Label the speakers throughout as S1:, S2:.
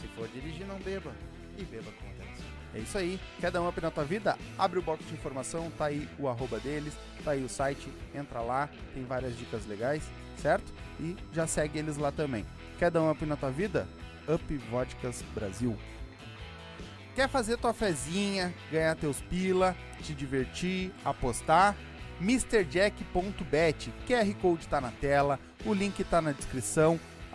S1: Se for dirigir, não beba. E beba com atenção.
S2: É isso aí. Quer dar um up na tua vida? Abre o box de informação, tá aí o arroba deles, tá aí o site, entra lá, tem várias dicas legais, certo? E já segue eles lá também. Quer dar um up na tua vida? Up Vodkas Brasil. Quer fazer tua fezinha, ganhar teus pila, te divertir, apostar? MrJack.bet, QR Code tá na tela, o link tá na descrição,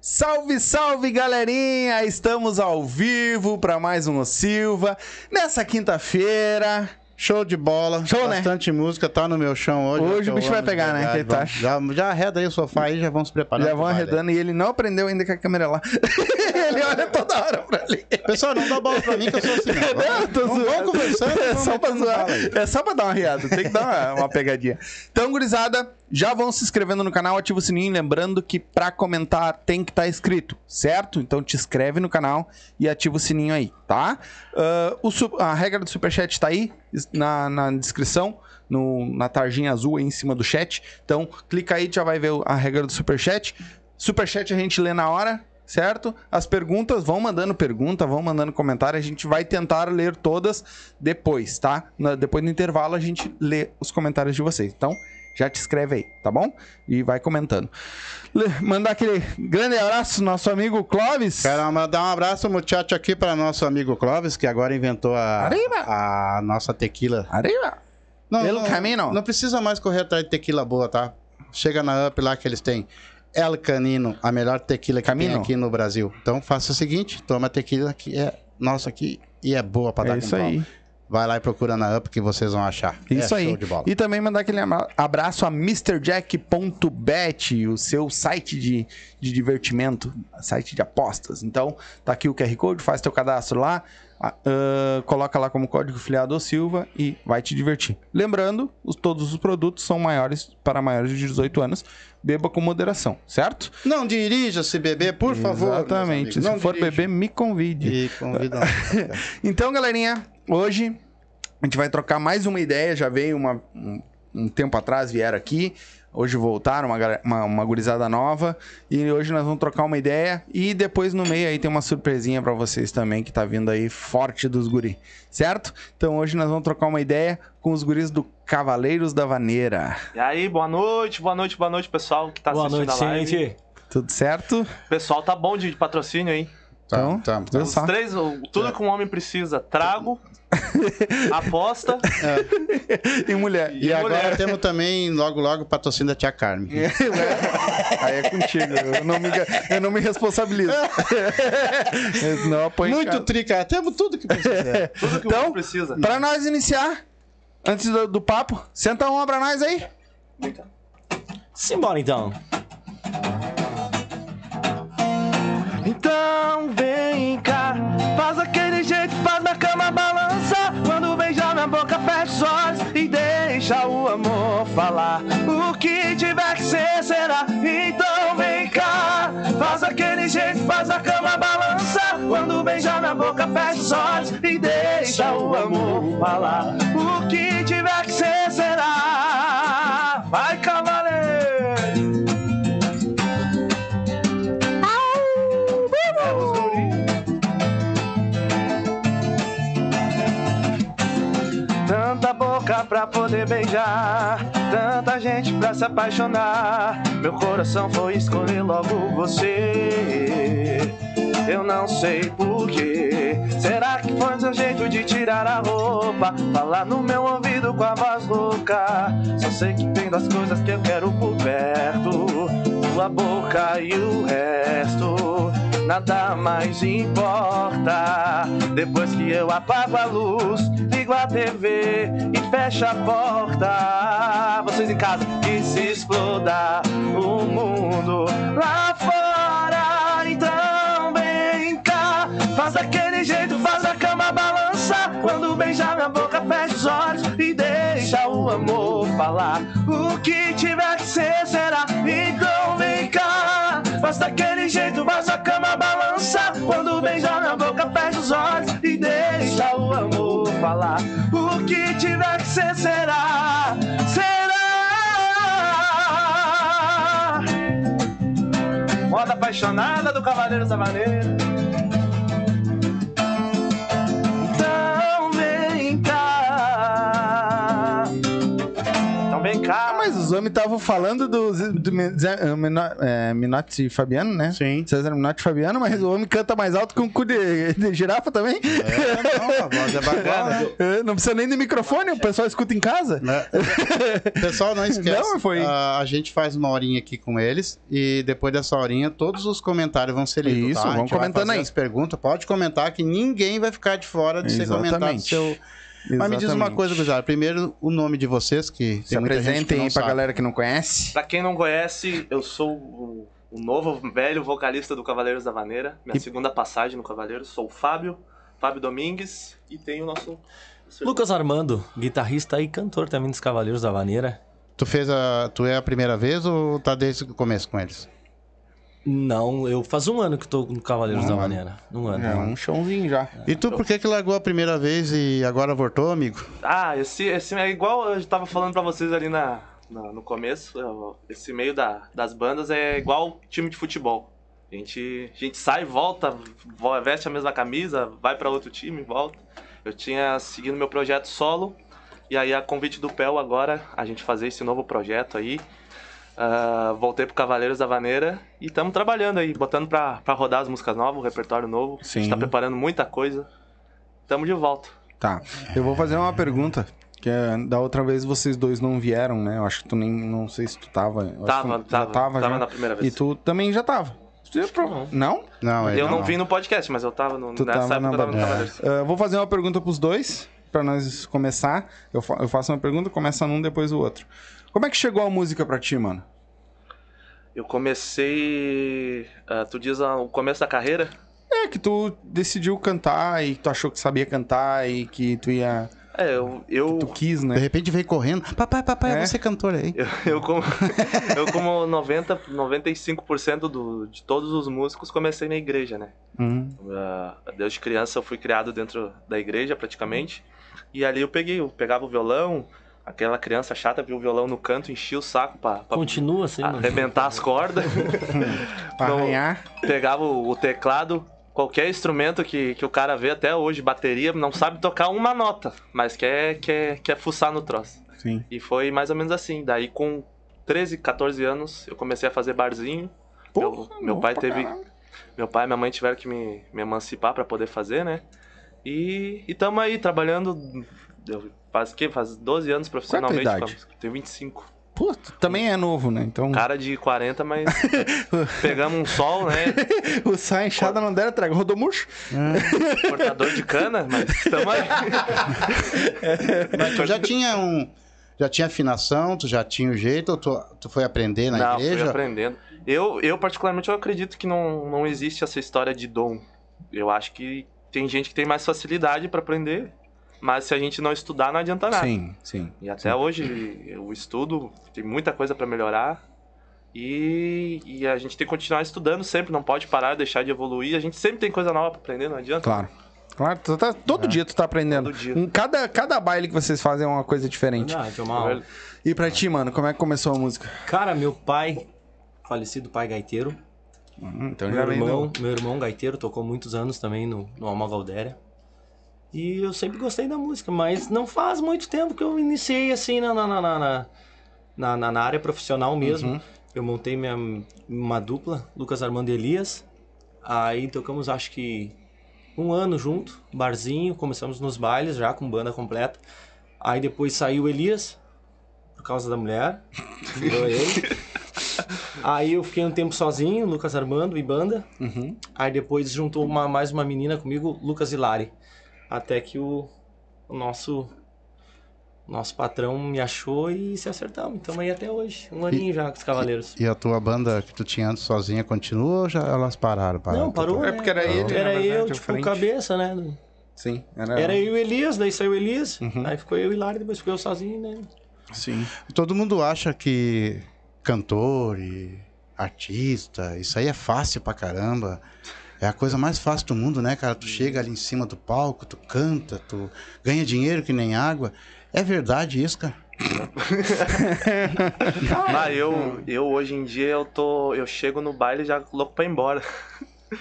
S2: Salve, salve, galerinha! Estamos ao vivo para mais um Os Silva nessa quinta-feira.
S1: Show de bola.
S2: Show, né?
S1: Bastante música, tá no meu chão hoje.
S2: Hoje
S1: é que
S2: o
S1: eu
S2: bicho vai
S1: amo de
S2: pegar, né?
S1: verdade.
S2: Que tu
S1: Vamos- Já, já arreda aí o sofá aí, já vamos preparar.
S2: Já
S1: pro
S2: vão
S1: baile.
S2: arredando e ele não aprendeu ainda que a câmera é lá. ele olha toda hora pra ali.
S1: Pessoal, não dá bola pra mim que eu sou assim. né?
S2: Não, eu tô
S1: Vamos-
S2: zoando.
S1: Vamos conversando.
S2: É
S1: vamos
S2: só, pra
S1: metendo
S2: zoar.
S1: bala aí.
S2: é só pra dar uma riada, tem que dar uma, uma pegadinha. Então, gurizada, já vão se inscrevendo no canal, ativa o sininho, lembrando que pra comentar tem que estar inscrito, certo? Então te inscreve no canal e ativa o sininho aí, tá? Ah, o su- a regra do superchat tá aí na, na descrição. no- na tarjinha azul aí em cima do chat. Então, clica aí, já vai ver o- a regra do superchat. Superchat a gente lê na hora, certo? As perguntas, vão mandando pergunta, vão mandando comentário, a gente vai tentar ler todas depois, tá? Na- depois do intervalo a gente lê os comentários de vocês. Então, já te escreve aí, tá bom? E vai comentando. Le- mandar aquele grande abraço ao nosso amigo Clóvis.
S1: Quero mandar um abraço, muchacho, aqui para nosso amigo Clóvis, que agora inventou a,
S2: Arriba!
S1: a nossa tequila.
S2: Arriba!
S1: Não,
S2: Pelo
S1: não,
S2: caminho.
S1: não precisa mais correr atrás de tequila boa, tá? Chega na Up lá que eles têm El Canino, a melhor tequila que
S2: Camino.
S1: tem aqui no Brasil. Então faça o seguinte, toma a tequila que é nossa aqui e é boa pra dar
S2: É
S1: com
S2: isso
S1: pau.
S2: aí.
S1: Vai lá e procura na Up que vocês vão achar.
S2: Isso
S1: é
S2: aí.
S1: Show de bola.
S2: E também mandar aquele ama- abraço a MrJack.bet, o seu site de, de divertimento, site de apostas. Então, tá aqui o QR Code, faz teu cadastro lá, a- ahn, coloca lá como código filiado ao Silva e vai te divertir. Lembrando, os- todos os produtos são maiores para maiores de 18 anos. Beba com moderação, certo?
S1: Não dirija se beber, por favor. meus
S2: Exatamente.
S1: amigos.
S2: Se
S1: Não
S2: for
S1: dirija.
S2: beber, me convide.
S1: E convida um.
S2: Então, galerinha, hoje a gente vai trocar mais uma ideia. Já veio uma- um, um tempo atrás, vieram aqui. Hoje voltaram, uma, gal- uma, uma gurizada nova. E hoje nós vamos trocar uma ideia. E depois no meio aí tem uma surpresinha pra vocês também, que tá vindo aí forte dos guri, certo? Então hoje nós vamos trocar uma ideia com os guris do Cavaleiros da Vaneira.
S3: E aí, boa noite, boa noite, boa noite, pessoal que tá
S4: Boa
S3: assistindo
S4: noite,
S3: a live.
S4: gente.
S2: Tudo certo?
S3: Pessoal, tá bom de patrocínio, hein?
S2: Então,
S1: Tá, tá.
S2: Deus
S3: Os
S2: sabe.
S3: três, o- tudo que um homem precisa, trago, aposta,
S2: E mulher.
S1: E,
S3: E
S1: agora
S3: mulher.
S1: temos também, logo, logo, patrocínio da tia Carmen.
S2: Aí é contigo. Eu não me, eu não me responsabilizo. Senão eu apanho em
S1: Muito
S2: casa.
S1: trica, temos tudo que precisa.
S3: tudo que um
S2: Então,
S3: homem precisa.
S2: Pra nós iniciar, antes do, do papo, senta uma pra nós aí.
S4: Simbora então.
S3: Então vem cá, faz aquele jeito, faz na cama balança. Quando beijar minha boca, fecha os olhos e deixa o amor falar. O que tiver que ser, será. Então vem cá, faz aquele jeito, faz a cama balança. Quando beijar minha minha boca, fecha os olhos e deixa o amor falar. O que tiver que ser, será. Vai, cavaleiro! É dos guris. Tanta boca pra poder beijar, tanta gente pra se apaixonar. Meu coração foi escolher logo você. Eu não sei porquê. Será que foi seu jeito de tirar a roupa? Falar no meu ouvido com a voz louca. Só sei que tem das coisas que eu quero por perto: sua boca e o resto nada mais importa. Depois que eu apago a luz, ligo a TV e fecho a porta. Vocês em casa, que se exploda o mundo lá fora. Então vem cá, faz daquele jeito, faz a cama balança. Quando beijar minha boca, fecha os olhos e deixa o amor falar. O que tiver que ser será. Então vem cá, faz daquele jeito, faz a cama balança. Quando beijar minha boca, fecha os olhos e deixa o amor falar. O que tiver que ser será. Será. Moda apaixonada do Cavaleiro da Vaneira. Então vem cá. Então vem cá.
S5: Ah, mas os homens estavam falando do, Z- do Mi- Zé- eh, Mino- eh, Minotti e Fabiano, né?
S6: Sim.
S5: César Minotti e Fabiano, mas o homem canta mais alto que um cu de, de girafa também.
S6: É, não, a voz é bacana.
S5: Eh, Não precisa nem de microfone, o pessoal escuta em casa.
S6: Né? Pessoal, não esquece.
S5: Não, foi-
S6: ah, a gente faz uma horinha aqui com eles e depois dessa horinha todos os comentários vão ser lidos.
S5: Isso,
S6: tá? A gente
S5: vamos
S6: vai
S5: comentando
S6: fazer
S5: aí.
S6: As perguntas, pode comentar que ninguém vai ficar de fora de ser comentado.
S5: Exatamente.
S6: Seu... Mas me diz uma
S5: Exatamente.
S6: coisa, Guzara. Primeiro, o nome de vocês, que
S5: Se
S6: tem muita gente que
S5: apresentem
S6: não
S5: aí pra
S6: sabe.
S5: galera que não conhece.
S3: Pra quem não conhece, eu sou o, o novo, velho vocalista do Cavaleiros da Vaneira. Minha
S5: E-
S3: segunda passagem no Cavaleiros. Sou o Fábio, Fábio Domingues. E tem o nosso...
S4: Lucas Armando, guitarrista e cantor também dos Cavaleiros da Vaneira.
S6: Tu fez a. Tu é a primeira vez ou tá desde o começo com eles?
S4: Não, eu faz um ano que tô no Cavaleiros
S6: Um
S4: da
S6: ano.
S4: Vaneira. Um ano.
S5: É um showzinho já.
S6: E tu por que que largou a primeira vez e agora voltou, amigo?
S3: Ah, esse, esse é igual eu tava falando pra vocês ali na, na- no começo. eu- Esse meio da- das bandas é igual time de futebol. A gente, a gente sai, volta, vo- veste a mesma camisa, vai pra outro time, volta. Eu tinha seguido meu projeto solo. E aí, a convite do Pel agora, a gente fazer esse novo projeto aí. Ah, voltei pro Cavaleiros da Vaneira e estamos trabalhando aí, botando pra, pra rodar as músicas novas, o repertório novo. A
S5: Sim.
S3: gente tá preparando muita coisa. Tamo de volta.
S5: Tá. Eu vou fazer uma pergunta. Que é, da outra vez vocês dois não vieram, né? Eu acho que tu nem. Não sei se tu tava. eu acho
S3: Tava,
S5: que tu- já
S3: tava, tava,
S5: já.
S3: na primeira
S5: E
S3: vez.
S5: tu também já tava. Tu-
S4: Não.
S5: Não?
S6: Não, ele
S3: eu não, vim no podcast, mas eu tava no,
S5: Tu
S3: nessa
S5: tava
S3: época
S5: na
S3: eu tava no
S5: bandeira.
S3: Cavaleiros.
S5: Ah, eu vou fazer uma pergunta pros dois, pra nós começar. Eu, fa- eu faço uma pergunta, começa num, depois o outro. Como é que chegou a música pra ti, mano?
S3: Eu comecei. ah, tu diz ah, o começo da carreira?
S5: É que tu decidiu cantar e tu achou que sabia cantar e que tu ia.
S3: É, eu. eu...
S5: Tu quis,
S6: De
S5: né?
S6: repente veio correndo. Papai, papai,
S5: É?
S6: você cantor aí.
S3: Eu, eu como, eu como 90, 95% do, de todos os músicos comecei na igreja, né?
S5: Hum.
S3: Ah, desde criança eu fui criado dentro da igreja praticamente. E ali eu peguei, eu pegava o violão, aquela criança chata viu o violão no canto, enchia o saco pra,
S6: É, um
S3: pra
S4: Continua assim,
S3: Ah,
S4: mano.
S3: arrebentar as cordas.
S5: Pra
S3: Não.
S5: arranhar.
S3: pegava o o teclado, qualquer instrumento que, que o cara vê até hoje, bateria, não sabe tocar uma nota, mas quer, quer, quer fuçar no troço.
S5: Sim.
S3: E foi mais ou menos assim. Daí com 13, 14 anos, eu comecei a fazer barzinho.
S5: Porra,
S3: meu
S5: bom
S3: pai
S5: pra
S3: teve-
S5: caralho.
S3: Meu pai e minha mãe tiveram que me, me emancipar pra poder fazer, né? E, e tamo aí, trabalhando. Eu, faz que? Faz 12 anos profissionalmente.
S5: é idade?
S3: com a música. Tenho 25.
S5: Pô, tu também é novo, né? Então.
S3: Cara de 40, mas pegamos um sol, né?
S5: O Sai Enxada não dera trago. Rodou murcho?
S3: Cortador de cana, mas tamo aí.
S6: Mas tu já tinha um. Já tinha afinação, tu já tinha o jeito, ou tu, tu foi aprender na
S3: não, fui
S6: igreja?
S3: aprendendo. Eu, eu, particularmente, eu acredito que não, não existe essa história de dom. Eu acho que tem gente que tem mais facilidade pra aprender, mas se a gente não estudar, não adianta nada.
S5: Sim, sim.
S3: E até hoje eu estudo, tem muita coisa pra melhorar. E, e a gente tem que continuar estudando sempre, não pode parar, deixar de evoluir. A gente sempre tem coisa nova pra aprender, não adianta.
S5: Claro. Claro, tu tá- todo dia tu tá aprendendo.
S3: Todo dia.
S5: Em cada, cada baile que vocês fazem é uma coisa diferente.
S4: Verdade, é uma aula.
S3: Velho,
S5: E pra ti, mano, como é que começou a música?
S4: Cara, meu pai, falecido pai gaiteiro,
S5: Então
S4: meu irmão, meu irmão gaiteiro tocou muitos anos também no, no Alma Valdéria. E eu sempre gostei da música, mas não faz muito tempo que eu iniciei assim na, na, na, na, na, na- na área profissional mesmo. Eu montei minha, uma dupla, Lucas Armando e Elias. Aí tocamos acho que um ano junto, barzinho, começamos nos bailes já com banda completa. Aí depois saiu o Elias, por causa da mulher. Virou ele. Aí eu fiquei um tempo sozinho, Lucas Armando e banda.
S5: Uhum.
S4: Aí depois juntou uma- mais uma menina comigo, Lucas e Lari. Até que o, o nosso nosso patrão me achou e se acertamos. Estamos aí até hoje, um aninho já com os Cavaleiros.
S6: E a tua banda que tu tinha antes sozinha continua ou já elas pararam? pararam
S4: Não, parou. né?
S5: É porque era ele, né,
S4: Era
S5: na verdade,
S4: eu,
S5: o
S4: tipo,
S5: frente.
S4: cabeça, né?
S5: Sim,
S4: Era eu e o Elias, daí saiu o Elias.
S5: Uhum.
S4: Aí ficou eu e Lari, depois ficou eu sozinho, né?
S5: Sim.
S6: Todo mundo acha que cantor e artista, isso aí é fácil pra caramba. É a coisa mais fácil do mundo, né, cara? Tu chega ali em cima do palco, tu canta, tu ganha dinheiro que nem água. É verdade isso, cara?
S3: Ah, eu, eu hoje em dia eu tô. Eu chego no baile já louco pra ir embora.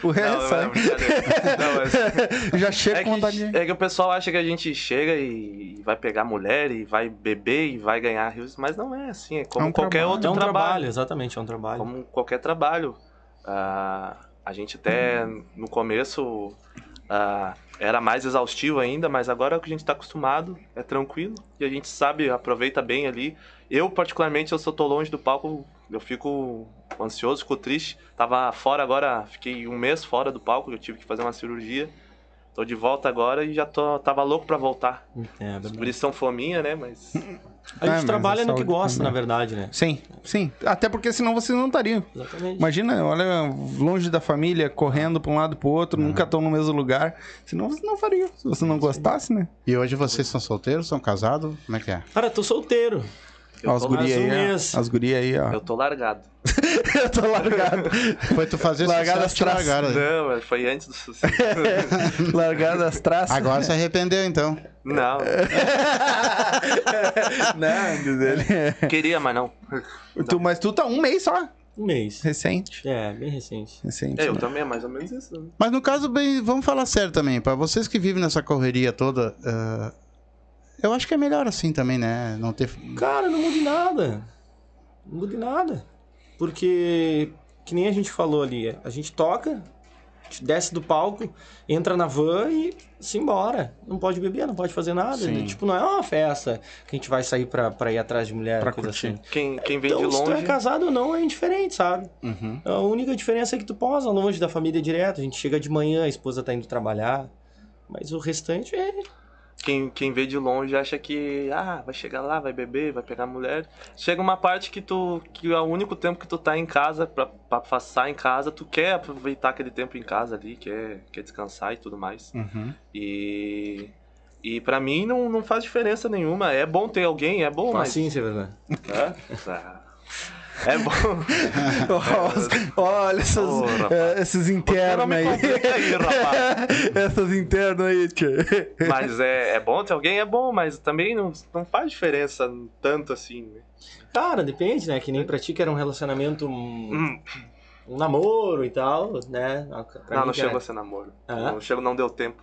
S5: O resto,
S3: não, é
S5: sabe?
S3: brincadeira. Não, mas-
S5: Já chega
S3: é,
S5: com vontade
S3: que,
S5: de...
S3: é que o pessoal acha que a gente chega e e vai pegar mulher e vai beber e vai ganhar rios, mas não é assim, é como
S5: É um
S3: qualquer
S5: trabalho.
S3: outro
S4: É um trabalho.
S3: trabalho.
S4: exatamente, é um trabalho.
S3: Como qualquer trabalho. Ah, a gente até no começo ah, era mais exaustivo ainda, mas agora o que a gente tá acostumado, é tranquilo e a gente sabe, aproveita bem ali. Eu, particularmente, eu só tô longe do palco, eu fico ansioso, fico triste. Tava fora agora, fiquei um mês fora do palco, eu tive que fazer uma cirurgia. Tô de volta agora e já tô, tava louco pra voltar.
S4: É, é
S3: Os
S4: verdade.
S3: guris são fominha, né? Mas.
S4: A
S5: É,
S4: gente
S5: mas
S4: trabalha
S5: a
S4: no que
S5: saúde
S4: gosta,
S5: também.
S4: na verdade, né?
S5: Sim, sim. Até porque senão vocês não estariam.
S4: Exatamente.
S5: Imagina, olha, longe da família, correndo pra um lado e pro outro, nunca estão no mesmo lugar. Senão vocês não fariam. Se você não gostasse, né?
S6: E hoje vocês são solteiros, são casados? Como é que é?
S4: Cara, tô solteiro.
S5: Ó, as
S3: tô
S5: gurias
S4: mais um
S5: aí, ó.
S4: mês.
S5: As gurias aí, ó.
S3: Eu tô largado.
S5: Eu tô largado.
S6: Foi tu fazer
S5: Largada
S6: sucesso, te
S5: atrás.
S6: largaram aí.
S3: Não, mas foi antes do sucesso.
S5: largado as traças.
S6: Agora se arrependeu, então.
S3: não,
S5: Não, diz ele.
S3: queria, mas não.
S5: Tu, mas tu tá um mês só.
S4: Um mês.
S5: Recente.
S4: É, bem recente.
S5: Recente.
S3: É, eu
S5: né?
S3: também, é mais ou menos isso. né?
S6: Mas no caso, bem, vamos falar sério também. Pra vocês que vivem nessa correria toda, ah, eu acho que é melhor assim também, né? Não ter.
S4: Cara, não muda em nada. Não muda em nada. Porque, que nem a gente falou ali, a gente toca, a gente desce do palco, entra na van e se embora. Não pode beber, não pode fazer nada.
S5: Sim.
S4: Tipo, não é uma festa que a gente vai sair pra, pra ir atrás de mulher,
S5: Pra
S4: coisa
S5: curtir.
S4: assim.
S3: Quem, quem vem
S4: então,
S3: de
S4: se tu é
S3: longe.
S4: casado ou não, é indiferente, sabe?
S5: Uhum.
S4: A única diferença é que tu posa longe da família direto. A gente chega de manhã, a esposa tá indo trabalhar. Mas o restante é
S3: Quem, quem vê de longe acha que, ah, vai chegar lá, vai beber, vai pegar mulher. Chega uma parte que tu. que é o único tempo que tu tá em casa, pra, pra passar em casa, tu quer aproveitar aquele tempo em casa ali, quer, quer descansar e tudo mais.
S5: Uhum.
S3: E. E pra mim não, não faz diferença nenhuma. É bom ter alguém, é bom, mas.
S4: facinho, é verdade.
S3: Hã? Ah. É bom.
S5: Olha essas,
S3: Ô, rapaz.
S5: eh, esses
S3: Não
S5: internos
S3: me
S5: aí.
S3: complica aí, rapaz.
S5: essas internas aí, tchê.
S3: Mas é, é bom ter alguém, é bom, mas também não, não faz diferença tanto assim. né?
S4: Cara, depende, né? Que nem pra ti que era um relacionamento, um,
S3: É. Hum,
S4: um namoro e tal, né? Pra
S3: não,
S4: mim
S3: não
S4: que
S3: chegou
S4: era-
S3: a ser namoro.
S4: Ah.
S3: Não chegou, não deu tempo.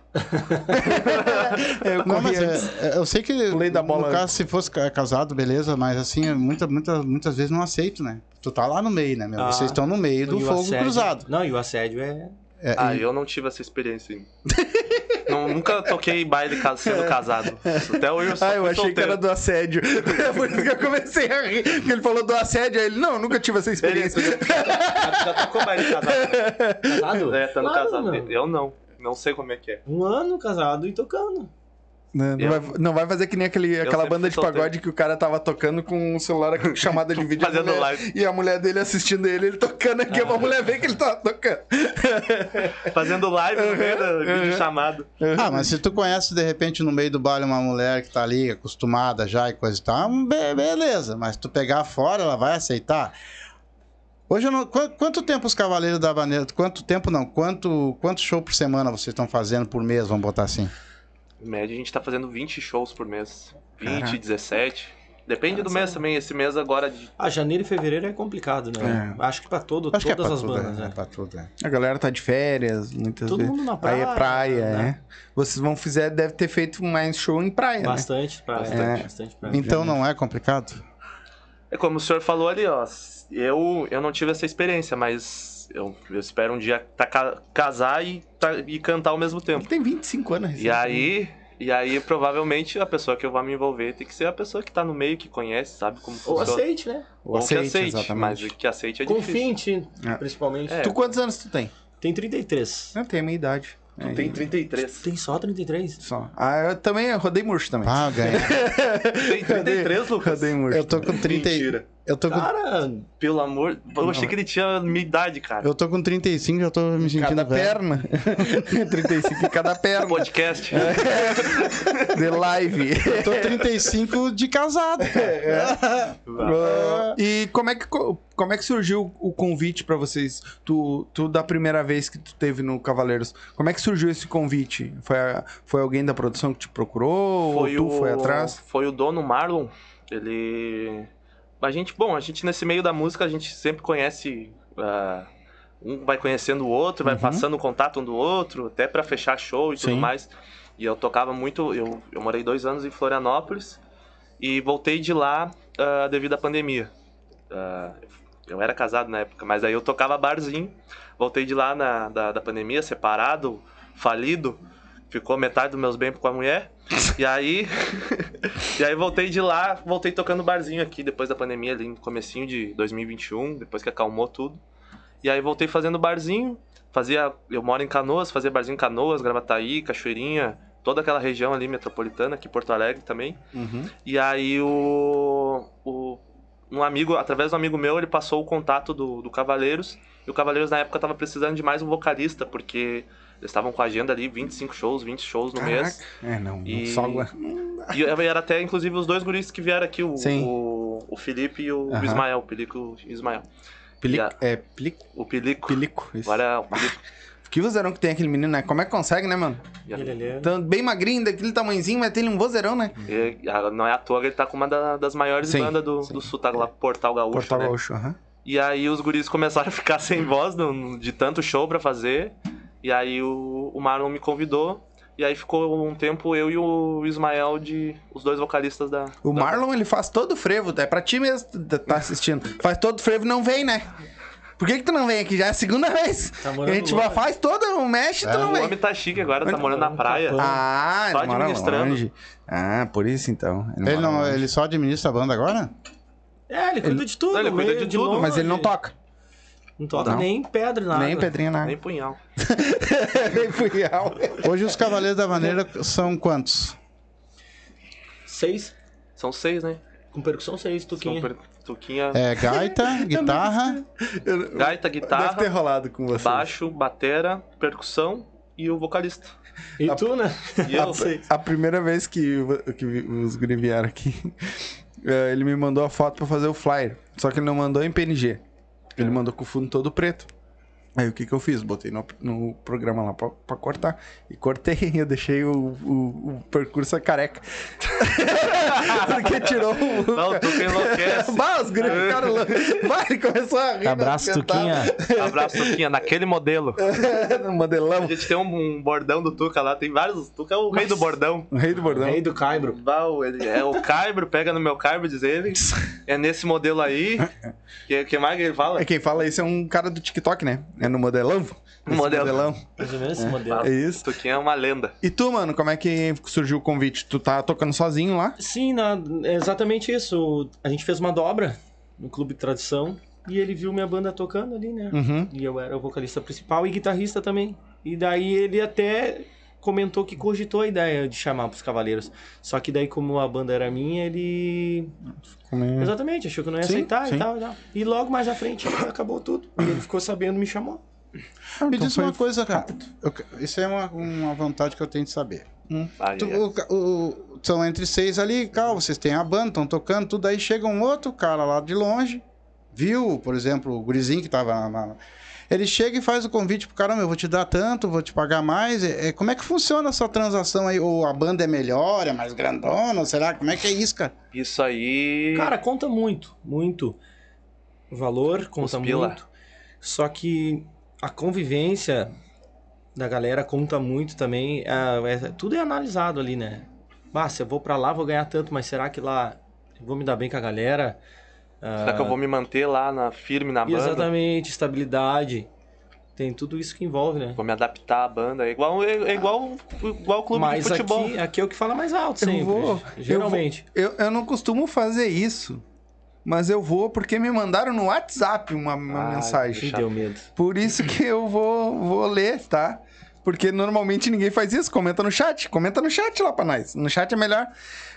S5: Eu
S6: Não,
S5: corri
S6: mas
S5: antes.
S6: é- é- eu sei que
S5: Lei da bola
S6: no caso, se fosse ca- casado, beleza, mas assim, é muita, muita, muitas vezes não aceito, né? Tu tá lá no meio, né, meu?
S4: Ah.
S6: Vocês estão no meio do
S4: E o
S6: fogo
S4: assédio-
S6: cruzado.
S4: Não, e o assédio é.
S6: É,
S3: Ah,
S6: e-
S3: eu não tive essa experiência ainda. Não, nunca toquei baile ca- sendo casado. Até hoje eu só
S5: Ah, eu
S3: fui
S5: achei que
S3: solteiro.
S5: era do assédio. É Por isso que eu comecei a rir. Porque ele falou do assédio, aí ele, não, nunca tive essa experiência.
S3: Já, já tocou baile casado?
S4: tá, Casado?
S3: É, estando
S4: Claro,
S3: casado.
S4: meu.
S3: Eu não. Não sei como é que é.
S4: Um ano casado e tocando.
S5: Né, Não,
S3: Eu-
S5: vai, não vai fazer que nem aquele, aquela
S3: sempre
S5: banda de
S3: fui solteiro.
S5: pagode que o cara tava tocando com o celular aqui, chamada de vídeo. a
S3: Fazendo
S5: mulher-
S3: live. Ah.
S5: E a mulher dele assistindo ele, ele tocando aqui, uma mulher vê que ele tava tocando.
S3: Fazendo live no meio da vídeo chamado.
S6: Ah, mas se tu conhece de repente no meio do baile uma mulher que tá ali hum, acostumada já e coisa e tal, be- beleza. Mas tu pegar fora, ela vai aceitar. Hoje eu não. qu- Quanto tempo os Cavaleiros da Bandeira. Quanto tempo não? Quanto, quanto show por semana vocês estão fazendo por mês, vamos botar assim?
S3: Em média, a gente tá fazendo 20 shows por mês. 20,
S5: Caraca.
S3: 17. Depende do
S4: Nossa.
S3: mês também. Esse mês agora de
S4: Ah, janeiro e fevereiro é complicado, né? Acho que pra todo,
S6: Acho que é
S4: todas
S6: pra
S4: as
S6: tudo.
S4: bandas,
S6: é, é
S4: né?
S6: pra tudo, é.
S5: A galera tá de férias, muitas
S4: Todo
S5: vezes.
S4: mundo na praia.
S5: Aí é praia,
S4: né?
S5: né? Vocês vão fizer, deve ter feito mais show em praia, né?
S4: Bastante praia.
S5: Bastante.
S4: Bastante, bastante praia.
S6: Então não é complicado?
S3: É como o senhor falou ali, ó. Eu, eu não tive essa experiência, mas eu, eu espero um dia tá, ca- casar e, tá- e cantar ao mesmo tempo.
S5: Ele tem 25 anos.
S3: E aí, e aí, provavelmente, a pessoa que eu vou me envolver tem que ser a pessoa que tá no meio, que conhece, sabe como
S4: Ou
S3: funciona.
S4: aceite, né?
S5: Ou aceite,
S3: que aceite,
S5: exatamente.
S3: mas que aceite é difícil.
S4: Confie em ti,
S5: É.
S4: principalmente.
S3: É.
S5: Tu quantos anos tu tem?
S4: Tem 33.
S5: Eu tenho a minha idade. É,
S3: Tem 33.
S4: Tem só 33?
S5: Só. Ah, eu também eu rodei murcho também.
S6: Ah, ganhei.
S3: Tem 33, Lucas?
S5: rodei murcho.
S6: Eu tô com 30. e-
S3: Mentira.
S6: Eu tô com,
S4: Cara,
S3: Pelo amor... Eu achei que ele tinha a minha idade, cara.
S6: eu tô com 35, já tô me
S5: Em
S6: sentindo
S5: cada
S6: velho.
S5: perna. 35 em cada perna.
S3: Podcast.
S5: De live.
S6: Eu tô 35 de casado.
S5: Ah, E como é que, co- como é que surgiu o convite pra vocês? Tu, tu, da primeira vez que tu teve no Cavaleiros, como é que surgiu esse convite? Foi, a- foi alguém da produção que te procurou?
S3: foi
S5: ou tu
S3: o,
S5: foi atrás?
S3: Foi o dono Marlon. Ele. A gente, bom, a gente nesse meio da música, a gente sempre conhece. ah, um vai conhecendo o outro, vai
S5: Uhum.
S3: passando o contato um do outro, até pra fechar show e tudo
S5: Sim.
S3: mais. E eu tocava muito. Eu, eu morei dois anos em Florianópolis e voltei de lá ah, devido à pandemia. Ah, eu era casado na época, mas aí eu tocava barzinho. Voltei de lá na, da, da pandemia, separado, falido. Ficou metade dos meus bens com a mulher. E aí. e aí voltei de lá, voltei tocando barzinho aqui depois da pandemia, ali no comecinho de 2021, depois que acalmou tudo. E aí voltei fazendo barzinho. Fazia. Eu moro em Canoas, fazia barzinho em Canoas, Gravataí, Cachoeirinha, toda aquela região ali metropolitana, aqui em Porto Alegre também. E aí o, o- um amigo, através de um amigo meu, ele passou o contato do, do Cavaleiros. E o Cavaleiros na época tava precisando de mais um vocalista, porque eles estavam com a agenda ali, 25 shows, 20 shows no mês.
S5: É, não.
S3: E-
S5: Só agora.
S3: E eu- era até, inclusive, os dois guris que vieram aqui, o,
S5: Sim.
S3: o, o Felipe e o
S5: Aham.
S3: Ismael, o Pelico e o Ismael.
S5: Pelico,
S3: Yeah.
S5: É, pelico.
S3: O Pelico.
S5: pelico isso.
S3: Agora é o Pelico.
S5: Que vozeirão que tem aquele menino, né? Como é que consegue, né, mano?
S4: ele ali
S2: Então,
S4: é-
S5: Tão bem magrinho, daquele tamanhozinho, mas tem um vozeirão, né?
S3: E- ah, não é à toa que ele tá com uma da- das maiores
S5: Sim,
S3: bandas do,
S5: sim. É.
S3: do Sul, tá lá, Portal Gaúcho.
S5: Portal
S3: né?
S5: Gaúcho, aham.
S3: E aí os guris começaram a ficar sem voz no- no- de tanto show pra fazer. E aí o, o Marlon me convidou. E aí ficou um tempo eu e o Ismael de os dois vocalistas da.
S5: O
S3: da-
S5: Marlon, ele faz todo frevo, é pra ti mesmo que tá assistindo. Faz todo frevo e não vem, né? Por que que tu não vem aqui? Já é a segunda vez.
S4: Tá
S5: A
S4: morando
S5: gente
S4: longe.
S5: vai- faz todo, um mexe e tu
S6: É,
S5: não
S3: O
S5: vem.
S3: homem tá chique agora, tá
S4: Onde-
S3: morando na
S4: onde
S3: praia.
S4: tá
S5: Ah,
S3: Só
S5: ele mora
S3: administrando.
S5: longe. Ah, por isso então.
S6: Ele,
S5: mora
S6: não,
S5: longe.
S6: ele só administra a banda agora?
S4: É, ele cuida de tudo.
S3: Não, ele cuida
S4: meio
S3: de tudo,
S4: longe.
S5: Mas ele não toca.
S4: Não toca
S5: Não.
S4: nem pedra na
S5: Nem pedrinha na
S3: Nem
S5: água.
S3: punhal.
S5: Nem punhal.
S6: Hoje os Cavaleiros da Bandeira são quantos?
S4: Seis.
S3: São seis, né?
S4: Com percussão, seis,
S3: São
S4: tuquinha.
S3: per- Tuquinha,
S6: É gaita, guitarra.
S3: gaita,
S5: Deve ter assim.
S3: guitarra,
S5: rolado com você.
S3: baixo, batera, percussão e o vocalista.
S4: E tu, né?
S3: E eu,
S5: A primeira vez que, o- que os guri vieram aqui, eh, ele me mandou a foto pra fazer o flyer. Só que ele não mandou em PNG.
S4: É.
S5: Ele mandou com o fundo todo preto. Aí o que que eu fiz? Botei no, no programa lá pra, pra cortar. E cortei, eu deixei o, o, o percurso careca. Porque tirou o...
S3: não, o Tuca enlouquece.
S5: Bah, os guri ficaram loucos. Bah, ele começou a rir. né,
S4: Abraço, Tuquinha.
S3: Abraço, Tuquinha, naquele modelo.
S5: No
S3: A
S5: modelão.
S3: gente tem um, um bordão do Tuca lá, tem vários. O Tuca é o rei do bordão.
S5: O rei do bordão.
S4: Rei do Caibro.
S3: Val, ele é o Caibro, pega no meu Caibro, diz ele. É nesse modelo aí. Que, que mais que ele fala?
S5: É quem fala isso é um cara do TikTok, né? É no modelão. Esse
S3: Modelo.
S4: Mais ou menos esse modelo.
S5: É isso.
S3: Um Tuquinha é uma lenda.
S5: E tu, mano, como é que surgiu o convite? Tu tá tocando sozinho lá?
S4: Sim, na- é exatamente isso. A gente fez uma dobra no Clube Tradição e ele viu minha banda tocando ali, né?
S5: Uhum.
S4: E eu era o vocalista principal e guitarrista também. E daí ele até comentou que cogitou a ideia de chamar pros Cavaleiros. Só que daí, como a banda era minha, ele. Exatamente, achou que eu não ia
S5: Hum. Sim,
S4: aceitar
S5: sim.
S4: e tal, e tal. E logo mais à frente acabou tudo. E ele ficou sabendo, me chamou.
S6: Me
S5: então
S6: diz
S5: foi
S6: uma coisa, cara. Eu que- isso é uma, uma vontade que eu tenho de saber.
S3: Ai,
S6: Tu-
S3: ai,
S6: o ca- o- são entre seis ali, calma, vocês têm a banda, estão tocando, tudo aí chega um outro cara lá de longe, viu, por exemplo, o gurizinho que tava na- na- Ele chega e faz o convite pro cara, "Ó, meu, eu vou te dar tanto, vou te pagar mais. É, é, como é que funciona essa transação aí? Ou a banda é melhor, é mais grandona, será? Como é que é isso, cara?
S3: Isso aí.
S4: Cara, conta muito, muito. O valor conta
S3: Os pila.
S4: muito. Só que a convivência da galera conta muito também. Ah, é- tudo é analisado ali, né? Ah, se eu vou pra lá, vou ganhar tanto, mas será que lá eu vou me dar bem com a galera?
S3: será que eu vou me manter lá na firme na banda?
S4: Exatamente, estabilidade. Tem tudo isso que envolve, né?
S3: Vou me adaptar à banda. É igual, é, é igual, igual o clube
S4: mas
S3: de futebol.
S4: Aqui, aqui é o que fala mais alto
S5: Eu
S4: sempre.
S5: vou- eu
S4: geralmente.
S5: Eu, eu não costumo fazer isso, mas eu vou porque me mandaram no WhatsApp uma, uma
S3: Ah,
S5: mensagem.
S4: Me deu medo.
S5: Por isso que eu vou, vou ler, tá? Porque normalmente ninguém faz isso. Comenta no chat. Comenta no chat lá pra nós. No chat é melhor.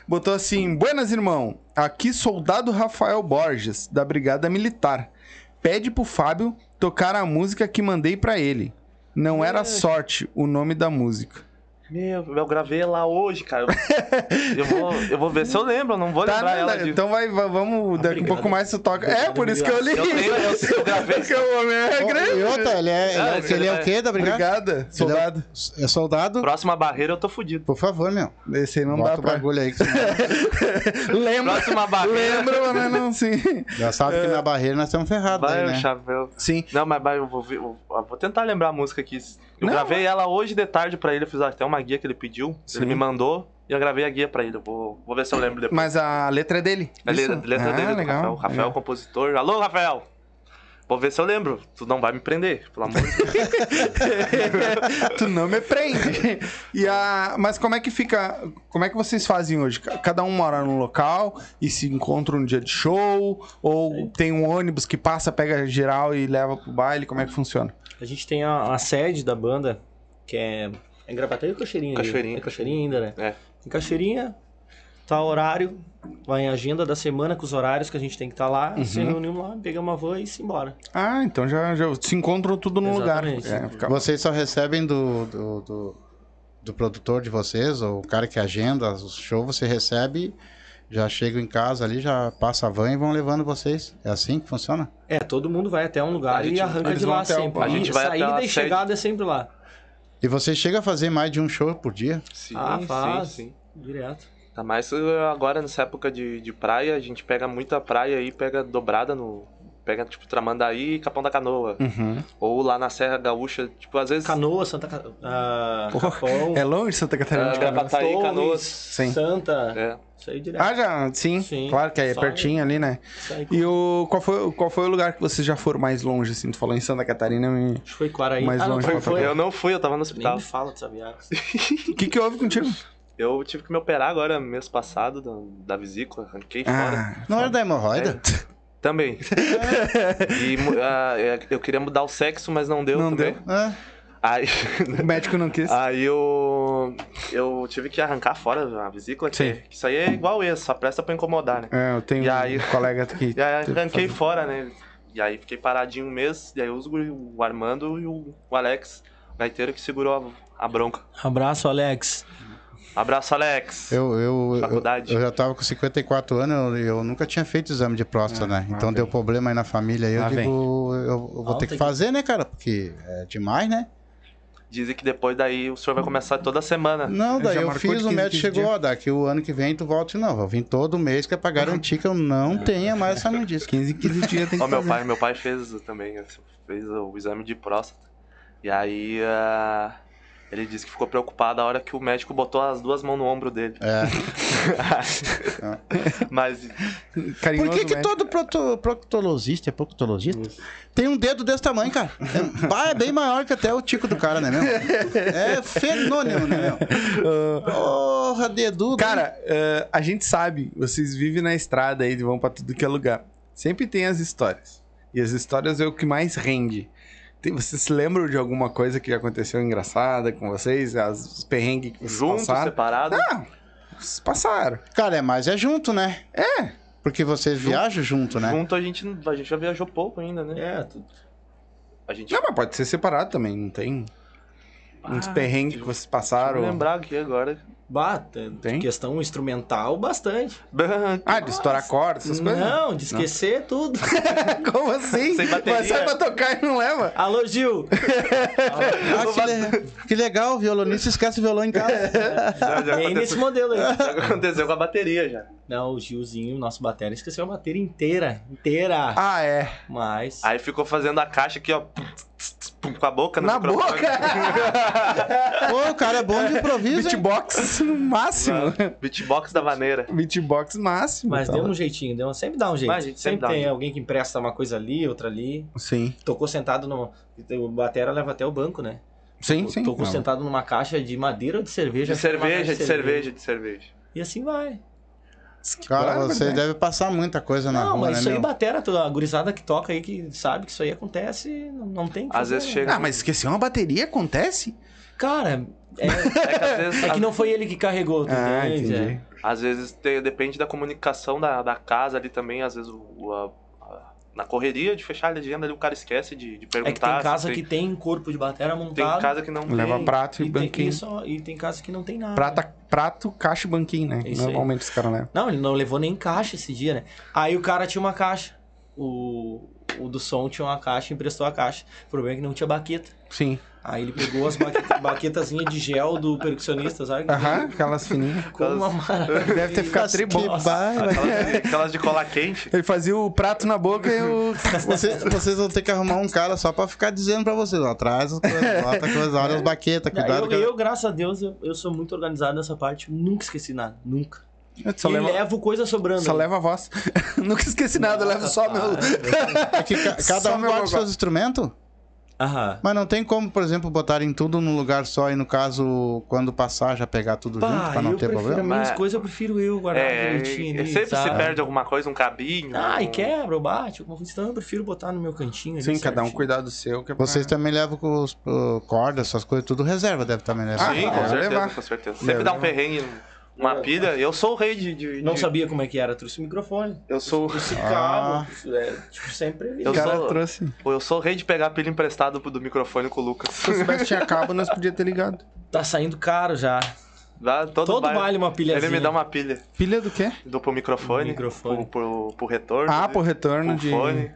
S5: Botou assim: Buenas, irmão. Aqui, soldado Rafael Borges, da Brigada Militar. Pede pro Fábio tocar a música que mandei pra ele. Não era sorte o nome da música.
S3: Meu, eu gravei lá hoje, cara. Eu, eu vou, eu vou ver se eu lembro, eu não vou
S5: Tá,
S3: lembrar
S5: né?
S3: ela de.
S5: Então vai, va- vamos, daqui um
S4: Obrigado.
S5: pouco mais tu toca. É,
S4: Obrigado,
S5: por isso que eu li.
S3: Eu tenho, eu, eu gravei.
S5: Porque o homem é grande.
S6: E outra, ele é, ele é-
S3: Ah, esse
S6: ele é o
S3: é-
S6: quê da brigada?
S5: Obrigada, soldado.
S6: É soldado?
S3: Próxima barreira eu tô fudido.
S6: Por favor, meu.
S5: Esse aí não
S6: Bota
S5: dá
S6: o
S5: pra.
S6: bagulho aí. Que você...
S5: Lembra.
S3: Próxima barreira.
S5: Lembra, mas não, sim.
S6: Já sabe
S5: É.
S6: que na barreira nós estamos ferrados
S3: Vai,
S6: aí,
S3: o
S6: né?
S3: chapéu.
S5: Sim.
S3: Não, mas vai, eu vou ver. Eu eu vou tentar lembrar a música aqui. Eu
S5: Não,
S3: gravei ela hoje de tarde pra ele. Eu fiz até uma guia que ele pediu.
S5: Sim.
S3: Ele me mandou e eu gravei a guia pra ele. Eu vou, vou ver se eu lembro depois.
S5: Mas a letra é dele.
S3: A letra,
S5: Isso?
S3: letra
S5: Ah,
S3: dele, do
S5: legal,
S3: Rafael. Rafael,
S5: legal.
S3: compositor. Alô, Rafael! Vou ver se eu lembro. Tu não vai me prender, pelo amor de Deus.
S5: tu não me prende. E a... Mas como é que fica. Como é que vocês fazem hoje? Ca- Cada um mora num local e se encontra um dia de show? Ou tem um ônibus que passa, pega geral e leva pro baile? Como é que funciona?
S4: A gente tem a, a sede da banda, que é em Gravataí ou Cachoeirinha?
S3: Cachoeirinha.
S4: É Cachoeirinha ainda, né?
S3: É.
S4: Em Cachoeirinha, tá o horário, vai em agenda da semana com os horários que a gente tem que estar lá,
S5: Uhum.
S4: se reunimos lá, pegamos uma van e se embora.
S5: Ah, então já, já se encontram tudo num
S4: Exatamente.
S5: lugar. É, fica-
S6: Vocês só recebem do, do, do, do produtor de vocês, ou o cara que agenda o show, você recebe, já chega em casa ali, já passa a van e vão levando vocês. É assim que funciona?
S4: É, todo mundo vai até um lugar
S3: A gente-
S4: e arranca
S5: eles
S4: de
S5: vão
S4: lá
S5: até o-
S4: sempre.
S5: a
S3: gente
S4: E
S3: vai até um
S4: saída
S3: a
S4: e
S3: sede.
S4: chegada é sempre lá.
S6: E você chega a fazer mais de um show por dia?
S3: Sim,
S4: ah, faz. Direto.
S3: Tá mais uh, agora nessa época de, de praia, a gente pega muita praia aí, pega dobrada no. Pega, tipo, Tramandaí e Capão da Canoa.
S5: Uhum.
S3: Ou lá na Serra Gaúcha, tipo, às vezes.
S4: Canoa, Santa Ca- ah,
S5: Porra,
S4: Capão,
S5: É longe Santa Catarina
S3: Ah,
S5: de
S3: Gravataí,
S5: Canoas?
S3: Cataí,
S4: Torres,
S3: Canoas.
S5: Sim.
S4: Santa.
S3: É.
S4: Isso aí direto.
S5: Ah, já, sim.
S4: Sim.
S5: Claro que é
S4: Só-
S5: pertinho ali, né?
S4: Isso aí.
S5: E o, qual, foi, qual foi o lugar que vocês já foram mais longe, assim? Tu falou em Santa Catarina. me-
S4: Acho que foi Quaraí.
S5: Mais
S4: ah, não,
S5: longe
S4: foi,
S5: pra
S4: foi.
S3: Eu não fui, eu tava no
S4: Nem
S3: hospital.
S4: me fala dessa viagem.
S5: O que, que houve contigo?
S3: Eu tive que me operar agora, mês passado, da, da vesícula, arranquei fora.
S5: Ah,
S6: Não era da hemorroida?
S3: Também. e mu- ah, é, eu queria mudar o sexo, mas não deu
S5: Não
S3: também.
S5: deu.
S6: Ah,
S3: Aí,
S5: o médico não quis.
S3: Aí eu. Eu tive que arrancar fora a vesícula, que,
S5: Sim.
S3: que isso aí é igual esse, só presta pra incomodar, né?
S5: É, eu tenho
S3: E aí-
S5: um colega que.
S3: E aí arranquei fora, né? E aí fiquei paradinho um mês, e aí os guri- o Armando e o, o Alex, o gaiteiro que segurou a, a bronca.
S4: Abraço, Alex.
S3: Abraço, Alex!
S6: eu, eu, eu,
S3: Faculdade.
S6: eu já tava com 54 anos e eu, eu nunca tinha feito exame de próstata, né? Então deu problema aí na família. aí Eu
S5: Lá vem.
S6: digo, eu, eu vou
S4: Ah,
S6: ter
S4: tem
S6: que
S4: que-
S6: fazer, né, cara? Porque é demais, né?
S3: Dizem que depois daí o senhor vai começar toda semana.
S6: Não, daí
S5: Já
S6: eu
S5: marcou
S6: fiz,
S5: de
S6: o
S5: 15,
S6: médico
S5: 15
S6: chegou, ó, daqui o ano que vem tu volta de novo. Eu vim todo mês que é pra garantir que eu não tenha mais essa medida.
S5: 15, 15 É. dias tem que
S3: Ó, meu
S5: fazer.
S3: pai, meu pai fez também, fez o exame de próstata. E aí ah, ele disse que ficou preocupado a hora que o médico botou as duas mãos no ombro dele.
S6: É.
S3: Mas
S5: Carinhoso,
S6: Por que, que
S5: né?
S6: todo proto- proctologista, é proctologista, tem um dedo desse tamanho, cara? É, pá, é bem maior que até o tico do cara, né, meu? É fenômeno, né, meu? Porra, dedudo.
S5: Cara, eh, a gente sabe, vocês vivem na estrada aí, vão pra tudo que é lugar. Sempre tem as histórias. E as histórias é o que mais rende. Tem- vocês se lembram de alguma coisa que aconteceu engraçada com vocês? As, os perrengues que vocês
S3: junto,
S5: passaram?
S3: separado.
S5: Ah, vocês passaram.
S6: Cara, é mais é junto, né? É. Porque vocês viajam junto, né?
S3: Junto a gente, a gente já viajou pouco ainda, né?
S4: É, tu-
S3: A gente.
S5: Não, mas pode ser separado também, não tem? Uns
S3: Ah,
S5: perrengues que vocês passaram.
S3: Vou lembrar aqui agora.
S4: Bata,
S5: Tem?
S4: questão instrumental, bastante.
S5: Ah, de estourar corda, essas coisas?
S4: Não, de esquecer tudo.
S5: Como assim?
S3: Sem bateria.
S5: Mas sai pra tocar e não leva?
S4: Alô, Gil!
S6: Ah, que, le- que legal, o violonista esquece o violão em casa.
S3: Já, já
S4: Bem nesse
S3: aconteceu,
S4: modelo aí.
S3: já aconteceu com a bateria já.
S4: Não, o Gilzinho, nosso batera, esqueceu a bateria inteira. Inteira.
S5: Ah, é.
S4: Mas.
S3: Aí ficou fazendo a caixa aqui, ó, pum, tss, tss, pum, com a boca no
S5: Na
S3: microfone.
S5: boca?
S6: Pô, o cara é bom de improviso, hein?
S5: Beatbox no máximo.
S3: Beatbox da maneira.
S5: Beatbox máximo.
S4: Mas
S5: tá
S4: deu
S5: lá.
S4: um jeitinho, deu, sempre dá um jeito.
S3: Mas a gente
S4: sempre
S3: sempre dá um
S4: tem
S3: jeito.
S4: alguém que empresta uma coisa ali, outra ali.
S5: Sim.
S4: Tocou sentado no. O batera leva até o banco, né?
S5: Sim, sim.
S4: Tocou
S5: Não.
S4: sentado numa caixa de madeira ou de cerveja.
S3: De cerveja, de cerveja, de cerveja.
S4: E assim vai.
S6: Cara,
S5: bárbaro,
S6: você
S5: né?
S6: deve passar muita coisa na
S4: não,
S6: rua,
S4: mas
S6: né,
S4: isso aí
S6: meu?
S4: batera, tu- a gurizada que toca aí, que sabe que isso aí acontece, não, não tem o que
S3: Às
S4: fazer,
S3: vezes
S4: né?
S3: chega.
S5: Ah, mas esquecer uma bateria acontece?
S4: Cara, é,
S3: É que às vezes,
S4: é que não foi ele que carregou, tu
S5: Ah,
S4: entende?
S5: entendi.
S4: É.
S3: às vezes te- depende da comunicação da, da casa ali também, às vezes o- o- a- a- na correria de fechar a legenda ali o cara esquece de, de
S4: É
S3: perguntar.
S4: que tem
S3: se
S4: casa que tem corpo de batera montado.
S3: tem casa que não
S5: Leva
S3: tem.
S5: prato e,
S4: e, tem,
S5: banquinho.
S4: e, só- e tem casa que não tem nada.
S5: Prata, prato, caixa e banquinho, né?
S4: Isso aí.
S5: Normalmente os caras levam.
S4: Não, ele não levou nem caixa esse dia, né? Aí o cara tinha uma caixa. O, o do som tinha uma caixa, emprestou a caixa. O problema é que não tinha baqueta.
S5: Sim.
S4: Aí ele pegou as baqueta, baquetazinhas de gel do percussionista, sabe?
S5: Aham, aquelas fininhas.
S4: Ficou uma maravilha.
S5: Deve ter ficado
S6: Mas que
S5: tribom.
S6: barba.
S3: Aquelas de, aquelas de cola quente.
S5: Ele fazia o prato na boca e o.
S6: Vocês, vocês vão ter que arrumar um cara só pra ficar dizendo pra vocês, ó, traz as coisas, bota as coisas, olha as baquetas, cuidado.
S4: Eu,
S6: que-
S4: eu, graças a Deus, eu, eu sou muito organizado nessa parte. Nunca esqueci nada. Nunca.
S5: Só
S4: e
S5: leva,
S4: levo coisa sobrando. Ah,
S5: só leva a voz. Nunca esqueci nada, eu levo só meu.
S6: É que ca- cada
S5: Só
S6: um
S5: meu
S6: guarda
S5: gogó.
S6: seus instrumentos,
S4: Aham.
S6: mas não tem como, por exemplo, botarem tudo num lugar só e no caso, quando passar, já pegar tudo junto
S4: Pá,
S6: pra não
S4: eu
S6: ter
S4: prefiro
S6: problema.
S4: minhas
S3: Mas-
S4: coisas, eu prefiro eu guardar
S3: É,
S4: direitinho. ali,
S3: sempre se
S4: sabe?
S3: perde alguma coisa, um cabinho.
S4: Ah, e
S3: um-
S4: quebra, ou bate, alguma coisa. Então eu prefiro botar no meu cantinho. ali
S5: Sim, cada um
S4: certinho.
S5: cuidar do seu. Que é pra-
S6: Vocês também levam com os uh, cordas, essas coisas, tudo reserva, deve também né? levar.
S3: Sim,
S5: Ah,
S3: com
S5: é,
S3: certeza,
S5: levar.
S3: com certeza.
S5: Levar.
S3: Sempre dá um perrengue, uma pilha. Eu sou o rei de. de-
S4: Não
S3: de-
S4: sabia como é que era, trouxe o microfone.
S3: Eu sou,
S4: Trouxe
S6: Ah.
S4: cabo, isso é, tipo, sempre
S5: O
S3: Eu
S5: cara
S3: sou-
S5: trouxe.
S3: eu sou o rei de pegar a pilha emprestada do microfone com o Lucas.
S5: Se eu soubesse que tinha cabo, nós podíamos ter ligado.
S4: Tá saindo caro já.
S3: Dá todo,
S4: Todo
S3: baile.
S4: baile, uma pilhazinha.
S3: Ele me dá uma pilha.
S5: Pilha do quê?
S3: Dou pro microfone.
S4: Microfone.
S3: Pro, pro, pro retorno.
S5: Ah,
S3: né?
S5: pro retorno
S3: Pro
S5: de.
S3: fone.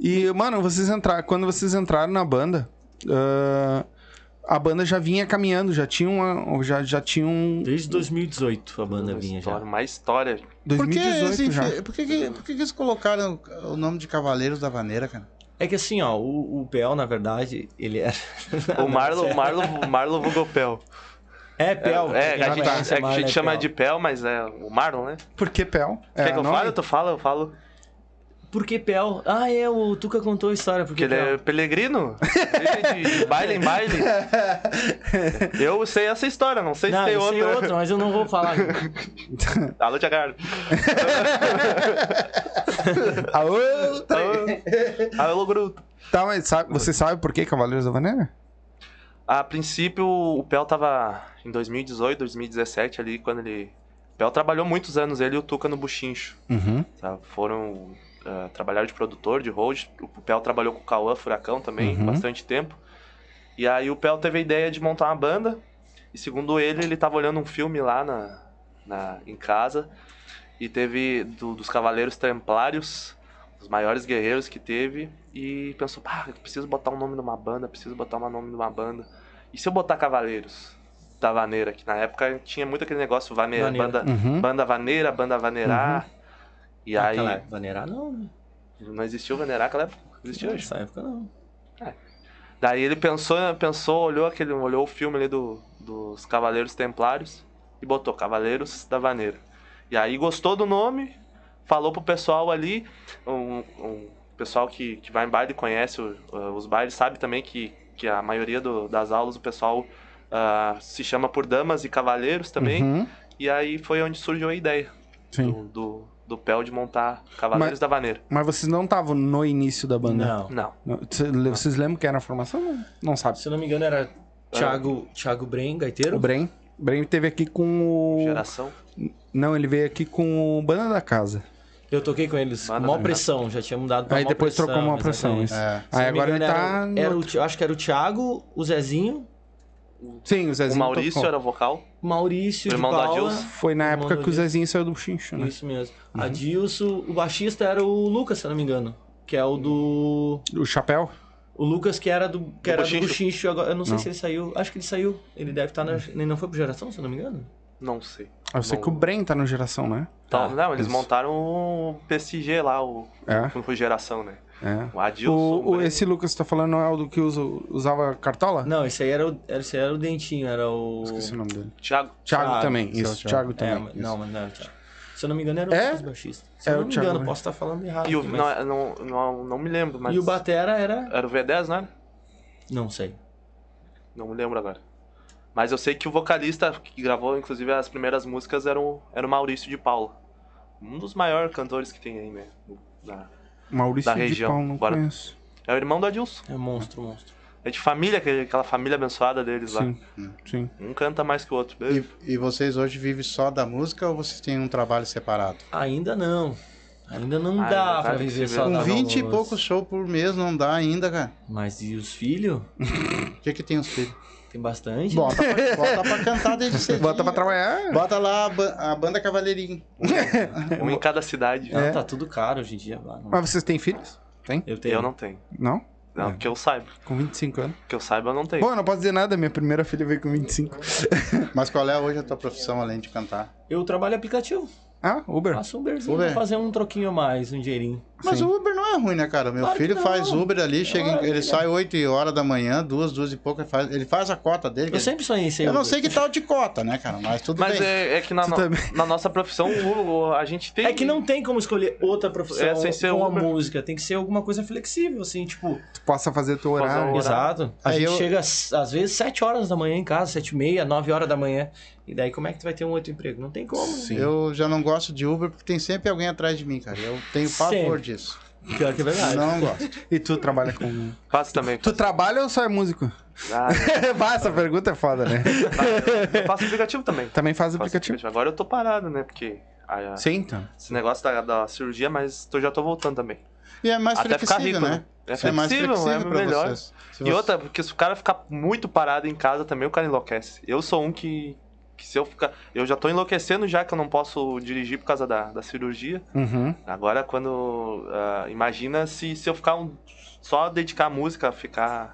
S5: E, mano, vocês entraram. Quando vocês entraram na banda, ah, a banda já vinha caminhando, já tinha uma. Já, já tinha um.
S4: Desde 2018 a banda
S3: Uma
S4: vinha já.
S3: história, mais história.
S5: 2018
S6: por que,
S5: já.
S6: enfim, assim, por que que- por que que eles colocaram o nome de Cavaleiros da Vaneira, cara?
S4: É que assim, ó, o, o Pel, na verdade, ele é- era. Ah,
S3: O Marlo, o Marlo, o Marlo Vugopel.
S4: É, Pel.
S3: É,
S4: quem
S3: a gente,
S4: conhece,
S3: é que a
S4: Marlo
S3: gente chama
S4: Pel.
S3: de Pel, mas é o Marlon, né?
S5: Por que Pel? É,
S3: Quer que eu
S5: nome?
S3: fale? Tu fala, eu falo.
S4: Por que Pel? Ah, é, o Tuca contou a história. Por
S3: Porque
S4: que
S3: ele é
S4: Pel?
S3: pelegrino. Ele é de, de baile em baile. Eu sei essa história, não sei se
S4: Não,
S3: tem né?
S4: eu sei
S3: outra.
S4: outra, mas eu não vou falar.
S3: Alô, Tiago.
S5: A outra.
S3: Ah. Alô, Gruto.
S5: Tá, mas sabe, você sabe por que Cavaleiros da Vaneira?
S3: A princípio, o Pel tava em 2018, 2017 ali, quando ele... O Pel trabalhou muitos anos, ele e o Tuca no Buchincho.
S5: Uhum.
S3: sabe? Foram ah, trabalhar de produtor, de hold. O Pel trabalhou com o Cauã Furacão também,
S5: Uhum.
S3: bastante tempo. E aí o Pel teve a ideia de montar uma banda. E segundo ele, ele tava olhando um filme lá na, na- em casa. E teve do- dos Cavaleiros Templários, os maiores guerreiros que teve. E pensou, pá, eu preciso botar um nome numa banda, preciso botar um nome numa banda. E se eu botar Cavaleiros da Vaneira, que na época tinha muito aquele negócio, vaneira,
S4: Vaneira.
S3: banda,
S5: Uhum.
S3: Banda Vaneira, Banda Vaneirá. E aí.
S4: Uhum. Aquela época, Vaneirá não, né?
S3: Não existiu Vaneirá naquela época. Existiu hoje.
S4: Nessa época não.
S3: Daí ele pensou, pensou, olhou aquele. Olhou o filme ali do, dos Cavaleiros Templários e botou Cavaleiros da Vaneira. E aí gostou do nome, falou pro pessoal ali. Um, um pessoal que, que vai em baile conhece o- uh, os bailes, sabe também que, que a maioria do- das aulas o pessoal ah, se chama por damas e cavaleiros também.
S5: Uhum.
S3: E aí foi onde surgiu a ideia.
S5: Sim.
S3: do, do, do Pel de montar Cavaleiros da Vaneira.
S5: Mas vocês não estavam no início da banda?
S4: Não.
S3: Não.
S5: Não. Cê- Vocês lembram que era a formação? Não, não sabe.
S4: Se eu não me engano, era Thiago,
S3: Ah.
S4: Thiago Bren,
S5: O
S4: gaiteiro.
S5: Bren. O Bren teve aqui com o.
S3: Geração.
S5: Não, ele veio aqui com o Banda da Casa.
S4: Eu toquei com eles.
S3: Manda
S4: mó
S3: pra
S4: pressão, já tinha mudado pra
S5: Aí
S4: Mó
S5: depois
S4: Pressão,
S5: trocou Mó Pressão,
S4: exatamente.
S5: isso.
S6: É.
S4: Se não
S5: Aí
S4: me
S5: agora
S4: engano,
S5: ele tá.
S4: era o-
S5: no-
S4: era o Thi- acho que era o Thiago, o Zezinho
S3: O,
S5: Sim, o
S3: o
S5: Zezinho.
S3: Maurício
S5: tocou.
S3: era vocal.
S4: Maurício
S3: O
S4: de
S3: irmão da
S4: Paula.
S3: Dilson.
S5: Foi na
S4: o
S5: época
S4: irmão
S5: que o
S4: do-
S5: Zezinho saiu do Chincho, né?
S4: Isso mesmo.
S5: Uhum.
S4: Adilson, o baixista era o Lucas, se eu não me engano. Que é o do.
S5: O Chapéu?
S4: O Lucas que era do.
S3: Do
S4: Que era
S3: Buchincho?
S4: do Buchincho, agora. Eu não sei
S5: Não. Uhum.
S4: se ele saiu. Acho que ele saiu. Ele deve estar na. Ele não foi pro geração, se eu não me engano.
S3: Não sei.
S5: Eu sei
S3: Não.
S5: que o Bren tá no geração, né?
S4: Tá,
S3: Não, não, eles
S5: isso.
S3: montaram o PSG lá, o,
S5: É,
S3: o Geração, né?
S5: é.
S3: O Adilson.
S5: O, o,
S3: Breno.
S5: esse Lucas que tá falando não é o do que usa- usava
S3: Ah.
S5: cartola?
S4: Não, esse aí era o, era- esse aí era o Dentinho, era o.
S5: Esqueci é o nome dele.
S3: Thiago.
S5: Thiago
S4: Thiago,
S5: também,
S6: seu
S5: isso.
S6: Thiago.
S5: Thiago,
S4: É,
S5: também.
S4: mas-
S5: isso.
S4: não, mas não era o Thiago. Se eu não me engano, era o
S5: É?
S4: Lucas Baixista. Se
S5: É
S4: eu
S5: o
S4: não me
S5: Thiago,
S4: engano,
S5: né?
S4: posso estar falando errado.
S3: E o,
S4: aqui,
S3: não,
S4: mas-
S3: não, não, não me lembro, mas.
S4: e o Batera era.
S3: Era o V10, não era?
S4: Não sei.
S3: Não me lembro agora. Mas eu sei que o vocalista que gravou, inclusive, as primeiras músicas era o, era o Maurício de Paula. Um dos maiores cantores que tem aí, né? Da-
S5: Maurício
S3: Da
S5: de
S3: região,
S5: Paulo, não
S3: bora.
S5: conheço.
S3: É o irmão do Adilson.
S4: É monstro, monstro.
S3: É de família, aquele- aquela família abençoada deles lá.
S5: Sim, sim.
S3: Um canta mais que o outro.
S6: E, e vocês hoje vivem só da música ou vocês têm um trabalho separado?
S4: Ainda não. Ainda não
S3: Ainda
S4: dá
S3: tá
S4: pra viver
S3: difícil,
S4: só
S6: Com
S3: né?
S4: da
S6: 20 e
S4: música.
S6: poucos shows por mês não dá ainda, cara.
S4: Mas e os filhos?
S6: O que que tem os filhos?
S4: Tem bastante. né?
S6: Bota pra, bota pra cantar desde cedo.
S5: Bota pra trabalhar.
S6: Bota lá a, ba- a banda Cavaleirinho.
S3: Um em cada cidade.
S6: é.
S5: É.
S4: Não, tá tudo caro hoje em dia. vá,
S6: Ah,
S4: não-
S5: Mas vocês têm filhos?
S4: Eu tenho.
S3: Eu não tenho.
S5: Não?
S3: Não,
S5: É.
S3: que eu saiba.
S5: Com 25 anos.
S3: Que eu saiba, eu não tenho.
S5: Bom, eu não posso dizer nada, minha primeira filha veio com 25.
S6: Mas qual é hoje a tua profissão além de cantar?
S4: Eu trabalho aplicativo.
S5: Ah, Uber.
S4: Faço Uberzinho
S6: Uber.
S4: pra fazer um troquinho a mais, um dinheirinho.
S6: Mas
S5: Sim.
S6: o Uber não é ruim, né, cara? Meu
S4: Claro que
S6: filho
S4: não.
S6: faz Uber ali, chega em- ele sai 8 horas da manhã, duas, duas e pouco, ele faz, ele faz a cota dele. que
S4: Eu
S6: ele-
S4: sempre sonhei em ser
S6: Eu não
S4: Uber.
S6: sei que tal de cota, né, cara? Mas tudo
S3: Mas
S6: bem.
S3: é, é que na,
S5: Tu
S3: no-
S5: também.
S3: na nossa profissão, o- o- a gente tem.
S4: É que não tem como escolher outra profissão
S3: É, sem ser
S4: com a
S3: Uber.
S4: música. Tem que ser alguma coisa flexível, assim, tipo...
S5: Tu possa fazer teu
S3: Fazer
S5: horário.
S3: um horário.
S4: Exato. A
S6: Aí
S4: gente
S6: É, eu-
S4: chega, às às vezes, 7 horas da manhã em casa, 7 e meia, 9 horas da manhã. E daí, como é que tu vai ter um outro emprego? Não tem como.
S5: Sim.
S6: Eu já não gosto de Uber porque tem sempre alguém atrás de mim, cara. Eu tenho pavor
S4: Sempre.
S6: disso.
S4: Pior que é verdade.
S6: Não gosto.
S5: E tu trabalha com.
S3: Faço também.
S5: Tu trabalha ou só é músico?
S3: Ah,
S5: Bah, Essa pergunta é foda, né?
S3: eu faço aplicativo também.
S5: Também faz
S3: Faço
S5: aplicativo.
S3: aplicativo. Agora eu tô parado, né? Porque a-
S5: Sim, então.
S3: esse negócio da, da cirurgia, mas eu já tô voltando também.
S6: E é mais
S3: Até ficar
S6: flexível,
S3: rico,
S6: né?
S3: né? É flexível, é, melhor.
S6: vocês. Se
S3: E
S6: você-
S3: outra, porque se o cara ficar muito parado em casa também, o cara enlouquece. Eu sou um que, que se eu ficar. Eu já tô enlouquecendo já que eu não posso dirigir por causa da, da cirurgia.
S5: Uhum.
S3: Agora, quando. ah, imagina se, se eu ficar um, só dedicar à música, ficar,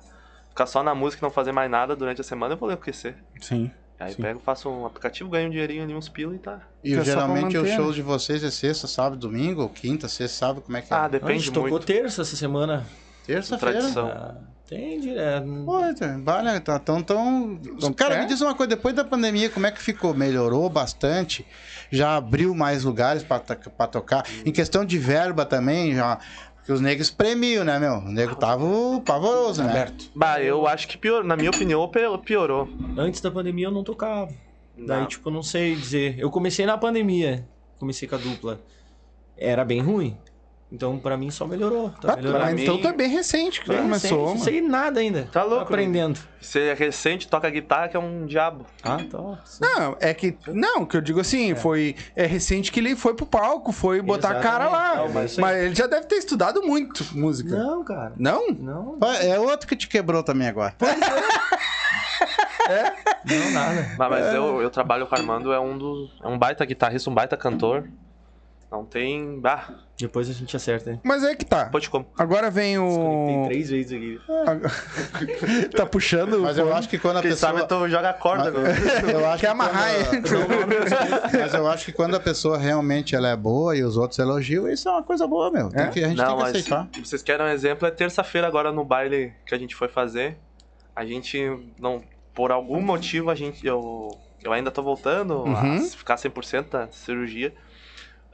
S3: ficar só na música e não fazer mais nada durante a semana, eu vou enlouquecer.
S5: Sim.
S3: Aí
S5: Sim.
S3: pego, faço um aplicativo, ganho um dinheirinho ali, uns pila e tá.
S6: E
S5: Que é só pra
S6: geralmente os
S5: manter,
S6: shows de vocês é sexta, sábado, domingo, ou quinta, sexta, sábado, como é que é?
S3: Ah,
S4: A
S3: depende
S4: gente tocou
S3: muito.
S4: terça essa semana.
S6: Terça-feira.
S3: tradição. Então.
S4: Ah, tem direto.
S6: Pô, então, vale, tá tão, tão...
S5: Então,
S6: Cara,
S5: é?
S6: me diz uma coisa, depois da pandemia, como é que ficou? Melhorou bastante? Já abriu mais lugares pra to- pra tocar? Em questão de verba também, já... Porque os negros premiam, né, meu? Os negros estavam pavoroso, né?
S4: Aberto.
S3: Bah, eu acho que piorou. Na minha opinião, pe- piorou.
S4: Antes da pandemia eu não tocava. Daí,
S3: Não.
S4: tipo, eu não sei dizer. Eu comecei na pandemia. Comecei com a dupla. Era bem ruim. Então, pra mim, só melhorou. Tá
S5: Ah,
S4: melhorando.
S5: mas
S3: mim-
S5: então tá bem recente que tu
S4: Bem
S5: começou,
S4: recente,
S5: mano.
S4: Não sei nada ainda.
S3: Tá louco,
S4: Aprendendo.
S3: Você é recente, toca guitarra, que é um diabo.
S4: Ah, tá.
S5: Não, é que. Não, que eu digo assim, foi. É recente que ele foi pro palco, foi botar a cara lá.
S4: Exatamente, não, mas
S5: mas,
S4: isso aí-
S5: ele já deve ter estudado muito música.
S4: Não, cara.
S5: Não?
S4: Não,
S6: Pô, É outro que te quebrou também agora.
S4: não nada.
S3: Mas, mas eu, eu trabalho com o Armando, é um dos. É um baita guitarrista, um baita cantor. Não tem. Bah,
S4: Depois a gente acerta, hein?
S5: Mas é que tá.
S3: pô, te como.
S5: Agora vem
S4: Tem
S5: o.
S4: três vezes aqui.
S5: Tá puxando.
S6: Mas eu acho que quando a
S3: Quem
S6: pessoa...
S3: sabe tu joga a corda, meu.
S6: Eu acho que
S5: Quer amarrar
S6: quando- Mas eu acho que quando a pessoa realmente ela é boa e os outros elogiam, isso é uma coisa boa, meu. Tem
S5: É?
S6: que- a gente
S3: Não,
S6: tem que
S3: mas
S6: aceitar.
S3: vocês querem um exemplo? É terça-feira agora no baile que a gente foi fazer. A gente não. Por algum motivo a gente. Eu, eu ainda tô voltando a
S5: Uhum.
S3: ficar 100% da cirurgia.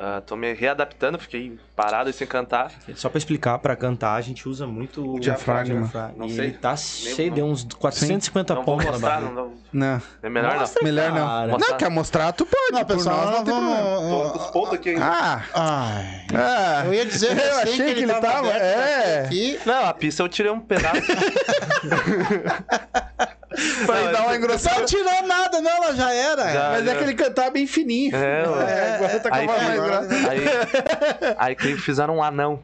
S3: Ah, tô me readaptando, fiquei parado e sem cantar.
S4: Só pra explicar, pra cantar, a gente usa muito o
S5: diafragma.
S3: Não
S4: e
S3: sei.
S4: ele tá cheio,
S3: não-
S4: deu uns
S5: Tá
S4: 450
S3: Não vou
S4: pontos na
S3: mostrar,
S4: barriga.
S3: não, não-
S5: Não,
S3: é melhor não.
S5: melhor
S4: cara.
S5: não. é Não, quer mostrar, tu pode.
S6: Não,
S5: por
S6: pessoal,
S5: nós
S6: nós
S5: não tem problema.
S3: Tô com os
S6: vamos.
S3: pontos aqui ainda.
S5: Ah!
S6: Ai.
S5: ah.
S6: É. Eu ia dizer assim
S5: Eu
S6: recém
S5: achei que ele tava,
S6: aberto,
S5: é.
S6: mas aqui-
S3: Não, a pista eu tirei um pedaço.
S5: Pra
S3: Não, é
S5: dar uma
S3: eu-
S5: engrossado.
S6: Não tirou Tá nada, não, ela já era.
S3: Já.
S5: Mas é que ele cantava bem fininho.
S3: É, ó.
S5: É, agora tá com a
S3: Aí,
S5: voz mais grossa.
S3: aí, aí que fizeram um anão.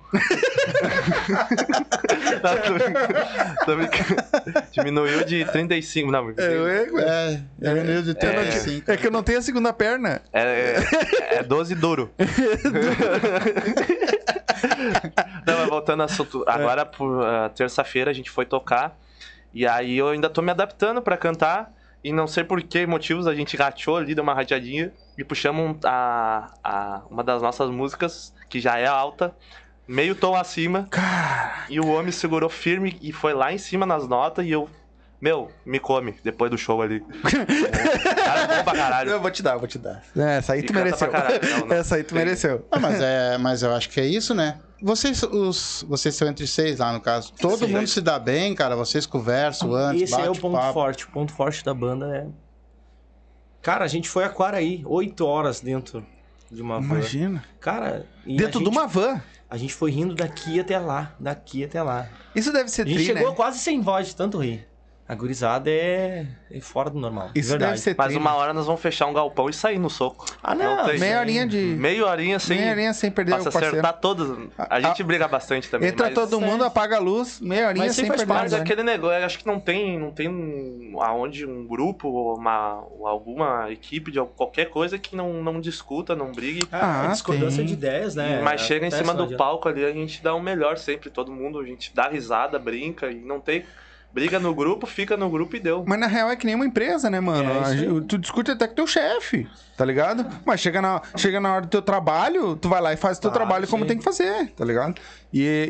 S3: Não, tô brincando. Tô brincando. Diminuiu de 35. Não,
S5: É, eu-
S3: é,
S5: eu-
S6: É, diminuiu de 35.
S5: é que eu não tenho a segunda perna.
S3: é, é 12 duro. Não, mas voltando ao assunto. Agora, por ah, terça-feira, a gente foi tocar. E aí eu ainda tô me adaptando pra cantar. E não sei por que motivos, a gente rachou ali, deu uma radiadinha. E puxamos um- a, a- uma das nossas músicas, que já é alta, meio tom acima. E o homem segurou firme e foi lá em cima nas notas. E eu, meu, me come depois do show ali. É, Cara, bom pra caralho.
S5: Eu vou te dar, eu vou te dar. É, Essa aí
S3: E
S5: tu
S3: canta
S5: mereceu.
S3: pra caralho, não, não.
S5: Essa aí tu mereceu.
S6: Ah, mas, é, mas eu acho que é isso, né? Vocês, os, vocês são entre seis lá, no caso. Todo
S3: Sim.
S6: mundo se dá bem, cara. Vocês conversam antes,
S4: Esse é o ponto
S6: papo.
S4: forte. O ponto forte da banda é. Cara, a gente foi a Quaraí, oito horas dentro de uma van.
S5: Imagina.
S4: Cara, e a
S5: Dentro
S4: gente,
S5: de uma van.
S4: A gente foi rindo daqui até lá, daqui até lá.
S5: Isso deve ser
S4: A gente
S5: tri, né?
S4: chegou quase sem voz de tanto rir. A gurizada é, é fora do normal. de
S5: Isso
S4: verdade.
S5: deve ser tri.
S3: Mas uma hora nós vamos fechar um galpão e sair no soco.
S4: Ah, não,
S3: Não tem.
S4: isso
S5: Meia
S4: aí-
S5: horinha de...
S3: Meia horinha sem.
S5: Meia horinha sem perder
S3: Passa
S5: o parceiro.
S3: acertar todos. A
S5: A-
S3: gente briga bastante também.
S5: Entra
S3: mas-
S5: todo mundo, né? apaga a luz, meia horinha
S4: é Mas
S5: sem
S4: sempre faz
S5: perder
S3: Mas
S5: a
S3: é
S5: luz.
S3: aquele negócio, eu acho que não tem, não tem um- aonde um grupo ou uma, ou alguma equipe de al- qualquer coisa que não, não discuta, não brigue.
S4: Ah,
S5: Ah,
S4: é discordância
S5: tem.
S4: de ideias,
S5: É,
S4: né?
S3: mas chega em
S4: Acontece,
S3: cima
S4: não
S3: do
S4: adianta.
S3: palco ali, a gente dá o melhor sempre, todo mundo, a gente dá risada, brinca e não tem. Briga no grupo, fica no grupo e deu.
S5: Mas na real é que nem uma empresa, né, mano?
S4: É, isso
S5: A
S4: aí.
S5: gente- tu discute até com teu chefe, tá ligado? Mas chega na, chega na hora do teu trabalho, tu vai lá e faz o teu
S4: Claro,
S5: trabalho
S4: Ah,
S5: como
S4: sim.
S5: tem que fazer, tá ligado? E,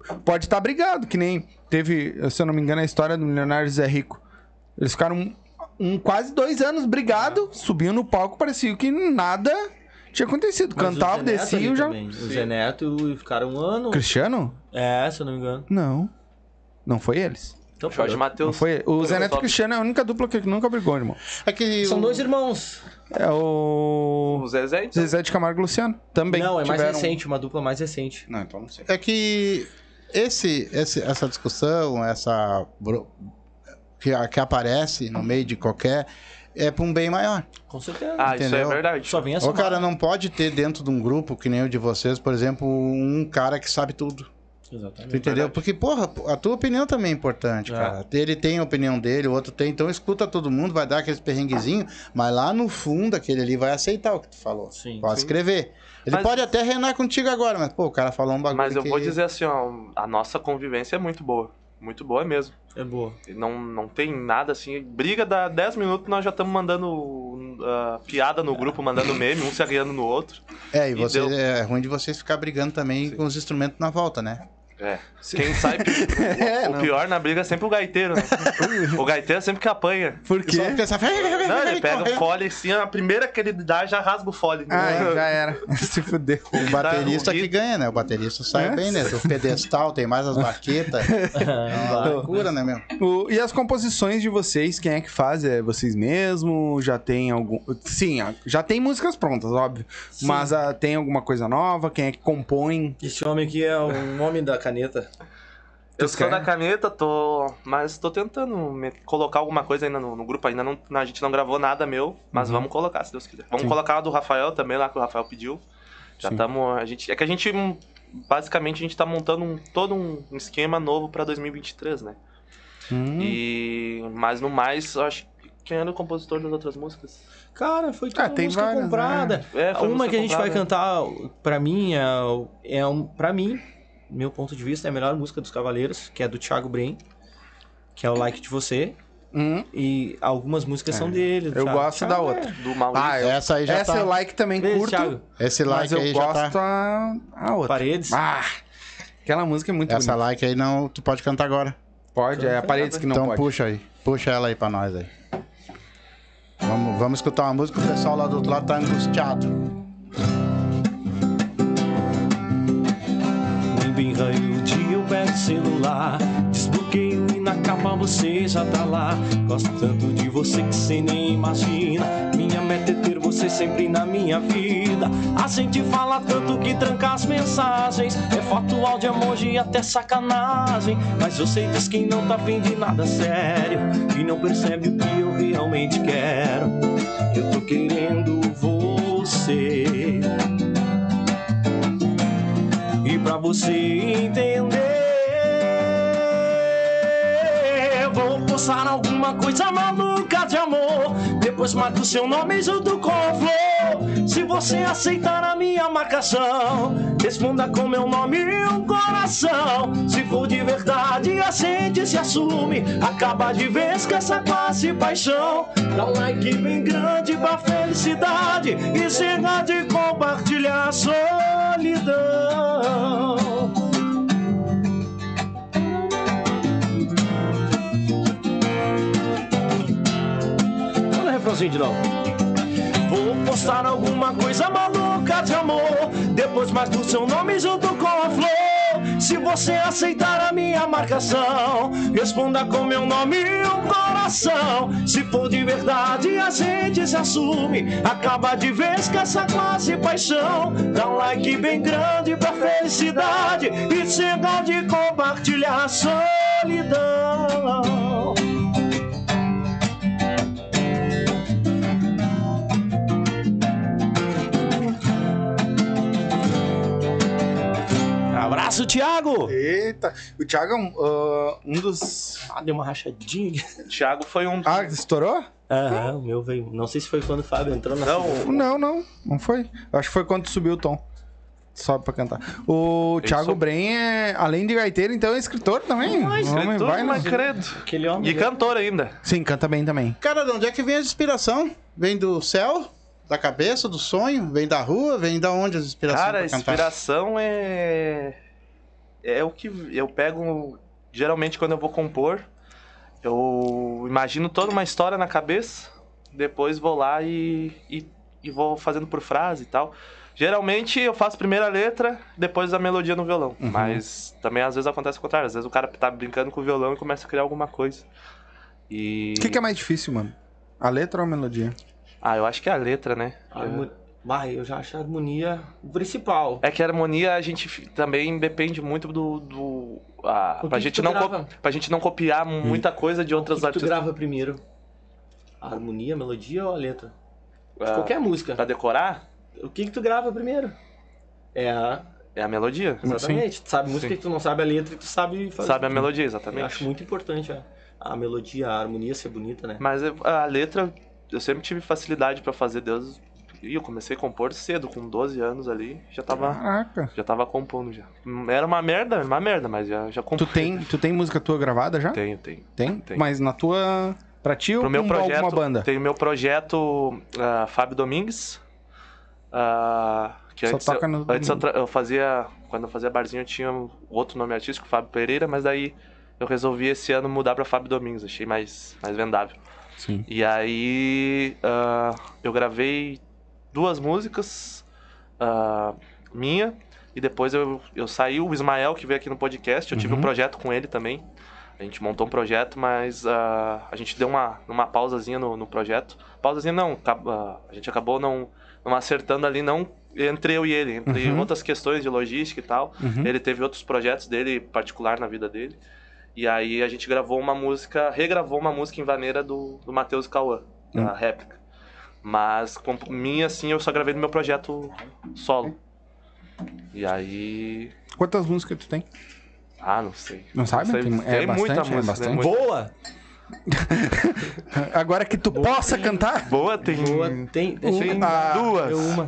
S5: e pode estar brigado, que nem teve, se eu não me engano, a história do milionário Zé Rico. Eles ficaram um, um- quase dois anos
S4: É.
S5: brigado, subiam no palco, parecia que nada tinha acontecido.
S4: Mas o
S5: Cantava,
S4: Zé Neto
S5: descia
S4: ali
S5: já.
S4: também. O Zé Neto ficaram um ano.
S5: Cristiano?
S4: É, se eu não me engano.
S5: Não. Não foi eles.
S4: Então,
S3: Jorge
S4: pô,
S5: Não
S3: Matheus.
S5: foi. O Zé
S3: eu
S5: Neto e
S3: só-
S5: o Cristiano é a única dupla que nunca brigou, irmão.
S6: É que
S4: São
S6: o-
S4: dois irmãos.
S5: É o.
S3: O Zezé, então.
S5: Zezé de Camargo e Luciano. Também.
S4: não, é mais
S5: tiveram- um-
S4: recente, uma dupla mais recente.
S5: Não, então não sei.
S6: É que esse, esse- essa discussão, essa bro- que, a- que aparece no meio de qualquer, é para um bem maior.
S4: Com certeza.
S3: Ah,
S6: Entendeu?
S3: isso é verdade.
S4: Só vem essa.
S6: O cara não pode ter dentro de um grupo que nem o de vocês, por exemplo, um cara que sabe tudo.
S3: É
S6: Tu
S4: Exatamente.
S6: entendeu? Porque, porra, a tua opinião também é importante,
S4: É.
S6: cara. Ele tem a opinião dele, o outro tem. Então escuta todo mundo, vai dar aqueles perrenguezinhos, mas lá no fundo aquele ali vai aceitar o que tu falou.
S4: Sim.
S6: Pode
S3: sim.
S6: escrever. Ele
S3: Mas-
S6: pode até reinar contigo agora, mas, pô, o cara falou um bagulho.
S3: Mas eu
S6: que-
S3: vou dizer assim, ó, a nossa convivência é muito boa. Muito boa mesmo.
S4: É boa.
S3: Não, não tem nada assim. Briga dá 10 minutos, nós já estamos mandando ah, piada no grupo, mandando meme, um se arriando no outro.
S6: É, e
S3: E
S6: você,
S3: deu.
S6: é ruim de vocês ficar brigando também com os instrumentos na volta, né?
S3: É. Quem sai. pi- o- o, pior na briga é sempre o gaiteiro, né? O gaiteiro é sempre que apanha.
S5: Por quê?
S6: Só porque essa-
S3: Não, ele pega o fole assim, a primeira que ele dá já rasga o fole.
S5: Ah, já era. Se fudeu.
S6: O baterista
S3: Tá, o
S6: que
S3: Gui-
S6: ganha, né? O baterista sai
S5: É?
S6: bem, né? Tem o pedestal, tem mais as baquetas. É uma
S4: Vai.
S6: loucura, né, meu?
S5: O- e as composições de vocês, quem é que faz? É vocês mesmo? Já tem algum. Sim, a- já tem músicas prontas, óbvio.
S4: Sim.
S5: Mas ah, tem alguma coisa nova? Quem é que compõe?
S4: Esse homem aqui é um homem da caneta.
S3: Eu
S5: Tu
S3: sou
S5: quer?
S3: da caneta, tô. Mas tô tentando me- colocar alguma coisa ainda no, no grupo. Ainda não, a gente não gravou nada meu, mas vamos colocar, se Deus quiser. Vamos
S5: Sim.
S3: colocar a do Rafael também, lá que o Rafael pediu. Já
S5: Sim.
S3: estamos. A gente, é que a gente. hum, Basicamente, a gente tá montando um- todo um esquema novo pra 2023, né?
S5: Hum.
S3: E. Mas no mais, eu acho que. Quem era o compositor das outras músicas?
S4: Cara, foi toda
S5: Ah, tem
S4: música
S5: várias,
S4: comprada.
S3: É, foi
S4: uma
S3: música
S4: que a gente vai
S3: comprada.
S4: cantar, pra mim, é, o- é um, pra mim, meu ponto de vista, é a melhor música dos Cavaleiros, que é do Thiago Bren, que é o Like de Você.
S5: Hum.
S4: E algumas músicas
S5: É.
S4: são dele.
S5: Eu gosto da outra.
S3: né? Do Maurício.
S5: Ah, eu-
S6: Essa aí já
S5: Essa
S6: tá.
S5: eu like também
S4: Beijo,
S5: curto.
S4: é. Thiago.
S6: Esse like
S5: mas eu
S6: aí já
S5: gosto
S6: tá.
S5: a... a outra.
S4: Paredes.
S5: Ah! Aquela música é muito
S6: Essa
S5: bonita.
S6: like aí não. Tu pode cantar agora.
S5: Pode, é a paredes que não
S6: então
S5: pode.
S6: puxa aí. Puxa ela aí pra nós aí. Vamos, vamos escutar uma música, o pessoal lá do outro lado tá angustiado.
S4: Um birranho de eu pego o celular Desbloqueio e na capa você já tá lá Gosto tanto de você que cê nem imagina Minha meta é ter você sempre na minha vida A gente fala tanto que tranca as mensagens É foto, áudio, emoji e até sacanagem Mas você diz que não tá afim de nada sério E não percebe o que eu vi
S7: pensar alguma coisa maluca de amor. Depois marco seu nome junto com a flor. Se você aceitar a minha marcação, responda com meu nome e um coração. Se for de verdade, aceite e se assume. Acaba de vez com essa classe e paixão. Dá um like bem grande pra felicidade e chega de compartilhar a solidão. um
S4: Olha o refrãozinho de novo.
S7: Vou postar alguma coisa maluca de amor. Depois marco seu nome junto com a flor. Se você aceitar a minha marcação, responda com meu nome e um coração. Se for de verdade, a gente se assume. Acaba de vez com essa classe e paixão. Dá um like bem grande pra felicidade e chega de compartilhar a solidão. Abraço, Thiago!
S5: Eita, o Thiago é um, ah, um dos.
S4: Ah, deu uma rachadinha.
S3: Thiago foi um.
S5: Ah, estourou?
S4: Aham, o meu veio. Não sei se foi quando o Fábio entrou na.
S3: Não,
S5: Não, não, não foi. Eu Acho que foi quando subiu o tom. Sobe pra cantar. O Thiago
S3: sou-
S5: Bren é, além de gaiteiro, então é escritor também.
S3: Ah,
S5: O homem
S3: escritor,
S5: vai
S3: mas
S5: nos-
S3: credo.
S4: Aquele homem. né?
S3: E cantor ainda.
S5: Sim, canta bem também.
S6: Cara, de onde é que vem a inspiração? Vem do céu? Da cabeça, do sonho? Vem da rua? Vem da onde as inspirações
S3: Cara, a
S6: pra cantar?
S3: inspiração é. É o que eu pego. Geralmente, quando eu vou compor, eu imagino toda uma história na cabeça, depois vou lá e, e, e vou fazendo por frase e tal. Geralmente eu faço primeiro a letra, depois a melodia no violão.
S6: Uhum.
S3: Mas também às vezes acontece o contrário. Às vezes o cara tá brincando com o violão e começa a criar alguma coisa. E.
S5: O que, que é mais difícil, mano? A letra ou a melodia?
S3: Ah, eu acho que é a letra, né?
S4: A harmo- Vai, eu já acho a harmonia o principal.
S3: É que a harmonia a gente fi- também depende muito do. do a,
S4: O que
S3: pra,
S4: que
S3: gente
S4: tu
S3: não
S4: grava?
S3: co- pra gente não copiar
S5: Hum.
S3: muita coisa de
S4: O
S3: outras
S4: que que tu
S3: artistas.
S4: grava primeiro? A harmonia, a melodia ou a letra? De
S3: Ah,
S4: qualquer música.
S3: Pra decorar,
S4: O que que tu grava primeiro? É a...
S3: é a melodia.
S4: Exatamente. Tu sabe música
S3: Sim.
S4: que tu não sabe a letra e tu sabe fazer.
S3: Sabe a melodia,
S4: Eu acho
S3: exatamente.
S4: muito importante a, a melodia, a harmonia ser bonita, né?
S3: Mas eu- a letra, eu sempre tive facilidade pra fazer Deus. E eu comecei a compor cedo, com 12 anos ali, já
S4: Ah.
S3: tava.
S5: Caraca.
S3: Já tava compondo já. Hum, Era uma merda, uma merda, mas já, já
S5: Tu
S3: compus.
S5: tem, tu tem música tua gravada já?
S3: Tenho, tenho.
S5: Tem?
S3: Tem.
S5: Mas na tua. Pra ti ou
S3: pro meu
S5: com
S3: projeto,
S5: alguma banda?
S3: Tem o meu projeto ah, Fábio Domingues. ah, que
S5: Só tá
S3: antes,
S5: toca
S3: eu,
S5: no
S3: antes eu,
S5: domingo.
S3: tra- eu fazia. Quando eu fazia barzinho, eu tinha um outro nome artístico, Fábio Pereira, mas daí eu resolvi esse ano mudar pra Fábio Domingues, achei mais, mais vendável.
S5: Sim.
S3: E aí ah, eu gravei duas músicas ah, minha. E depois eu, eu saí, o Ismael que veio aqui no podcast, eu tive
S5: Uhum.
S3: um projeto com ele também. A gente montou um projeto, mas ah, a gente deu uma, uma pausazinha no, no projeto. Pausazinha não, acab- ah, a gente acabou não, não acertando ali, não entre eu e ele, entre
S5: Uhum.
S3: outras questões de logística e tal.
S5: Uhum.
S3: Ele teve outros projetos dele, particular na vida dele. E aí a gente gravou uma música, regravou uma música em vaneira do, do Matheus Cauã,
S5: Hum.
S3: a réplica. Mas com minha, assim, eu só gravei no meu projeto solo. E aí.
S5: Quantas músicas tu tem?
S3: Ah, não sei.
S5: Não sabe?
S3: sei.
S5: Tem- é
S3: Tem
S5: bastante,
S3: muita
S5: é
S3: música, né?
S5: bastante.
S3: Muita-
S4: Boa!
S5: Agora que tu possa cantar?
S3: Boa tem.
S4: Boa, tem. Deixa eu
S5: Tem
S4: lembrar.
S3: duas.
S4: Deu uma.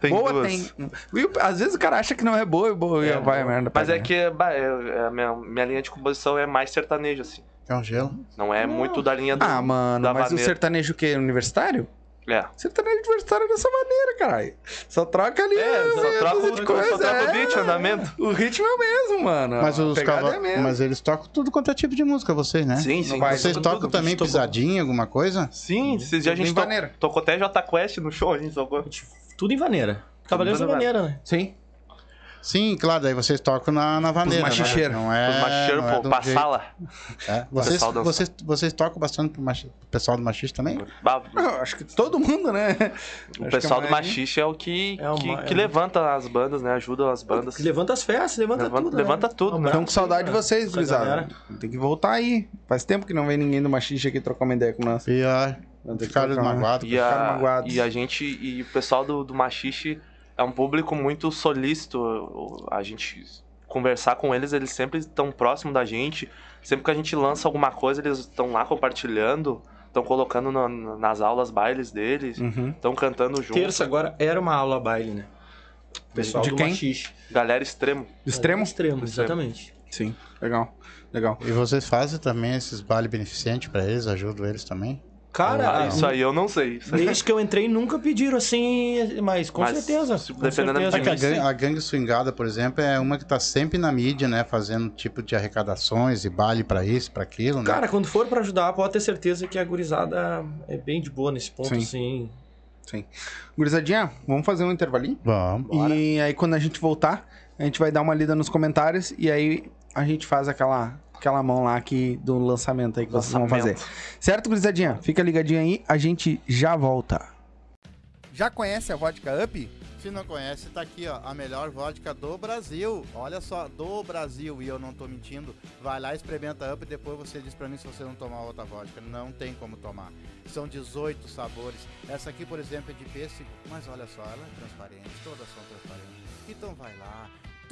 S3: Tem
S5: boa
S3: duas.
S5: tem. E o- às vezes o cara acha que não é boa e boa,
S4: É,
S5: vai a
S4: boa.
S5: merda.
S3: Mas
S5: pega,
S3: é
S5: né?
S3: que bah, é- é a minha, minha linha de composição é mais sertanejo, assim.
S6: É um gelo.
S3: Não é muito da linha do.
S5: Ah, mano,
S3: da
S5: mas o
S3: vaneira.
S5: sertanejo o quê? Universitário?
S3: É.
S5: Sertanejo universitário é dessa maneira, caralho. Só troca ali.
S3: É,
S5: as-
S3: só troca,
S5: as
S3: o-
S5: coisas,
S3: só troca
S5: é.
S3: o beat, o andamento.
S5: O ritmo é o mesmo,
S3: Ah,
S5: mano.
S6: Mas,
S5: A
S6: os
S5: pegada
S6: cava-
S5: é a mesma.
S6: mas eles tocam tudo quanto é tipo de música, vocês, né?
S3: Sim, sim.
S5: vai.
S6: Vocês
S3: Tudo,
S6: tocam
S3: tudo,
S6: também
S3: tudo.
S6: pisadinha, alguma coisa?
S3: Sim, esses dias a
S5: Em
S3: gente to-
S5: vaneira.
S3: tocou até J Quest no show, a gente tocou.
S4: Tudo em vaneira. Cavaleiros da
S3: Tudo em
S4: vaneira, né?
S5: Sim.
S6: Sim, claro, daí vocês tocam na, na vaneira. né?
S5: machicheiros.
S6: Não é.
S3: Os machicheiros,
S6: não é
S3: pô,
S6: de um jeito,
S3: passala.
S6: é. Vocês,
S3: pessoal dança.
S6: vocês, vocês tocam bastante pro, machi- pro pessoal do machista também?
S3: Bah,
S5: Eu acho que todo mundo, né?
S3: O pessoal do
S5: machismo.
S3: machixe é o que,
S4: É o
S3: que,
S4: ma-
S3: que
S4: é o-
S3: levanta as bandas, né? Ajuda as bandas.
S4: Levanta as festas, levanta,
S3: Levanta-
S4: tudo.
S3: levanta
S4: né?
S3: tudo, né?
S4: abraço
S5: Então, com saudade de
S4: pra-
S5: vocês,
S4: pra
S5: gurizada.
S4: galera.
S5: Tem que voltar aí. Faz tempo que não vem ninguém do Machixe aqui trocar uma ideia com nós.
S6: Pior.
S5: Não, tem que
S6: Ficaram
S5: trocar uma-
S6: magoados.
S3: E
S5: ficaram
S3: a,
S5: magoados.
S3: e a gente, e o pessoal do, do machixe é um público muito solícito. A gente conversar com eles, eles sempre estão próximo da gente. Sempre que a gente lança alguma coisa, eles estão lá compartilhando, estão colocando na- na- nas aulas bailes deles,
S5: Uhum.
S3: estão cantando junto.
S4: Terça agora era uma aula baile, né? O pessoal
S5: De
S4: do
S5: quem?
S4: Machixe.
S3: Galera extremo.
S5: Extremo?
S4: Extremo, exatamente.
S5: Sim. Legal. Legal.
S6: E vocês fazem também esses bailes beneficentes pra eles? Ajudam eles também?
S4: Cara,
S3: Ah, Isso aí eu não sei. Isso aí.
S4: desde que eu entrei nunca pediram assim, mas com
S3: Mas,
S4: certeza.
S3: se-
S4: com
S3: dependendo da
S4: certeza.
S6: É que a,
S3: Sim.
S6: gangue, a gangue swingada, por exemplo, é uma que tá sempre na mídia, né? Fazendo tipo de arrecadações e baile pra isso, pra aquilo, né?
S4: Cara, quando for pra ajudar, pode ter certeza que a gurizada é bem de boa nesse ponto,
S5: Sim.
S4: assim.
S5: Gurizadinha, vamos fazer um intervalinho?
S6: Vamos.
S5: E aí, quando a gente voltar, a gente vai dar uma lida nos comentários e aí a gente faz aquela, aquela mão lá aqui do lançamento aí que
S3: é
S5: vocês vão
S3: Lançamento.
S5: fazer. Certo, gurizadinha? Fica ligadinho aí, a gente já volta.
S1: Já conhece a Vodka Up? Se não conhece, tá aqui, ó, a melhor vodka do Brasil. Olha só, do Brasil, e eu não tô mentindo. Vai lá, experimenta a Up e depois você diz pra mim se você não tomar outra vodka. Não tem como tomar. São 18 sabores. Essa aqui, por exemplo, é de pêssego, mas olha só, ela é transparente, todas são transparentes. Então vai lá,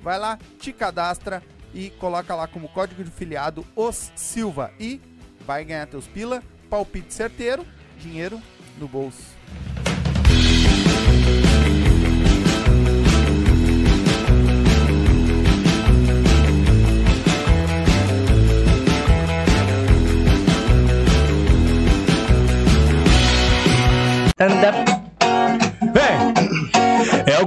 S2: Vai lá, te cadastra e coloca lá como código de filiado os Silva e vai ganhar teus pila, palpite certeiro, dinheiro no bolso.
S7: É o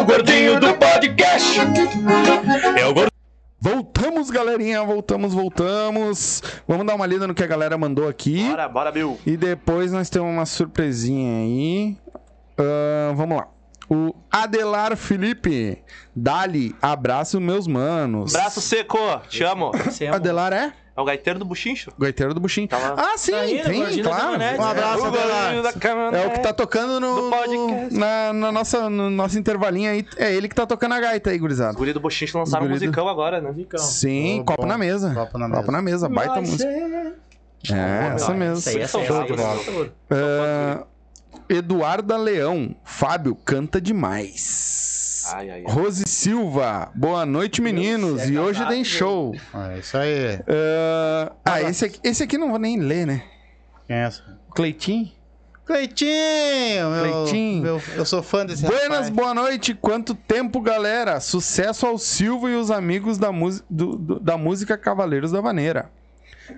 S7: O gordinho do podcast. É o gordinho.
S5: Voltamos, galerinha. Voltamos, voltamos. Vamos dar uma lida no que a galera mandou aqui.
S3: Bora, bora, Bill.
S5: E depois nós temos uma surpresinha aí. Ahn, vamos lá. O Adelar Felipe. Dali, abraço, meus manos.
S3: Braço seco, te amo.
S5: Adelar é?
S3: É o gaiteiro do buchincho.
S5: Goiteiro do Buchim.
S3: Tava- É,
S5: Ah, sim,
S4: Tá aí,
S5: tem,
S4: Gordinho da
S5: claro.
S4: Caminhonete.
S5: Um abraço,
S3: o gordinho
S5: Adelar.
S3: da né? caminhonete.
S5: É o que tá tocando no,
S3: Do podcast.
S5: na, na nossa, no nosso intervalinho aí. É ele que tá tocando a gaita aí,
S3: Os
S5: gurizada.
S3: guri do buchincho lançaram um
S5: Os guri do-
S3: musicão agora, né?
S5: Sim,
S6: Oh,
S5: copo
S6: bom.
S5: na mesa.
S6: Copo na
S5: Copo
S6: mesa. né?
S5: na mesa, baita música. É, essa
S4: Isso
S5: mesmo.
S4: aí, essa aí,
S3: Show
S4: essa aí,
S3: de bola.
S4: essa aí.
S5: Ah, Eduarda Leão, Fábio canta demais.
S3: Ai, ai, ai.
S5: Rose Silva, boa noite, meninos.
S4: é
S5: E hoje
S4: casado,
S5: tem
S4: velho.
S5: show.
S6: É isso aí.
S5: Ah, ah, esse aqui, esse aqui não vou nem ler, né?
S6: Quem é essa?
S5: Cleitinho?
S6: Cleitinho! Meu,
S5: Cleitinho.
S6: meu- eu sou fã desse
S5: Buenas,
S6: rapaz.
S5: boa noite. Quanto tempo, galera? Sucesso ao Silvio e os amigos da, musi- do- do- da música Cavaleiros da Vaneira.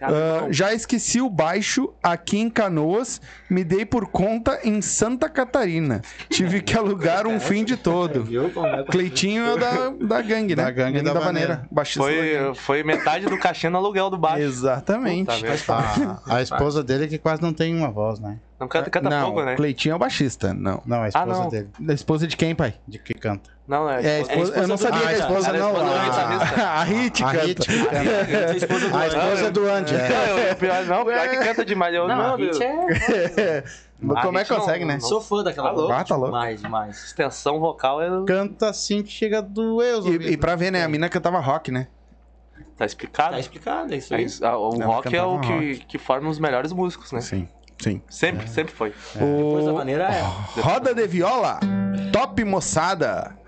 S5: Ah, já esqueci o baixo aqui em Canoas, me dei por conta em Santa Catarina. Tive que alugar um fim de todo.
S4: Viu como é?
S5: Cleitinho é da, da gangue, né?
S6: Da gangue da Vaneira.
S5: Baixista da gangue.
S3: Foi, foi metade do cachê no aluguel do baixo.
S5: Exatamente.
S3: Puta merda.
S6: A, a esposa dele que quase não tem uma voz, né?
S3: Não canta, canta
S5: não,
S3: pouco, né?
S5: Cleitinho é o baixista, não.
S6: Não, a esposa
S3: não.
S6: dele,
S5: Da esposa de quem, pai?
S6: de que canta.
S3: Não, é.
S5: É, a esposa- eu não
S4: do
S5: sabia
S4: Rita.
S5: que a esposa
S3: Ela é
S5: não.
S3: esposa do Rita.
S5: a Hit
S6: A
S5: canta.
S6: Hit que canta.
S4: Essa é a esposa do
S6: A
S4: Eduardo.
S6: esposa do Andy, é.
S3: É, o pior, não, o pior é que canta demais. Eu,
S4: Não,
S3: não,
S4: a
S3: meu,
S4: Hit é.
S5: Mas
S3: A
S5: Como é
S3: Hit
S5: que consegue,
S3: Ah, não-
S5: né?
S4: Sou fã daquela
S3: Tá louco,
S4: banda.
S5: Ah, tá louco.
S4: Mais, mais.
S3: extensão vocal é.
S6: Canta assim que chega a doer os ouvidos.
S5: E, e pra ver, né? A mina cantava rock, né?
S3: Tá explicado?
S4: Tá explicado, é isso
S3: É
S4: aí.
S3: isso. Ah, O
S5: Ela
S3: rock é
S5: cantava
S3: o que, que forma os melhores músicos, né?
S5: Sim, sim. É.
S3: Sempre, sempre foi.
S4: Coisa
S5: O...
S4: maneira é.
S5: Roda de viola, top moçada.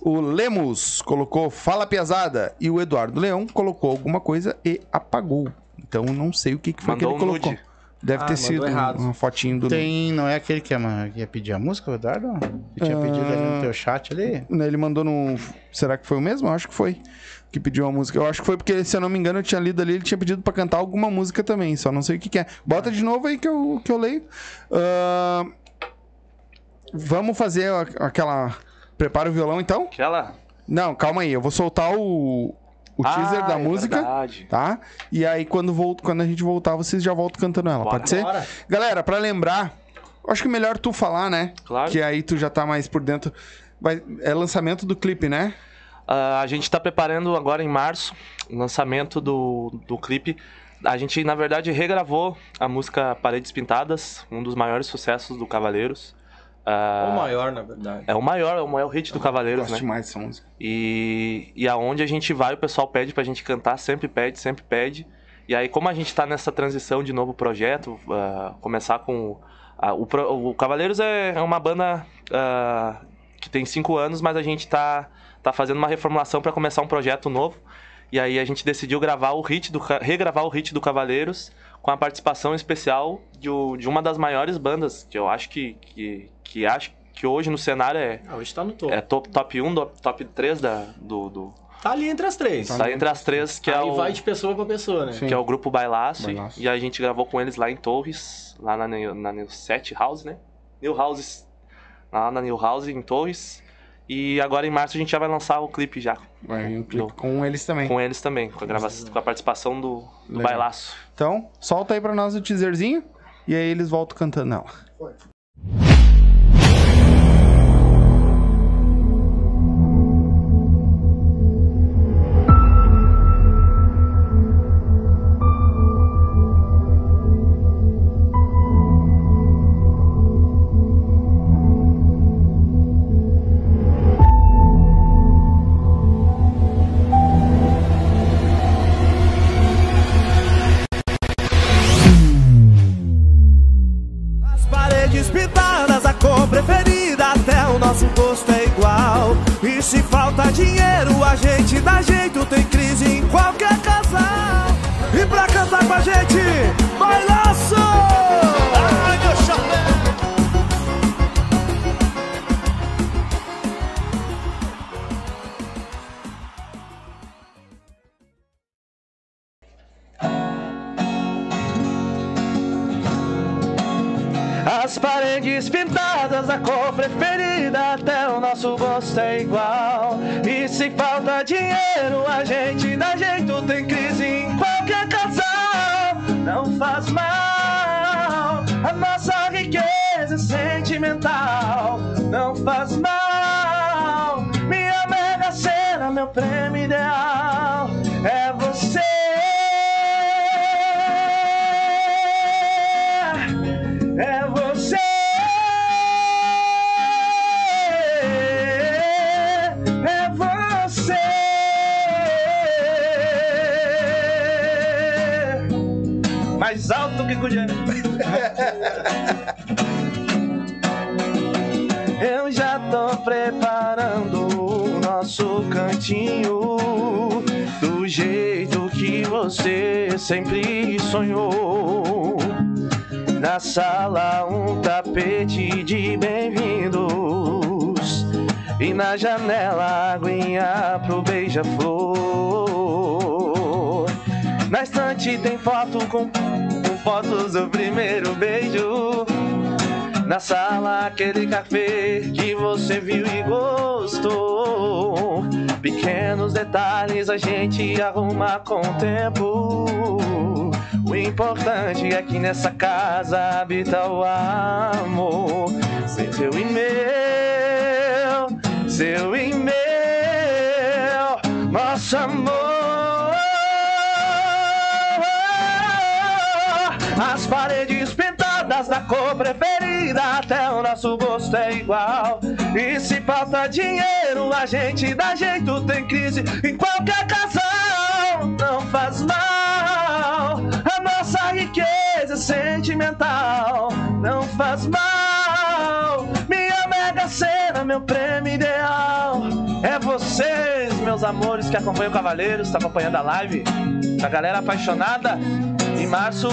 S5: O Lemos colocou Fala Piazada e o Eduardo Leão colocou alguma coisa e apagou. Então não sei o que, que foi
S3: Mandou
S5: que ele
S3: um
S5: colocou.
S3: nude.
S5: Deve
S4: Ah,
S5: ter
S4: mandou
S5: sido um-
S4: errado.
S5: uma fotinho do.
S6: Tem, não é aquele que ia, que ia pedir a música, Eduardo? Que tinha
S5: Ah.
S6: pedido ali no teu chat ali?
S5: Né, Ele mandou no. Será que foi o mesmo? Eu acho que foi. Que pediu uma música. Eu acho que foi porque, se eu não me engano, eu tinha lido ali, ele tinha pedido pra cantar alguma música também, só não sei o que, que é. Bota de novo aí que eu, que eu leio. Ahn, Vamos fazer a- aquela. Prepara o violão então?
S3: Aquela.
S5: Não, calma aí, eu vou soltar o, o teaser
S3: Ah,
S5: da
S3: é
S5: música,
S3: Verdade.
S5: tá? E aí quando, vol- quando a gente voltar, vocês já voltam cantando ela,
S3: Bora.
S5: pode ser?
S4: Bora.
S5: Galera, pra lembrar, acho que melhor tu falar, né?
S3: Claro.
S5: Que aí tu já tá mais por dentro. Vai- é lançamento do clipe, né?
S3: Ah, a gente tá preparando agora em março o lançamento do, do clipe. A gente, na verdade, regravou a música Paredes Pintadas, um dos maiores sucessos do Cavaleiros.
S4: Ah,
S3: Ou maior, na verdade.
S4: É o maior, é o maior hit do Cavaleiros, né?
S5: demais dessa música.
S4: E, e aonde a gente vai, o pessoal pede pra gente cantar, sempre pede, sempre pede. E aí, como a gente tá nessa transição de novo projeto, ah, começar com. ah, o, pro- o Cavaleiros é, é uma banda ah, que tem cinco anos, mas a gente tá, tá fazendo uma reformulação pra começar um projeto novo. E aí a gente decidiu gravar o hit do, Ca- regravar o hit do Cavaleiros com a participação especial de, o- de uma das maiores bandas, que eu acho que, que, que acho que hoje no cenário é,
S3: Ah, hoje tá no topo.
S4: é top, top 1, do- top 3 da, do. do
S3: Tá ali entre as três.
S4: tá entre as três, que, é
S3: Aí
S4: o,
S3: vai de pessoa pra pessoa, né?
S5: Sim.
S4: que é o grupo Bailaço. e-
S5: Bailaço.
S4: E a gente gravou com eles lá em Torres, lá na, New- na New Set House, né? New Houses. Lá na New House, em Torres. E agora em março a gente já vai lançar o clipe já,
S5: Vai vir um clipe
S4: Do-
S5: com eles também.
S4: com eles também, com a, grava com a participação do, do
S5: Legal.
S4: Bailaço.
S5: Então, solta aí pra nós o teaserzinho e aí eles voltam cantando. Não.
S2: As paredes pintadas, a cor preferida, até o nosso gosto é igual. E se falta dinheiro, a gente dá jeito, tem crise em qualquer casal. E pra cantar com a gente, bailaço! Ai, meu chapéu!
S3: As paredes pintadas, a cor preferida, até o nosso gosto é igual. E se falta dinheiro, a gente dá jeito, tem crise em qualquer casal. Não faz mal, a nossa riqueza é sentimental. Não faz mal, minha mega sena, meu prêmio ideal é você. É você. É você. Mais alto que Gudiana. Eu já tô preparando o nosso cantinho do jeito que você sempre sonhou. Na sala um tapete de bem-vindos E na janela aguinha pro beija-flor Na estante tem foto com, com fotos do primeiro beijo Na sala aquele café que você viu e gostou Pequenos detalhes a gente arruma com o tempo o importante é que nessa casa habita o amor. Sem teu e meu, seu e meu, nosso amor. As paredes pintadas da cor preferida, até o nosso gosto é igual. E se falta dinheiro, a gente dá jeito, tem crise em qualquer casal. Não faz mal, a nossa riqueza é sentimental. Não faz mal, minha mega cena, meu prêmio ideal. É vocês, meus amores, que acompanham o Cavaleiros, tá acompanhando a live. A galera apaixonada. Em março,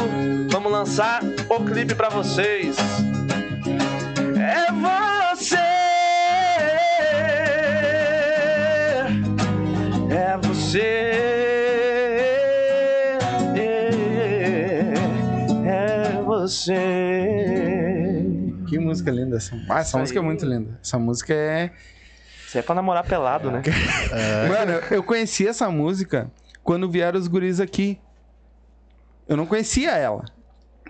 S3: vamos lançar o clipe pra vocês. É você. É você. É você.
S5: Que música linda essa. Ah, essa música é muito linda. Essa música é.
S4: Isso é pra namorar pelado, né?
S5: Mano, eu- eu conheci essa música quando vieram os guris aqui. Eu não conhecia ela.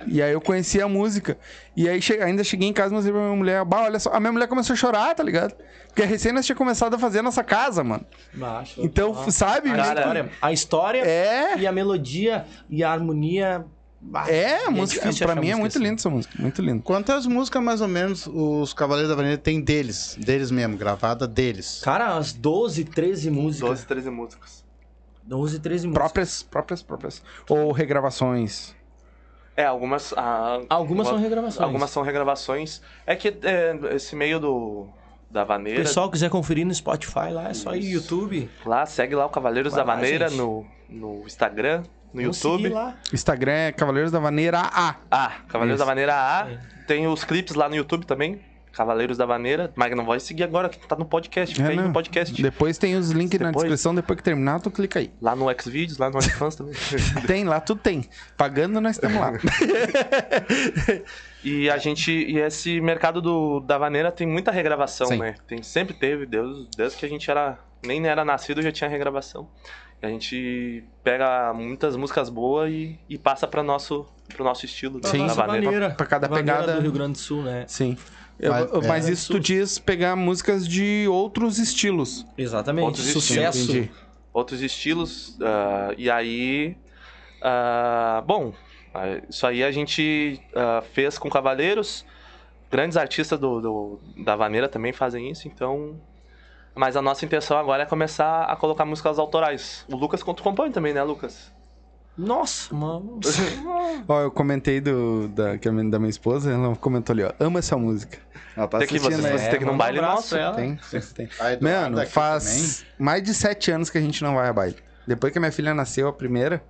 S5: E aí eu conheci a música. E aí che- ainda cheguei em casa e mostrei pra minha mulher. Bah, olha só. A minha mulher começou a chorar, tá ligado? Porque recém nós tinha começado a fazer nossa casa, mano.
S4: Ah,
S5: Então, sabe?
S3: a
S5: Cara,
S3: história, a história
S5: É.
S3: e a melodia e a harmonia
S5: É, a
S4: é
S5: música,
S4: difícil
S5: pra
S4: achar
S5: mim é
S4: música
S5: muito
S4: assim.
S5: linda essa música, muito linda.
S6: Quantas músicas, mais ou menos, os Cavaleiros da Avenida tem deles? Deles mesmo, gravada deles.
S4: Cara, as 12, 13 músicas.
S3: 12, 13 músicas.
S4: 12, 13 músicas.
S5: Próprias, próprias, próprias. Ou regravações.
S3: É, algumas. ah,
S4: Algumas são
S3: alguma-
S4: regravações.
S3: Algumas são regravações. É que é, esse meio do da
S4: Se o
S3: vaneira.
S4: pessoal quiser conferir no Spotify lá, é só ir no YouTube.
S3: Lá, segue lá o Cavaleiros
S4: Vai
S3: da
S4: lá,
S3: Vaneira
S4: gente.
S3: no, no Instagram, no
S4: Vamos
S3: YouTube.
S4: seguir lá.
S5: Instagram é Cavaleiros da Vaneira A.
S3: Ah, Cavaleiros
S5: Isso.
S3: da Vaneira A.
S4: É.
S3: Tem os clipes lá no YouTube também. Cavaleiros da Vaneira. Mas não vai seguir agora, que tá no podcast. Fica
S5: É,
S3: aí
S5: né?
S3: no podcast.
S5: Depois tem os links na
S3: Depois?
S5: descrição, depois que terminar, tu clica aí.
S3: Lá no Xvideos, lá no OnlyFans também.
S5: Tem lá, tu tem. Pagando, nós estamos lá.
S3: E
S5: É.
S3: a gente. E esse mercado do, da vaneira tem muita regravação,
S5: Sim.
S3: né? Tem, sempre teve, Deus, desde que a gente era. Nem era nascido já tinha regravação. E a gente pega muitas músicas boas e, e passa para nosso, pro nosso estilo né,
S5: Sim.
S3: da
S4: Nossa
S3: vaneira.
S4: maneira.
S5: Pra cada
S4: Bandeira
S5: pegada-
S4: do Rio Grande do Sul, né?
S5: Sim. Eu-
S6: Mas-
S5: eu-
S6: é.
S5: mas isso tu diz pegar músicas de outros estilos.
S4: Exatamente.
S3: Outros
S4: Sucesso.
S5: Entendi.
S3: Outros estilos. ah, e aí. ah, bom, ah, isso aí a gente ah, fez com Cavaleiros. Grandes artistas do, do- da vaneira também fazem isso, então. Mas a nossa intenção agora é começar a colocar músicas autorais. O Lucas tu compõe também, né, Lucas?
S4: Nossa, mano.
S5: Ó, eu comentei do, da, que a minha- da minha esposa, ela comentou ali, ó. Amo essa música. Ela tá
S3: Tem que
S5: assistindo
S3: vocês-
S5: aí.
S3: vocês têm que ir num
S4: manda um
S3: baile
S4: abraço
S3: nosso.
S4: pra ela.
S5: Tem, sempre tem.
S6: A Eduarda
S5: Mano,
S6: aqui tá também.
S5: faz mais de sete anos que a gente não vai a baile. Depois que a minha filha nasceu, a primeira,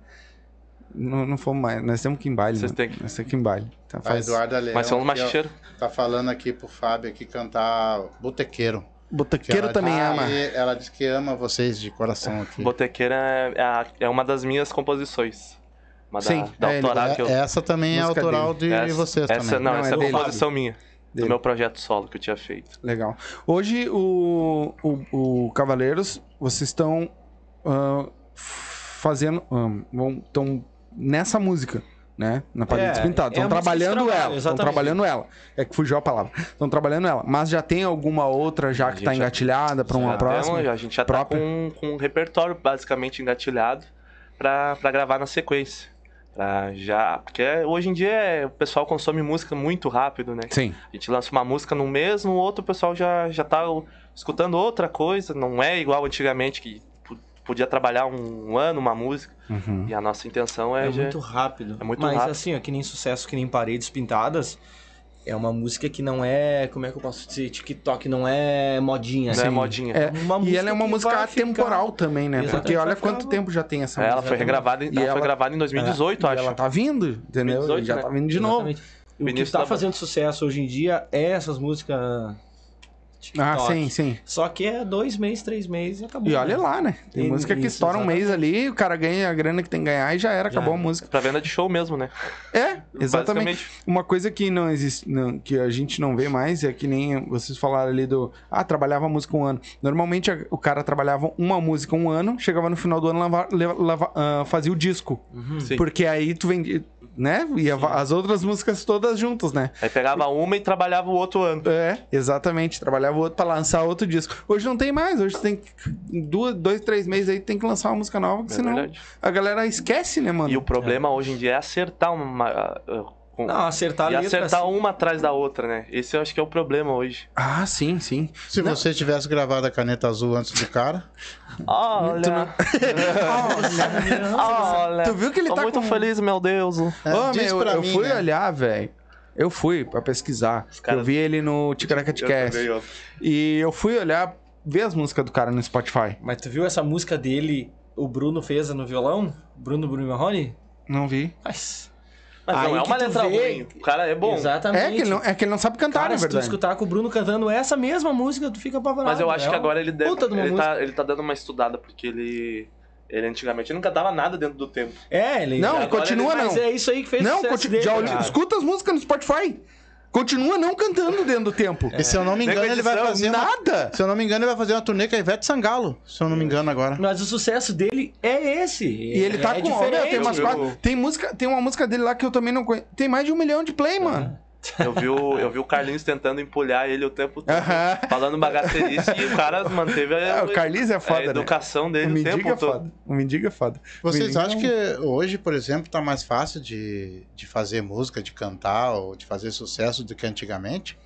S5: não, não fomos mais. Nós temos que ir em baile,
S3: Vocês
S5: mano.
S3: têm que-
S5: Nós temos que ir em baile. Então,
S6: A
S5: faz
S6: Eduarda Leão
S3: Mas é um somos
S6: aqui, ó,
S3: machicheiros.
S6: tá falando aqui pro Fábio aqui cantar Botequeiro. Que
S5: Botequeiro
S6: ela-
S5: também
S6: Ah,
S5: ama.
S6: e Ela diz que ama vocês de coração aqui.
S3: Botequeira é, é a- é uma das minhas composições. Uma da,
S5: Sim,
S3: da
S5: é, ele-
S3: autoral
S6: É-
S3: que eu.
S6: Essa também é
S5: Música
S6: autoral de
S3: essa,
S6: vocês
S3: essa,
S6: também.
S3: Não,
S5: Não,
S3: essa
S5: é
S3: é,
S5: dele.
S3: composição minha.
S5: Dele.
S3: Do meu projeto solo que eu tinha feito.
S5: Legal. Hoje, o, o, o Cavaleiros, vocês estão ah, fazendo. ah, vão, estão nessa música, né? Na parede
S4: É,
S5: despintada.
S4: é a
S5: Estão
S4: música que
S5: trabalhando
S4: trabalha,
S5: ela. Estão
S4: exatamente.
S5: trabalhando ela. É que fugiu a palavra. Estão trabalhando ela. Mas já tem alguma outra já
S3: A
S5: que
S3: gente
S5: tá
S3: já-
S5: engatilhada para uma
S3: Já
S5: próxima?
S3: temos, a gente já
S5: própria.
S3: tá com, com um repertório basicamente engatilhado pra, pra gravar na sequência. Pra já, porque hoje em dia é- o pessoal consome música muito rápido, né?
S5: Sim.
S3: A gente lança uma música num mês, no outro o pessoal já, já tá o- escutando outra coisa. Não é igual antigamente que pu- podia trabalhar um ano uma música.
S5: Uhum.
S3: E a nossa intenção é,
S4: É
S3: já-
S4: muito rápido.
S3: É muito
S4: Mas
S3: rápido.
S4: assim, ó, que nem sucesso, que nem paredes pintadas. É uma música que não é. Como é que eu posso dizer? TikTok não é modinha.
S3: não
S4: né?
S3: é modinha.
S5: É,
S4: Uma
S5: E ela
S4: música
S5: é uma
S4: que
S5: música
S4: vai ficar-
S5: atemporal também, né?
S4: Exatamente,
S5: Porque olha
S4: vai ficar-
S5: quanto tempo já tem essa
S3: ela
S5: música.
S3: foi regravada, ela
S5: ela-
S3: foi gravada em 2018,
S5: e
S3: acho.
S5: Ela tá vindo, entendeu?
S3: 2018,
S5: já
S3: né?
S5: tá vindo de novo.
S4: Exatamente. O que
S3: Vinícius
S4: está
S3: Labanca.
S4: fazendo sucesso hoje em dia é essas músicas.
S5: Ah,
S4: TikTok.
S5: sim, sim.
S4: Só que é dois meses, três meses e acabou.
S5: E olha lá, né? Tem
S4: Tem
S5: música que
S4: isso,
S5: estoura um mês ali, o cara ganha a grana que tem que ganhar e já era,
S4: Já
S5: acabou a
S4: era.
S5: música.
S3: Pra venda de show mesmo, né?
S5: É, exatamente. Uma coisa que não existe, não- que a gente não vê mais é que nem vocês falaram ali do. Ah, trabalhava a música um ano. Normalmente a- o cara trabalhava uma música um ano, chegava no final do ano, lava- leva- lava- ah, fazia o disco.
S4: Uhum.
S3: Sim.
S5: Porque aí tu vendia, né? E a- as outras músicas todas juntas, né?
S3: Aí pegava uma e trabalhava o outro ano.
S5: É, exatamente. Trabalhava outro pra lançar outro disco. Hoje não tem mais. Hoje tem que- em duas, dois, três meses aí tem que lançar uma música nova, porque
S3: É
S5: senão
S3: verdade.
S5: a galera esquece, né, mano?
S3: E o problema hoje em dia é acertar uma. ah, ah, com-
S4: Não, acertar a
S3: e
S4: letra.
S3: acertar um.
S4: assim,
S3: uma atrás da outra, né? Esse eu acho que é o problema hoje.
S5: Ah, sim, sim.
S6: Se você tivesse gravado a caneta azul antes do cara,
S5: Tu
S3: Olha!
S5: não-
S3: Olha!
S5: Tu viu que ele
S3: Tô
S5: tá
S3: muito
S5: com-
S3: feliz, meu Deus.
S6: É,
S5: Ô,
S6: diz
S5: meu,
S6: pra
S5: eu
S6: mim,
S5: fui
S6: né?
S5: olhar, velho. Eu fui pra pesquisar.
S3: caras-
S5: Eu vi ele no Ticaracatecast. E eu fui olhar, ver as músicas do cara no Spotify.
S4: Mas tu viu essa música dele, o Bruno fez no violão? Bruno Bruno Marrone?
S5: Não vi.
S4: Mas,
S3: Mas não
S4: Aí
S3: é uma
S4: que tu
S3: letra
S4: vê-
S3: ruim. O cara é bom.
S4: Exatamente.
S5: É que, ele não, é que ele não sabe cantar,
S4: Cara,
S5: na
S4: se tu
S5: verdade.
S4: escutar com o Bruno cantando essa mesma música, tu fica apavorado.
S3: Mas eu acho
S4: é
S3: que
S4: uma
S3: agora ele deve.
S4: puta de uma
S3: Ele tá, ele tá dando uma estudada, porque ele. Ele antigamente nunca dava nada dentro do tempo.
S4: É, ele.
S5: Não,
S4: agora
S5: continua
S4: ele- Mas
S5: não.
S4: é isso aí que fez
S5: Não,
S4: sucesso
S5: conti-
S4: dele,
S5: já
S4: cara.
S5: olhei- escuta as músicas no Spotify. Continua não cantando dentro do tempo.
S6: e se eu não me
S3: Nem
S6: engano,
S3: com
S6: ele vai
S3: edição,
S6: fazer uma...
S5: Nada.
S6: Se eu não me engano, ele vai fazer uma turnê com a Ivete Sangalo. Se eu não me engano agora.
S4: Mas o sucesso dele é esse.
S5: E ele tá
S4: é
S5: com. ó, meu,
S4: diferente.
S5: tem umas
S3: viu?
S5: quatro. Tem música, tem uma música dele lá que eu também não conheço. Tem mais de um milhão de play, mano.
S3: Eu vi o, eu vi o Carlinhos tentando empolhar ele o tempo todo,
S5: Aham.
S3: falando bagacerice, e o cara manteve a,
S5: Ah, o Carlinhos é
S3: a
S5: foda, né?
S3: educação
S5: O
S3: dele o
S5: Mendigo
S3: tempo
S5: é
S3: todo.
S5: foda. O Mendigo é foda.
S6: Vocês
S5: Mendigo
S6: acham
S5: é um-
S6: que hoje, por exemplo, tá mais fácil de, de fazer música, de cantar ou de fazer sucesso do que antigamente?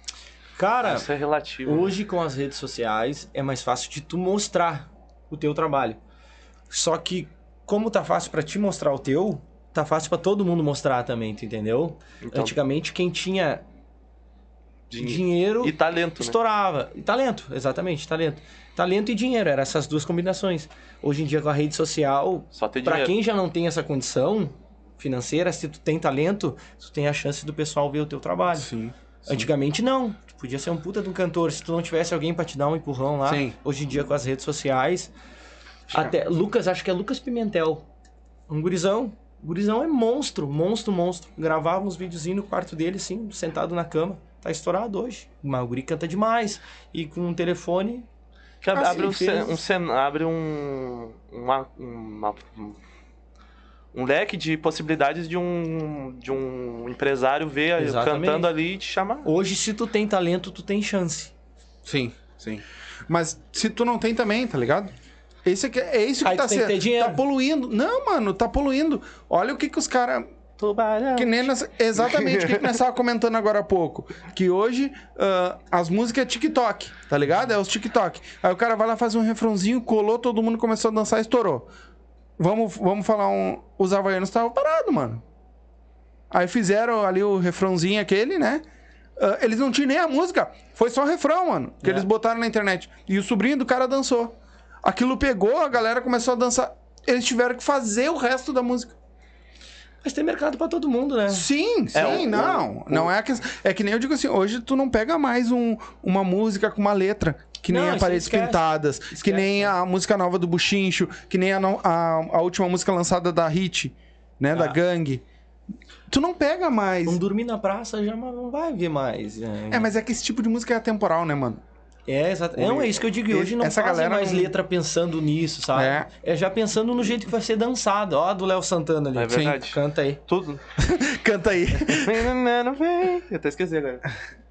S4: Cara,
S3: Isso é relativo. né?
S4: Hoje, com as redes sociais, é mais fácil de tu mostrar o teu trabalho. Só que, como tá fácil pra te mostrar o teu, tá fácil pra todo mundo mostrar também, tu entendeu?
S3: Então,
S4: Antigamente, quem tinha
S3: dinhe-
S4: é tipo dinheiro
S3: E talento, né?
S4: estourava. E talento, exatamente, talento. Talento e dinheiro, eram essas duas combinações. Hoje em dia, com a rede social,
S3: Só ter
S4: Pra
S3: dinheiro.
S4: quem já não tem essa condição financeira, se tu tem talento, tu tem a chance do pessoal ver o teu trabalho.
S5: Sim.
S4: Antigamente não, tu podia ser um puta de um cantor, se tu não tivesse alguém pra te dar um empurrão lá.
S5: Sim.
S4: Hoje em dia com as redes sociais, até Lucas, acho que é Lucas Pimentel. Um gurizão, o gurizão é monstro, monstro, monstro. Gravava uns videozinhos no quarto dele assim, sentado na cama. Tá estourado hoje. Mas o guri canta demais e com um telefone
S3: Que ab-
S4: Ah,
S3: abre
S4: sim,
S3: um,
S4: fez.
S3: cen- um cen- abre um, uma- uma- um- um leque de possibilidades de um, de um empresário ver a-
S4: Exatamente.
S3: cantando ali e te chamar.
S4: Hoje, se tu tem talento, tu tem chance.
S5: Sim, sim. Mas se tu não tem também, tá ligado? Esse é que, é isso que
S4: Aí
S5: tá
S4: tu tem que ter
S5: sendo.
S4: dinheiro.
S5: Tá poluindo. Não, mano, tá poluindo. Olha o que que os caras. Que nem nós- exatamente o que, que nós estávamos comentando agora há pouco. Que hoje ah, as músicas é TikTok, tá ligado? É os TikTok. Aí o cara vai lá fazer um refrãozinho, colou, todo mundo começou a dançar e estourou. Vamos, vamos falar um. Os havaianos estavam parados, mano. Aí fizeram ali o refrãozinho aquele, né? Ah, eles não tinham nem a música, foi só o refrão, mano, que
S4: É.
S5: eles botaram na internet. E o sobrinho do cara dançou. Aquilo pegou, a galera começou a dançar. Eles tiveram que fazer o resto da música.
S4: Mas tem mercado pra todo mundo, né?
S5: Sim, sim,
S3: É, o-
S5: não.
S3: o-
S5: não é a questão. É que nem eu digo assim, hoje tu não pega mais um- uma música com uma letra. Que nem
S4: Não,
S5: a
S4: isso
S5: Paredes
S4: esquece.
S5: Pintadas, que nem
S4: né?
S5: a música nova do Buchincho, que nem a, no- a- a última música lançada da Hit, né? Da
S4: Ah.
S5: Gang. Tu não pega mais.
S4: Não dormir na praça já não vai ver mais. né?
S5: É, mas é que esse tipo de música é atemporal, né, mano?
S4: É, exato. Não, é isso que eu digo. e Hoje não
S5: Essa
S4: fazem
S5: galera
S4: mais
S5: não-
S4: letra pensando nisso,
S3: Tá.
S4: sabe?
S5: É.
S4: É. já pensando no jeito que vai ser dançado. Ó, a do Léo Santana ali.
S3: É verdade.
S4: Canta aí.
S3: Tudo.
S5: Canta aí.
S3: Vem, vem, vem, vem. Eu até esqueci agora.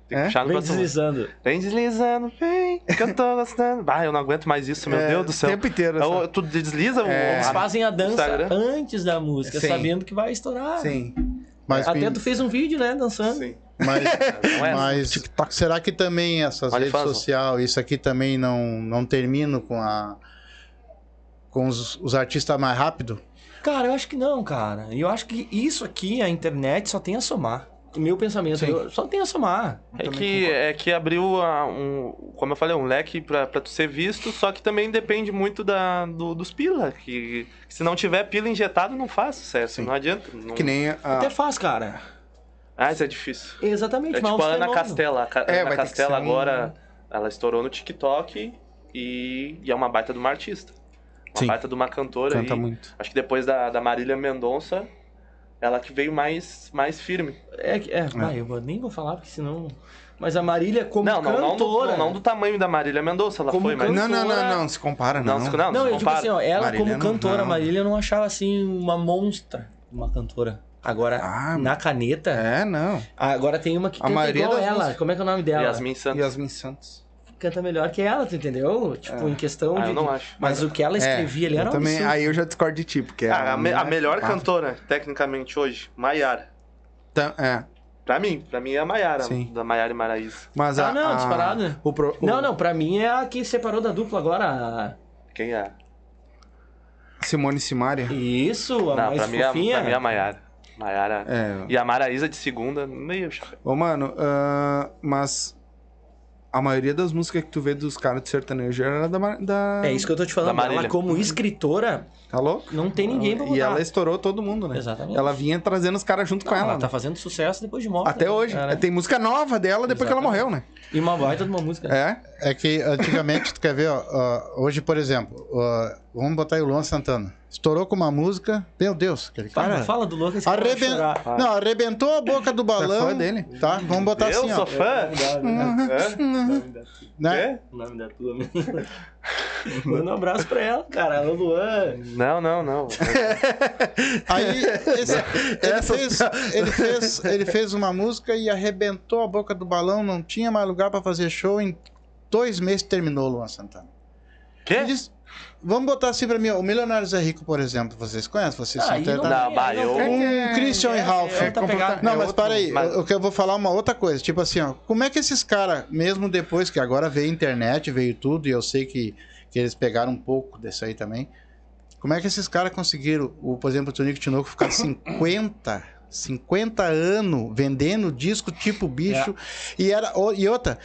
S3: Tem que
S5: É?
S3: puxar no
S4: Vem
S3: próximo.
S4: deslizando.
S3: Vem deslizando, vem, que eu tô gostando. Ah, eu não aguento mais isso, meu
S5: É,
S3: Deus do
S5: O
S3: céu.
S5: tempo inteiro.
S3: Eu-
S5: sabe?
S3: tu desliza o-
S5: É.
S4: Eles
S3: a-
S4: fazem a dança
S3: Ah, Instagram.
S4: antes da música,
S5: Sim.
S4: sabendo que vai estourar.
S5: Sim.
S6: Mas,
S4: Até tu fez um vídeo, né, dançando.
S3: Sim.
S6: mas,
S3: É, Não é?
S6: mas será que também essas
S3: Olha,
S6: redes
S3: faz, ó.
S6: sociais, isso aqui também não, não termina com a com os, os artistas mais rápido?
S4: Cara, eu acho que não, cara. Eu acho que isso aqui, a internet, só tem a somar. O meu pensamento,
S5: Sim.
S4: eu- só tem a somar.
S3: É que, é que abriu, a- um, como eu falei, um leque pra, pra tu ser visto, só que também depende muito da, do- dos pila, que, que se não tiver pila injetado, não faz sucesso,
S5: Sim.
S3: não adianta. não-
S5: Que nem a.
S4: Até faz, cara.
S3: Ah, isso é difícil.
S4: Exatamente,
S3: É
S4: mas
S3: tipo a
S4: um
S3: Ana
S4: fenômeno.
S3: Castela, a Ca-
S5: É, vai
S3: Ana
S5: ter que
S3: Castela
S5: ser um-
S3: agora, ela estourou no TikTok e, e é uma baita de uma artista. Uma
S5: Sim.
S3: baita de uma cantora
S5: Canta
S3: aí.
S5: muito.
S3: Acho que depois da, da Marília Mendonça, ela que veio mais, mais firme.
S4: É, que- é, vai, eu vou- nem vou falar, porque senão. Mas a Marília, como
S3: não, não, não, do,
S4: cantora.
S3: não, não do tamanho da Marília Mendonça, ela
S4: Como
S3: foi, mas...
S4: cantora-
S5: Não, não, não, não. Se compara,
S6: Ah,
S5: não.
S3: Não, se- não,
S4: Não, eu digo
S3: compara.
S4: assim, ó, ela
S5: Marília
S4: como
S5: não-
S4: cantora,
S5: não.
S4: a Marília eu não achava assim uma monstra, uma cantora. Agora,
S5: Ah,
S4: na caneta,
S5: É, não.
S4: agora tem uma que
S5: A
S4: canta
S5: maioria
S4: igual
S5: das
S4: ela.
S5: músicas.
S4: Como é que é o nome dela?
S3: Yasmin Santos.
S5: Yasmin Santos.
S4: Canta melhor que ela, tu entendeu? Tipo, em questão
S3: Ah,
S4: de.
S3: eu não acho.
S4: Mas o que ela escrevia ali
S5: É. eu
S4: era um
S5: também,
S4: absurdo.
S5: Aí eu já discordo de ti, porque...
S3: Ah, a, me- a melhor
S5: Ah,
S3: cantora, tecnicamente, hoje, Maiara.
S5: tá- é,
S3: Pra mim, pra mim é a Maiara,
S5: Sim.
S3: da Maiara e Maraísa.
S5: mas
S4: Ah,
S5: a...
S4: não,
S5: a-
S4: disparado.
S5: O pro- o
S4: Não, não, pra mim é a que separou da dupla agora.
S3: Quem é?
S5: Simone Simaria.
S4: a- Isso, a
S3: não,
S4: mais
S3: pra mim é, a-
S4: fofinha.
S3: pra mim é a Maiara. Maiara.
S5: É.
S3: E a Maraísa de segunda, meio chapa.
S5: Ô, mano, ah, mas... A maioria das músicas que tu vê dos caras de sertanejo era da... Ma- da...
S4: É isso que eu tô te
S3: Da
S4: falando.
S3: Marília.
S4: Ela, como escritora,
S5: Tá louco?
S4: não tem ninguém pra
S5: E
S4: mudar.
S5: ela estourou todo mundo, né?
S4: Exatamente.
S5: Ela vinha trazendo os caras junto com
S4: Não,
S5: ela.
S4: ela tá
S5: né?
S4: fazendo sucesso depois de morta.
S5: Até
S4: né,
S5: hoje.
S4: cara?
S5: Tem música nova dela depois que ela morreu, né?
S4: E uma baita de uma música.
S5: É.
S6: É que antigamente, tu quer ver, ó, ó, hoje, por exemplo, ó, Vamos botar aí o Luan Santana. Estourou com uma música. Meu Deus, aquele
S4: Fala,
S6: cara.
S4: fala do Lucas que
S6: Arreben-
S4: eu vou chorar.
S6: Não, arrebentou a boca do balão.
S5: É, fã dele?
S6: Tá, vamos botar
S3: eu
S6: assim,
S3: sou
S6: ó.
S4: É,
S6: Hum.
S3: fã?
S6: Né?
S3: Hã?
S4: O nome da tua menina. Manda um abraço pra ela, cara. Alô, Luan.
S3: Não, não, não.
S6: Aí esse- ele, fez, ele, fez, ele fez uma música e arrebentou a boca do balão, não tinha mais lugar pra fazer show. Em dois meses terminou o Luan Santana.
S3: Quê?
S6: Me diz- vamos botar assim pra mim, ó, o Milionários é Rico, por exemplo, vocês conhecem? Vocês são
S4: Ah, e
S6: tentados.
S3: Não, bah, eu-
S6: Um Christian e Ralph.
S4: É, outra pegada.
S6: Não,
S4: É
S6: mas
S4: outro-
S6: para aí,
S3: mas-
S6: eu, eu vou falar uma outra coisa. Tipo assim, ó, como é que esses caras, mesmo depois que agora veio internet, veio tudo, e eu sei que, que eles pegaram um pouco disso aí também. Como é que esses caras conseguiram, o, por exemplo, o Tonico Tinoco ficar 50, 50 anos vendendo disco tipo bicho?
S4: É.
S6: E, era, o- e outra,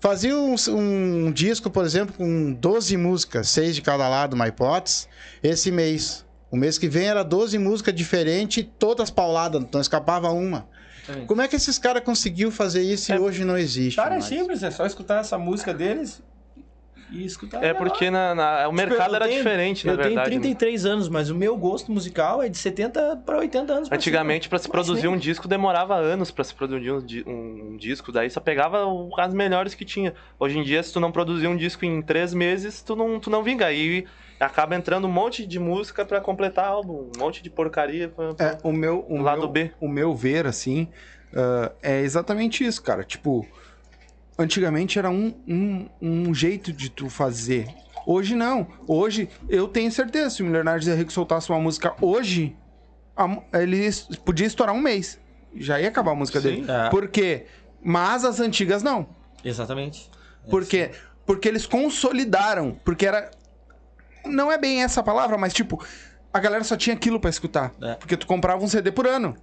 S6: fazia um, um disco, por exemplo, com 12 músicas, 6 de cada lado, uma hipótese, esse mês. O mês que vem era 12 músicas diferentes, todas pauladas, não então escapava uma.
S4: Exatamente.
S6: Como é que esses caras conseguiu fazer isso e hoje não existe?
S4: Cara, é
S6: mais?
S4: simples, é só escutar essa música deles e escutar.
S3: É
S4: ela.
S3: porque na, na- o mercado
S4: eu
S3: era
S4: tenho-
S3: diferente, na
S4: Eu tenho
S3: verdade. né?
S4: 33 anos, mas o meu gosto musical é de 70 pra 80 anos. pra
S3: Antigamente, pra se
S4: Mas
S3: produzir um
S4: nem-
S3: disco, demorava anos pra se produzir um, di- um disco. Daí só pegava o- as melhores que tinha. Hoje em dia, se tu não produzir um disco em três meses, tu não, tu não vinga. Aí acaba entrando um monte de música pra completar álbum. Um monte de porcaria. pra-
S5: É, o meu, o
S3: O lado
S5: meu-
S3: B.
S5: o meu ver, assim, ah, é exatamente isso, cara. Tipo, antigamente era um, um, um jeito de tu fazer. Hoje não. Hoje, eu tenho certeza, se o Milionário Zé Rico soltasse uma música hoje, a mu- ele es- podia estourar um mês. Já ia acabar a música dele.
S4: É.
S5: Por quê? Mas as antigas não.
S4: Exatamente.
S5: Por quê? Porque eles consolidaram. Porque era. Não é bem essa a palavra, mas tipo, a galera só tinha aquilo pra escutar.
S4: É.
S5: Porque tu comprava um CD por ano.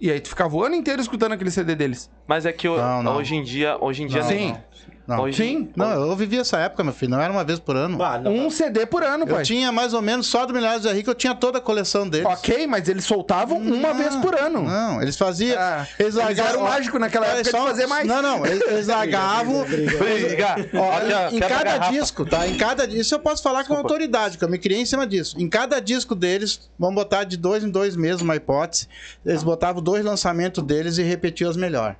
S5: E aí tu ficava o ano inteiro escutando aquele CD deles.
S3: Mas é que o-
S6: Não, não.
S3: hoje em dia. Hoje em dia
S6: Não,
S5: Sim.
S6: não. Não.
S3: Hoje-
S5: Sim.
S6: Não, eu vivi essa época, meu filho. Não era uma vez por ano.
S4: Bah, Ah, não,
S5: Um CD por ano,
S6: eu
S5: pai.
S6: tinha mais ou menos só do Milhares da Rica, eu tinha toda a coleção deles.
S5: Ok, mas eles soltavam uma
S6: Não,
S5: vez por ano.
S6: Não, eles faziam.
S5: Ah,
S6: eles
S5: eles
S6: largaram-
S5: eram mágico naquela
S6: Olha
S5: época
S6: só- um
S5: de fazer mais.
S6: Não, não, eles, eles largavam.
S3: Briga!
S4: Ah,
S6: Olha,
S3: Aqui, ó,
S6: em
S3: quebra a
S6: cada
S3: garrafa.
S6: disco, tá? Em cada Isso eu posso falar com autoridade, que eu me criei em cima disso. Em cada disco deles, vamos botar de dois em dois meses uma hipótese.
S4: Tá.
S6: Eles botavam dois lançamentos deles e repetiam os melhores.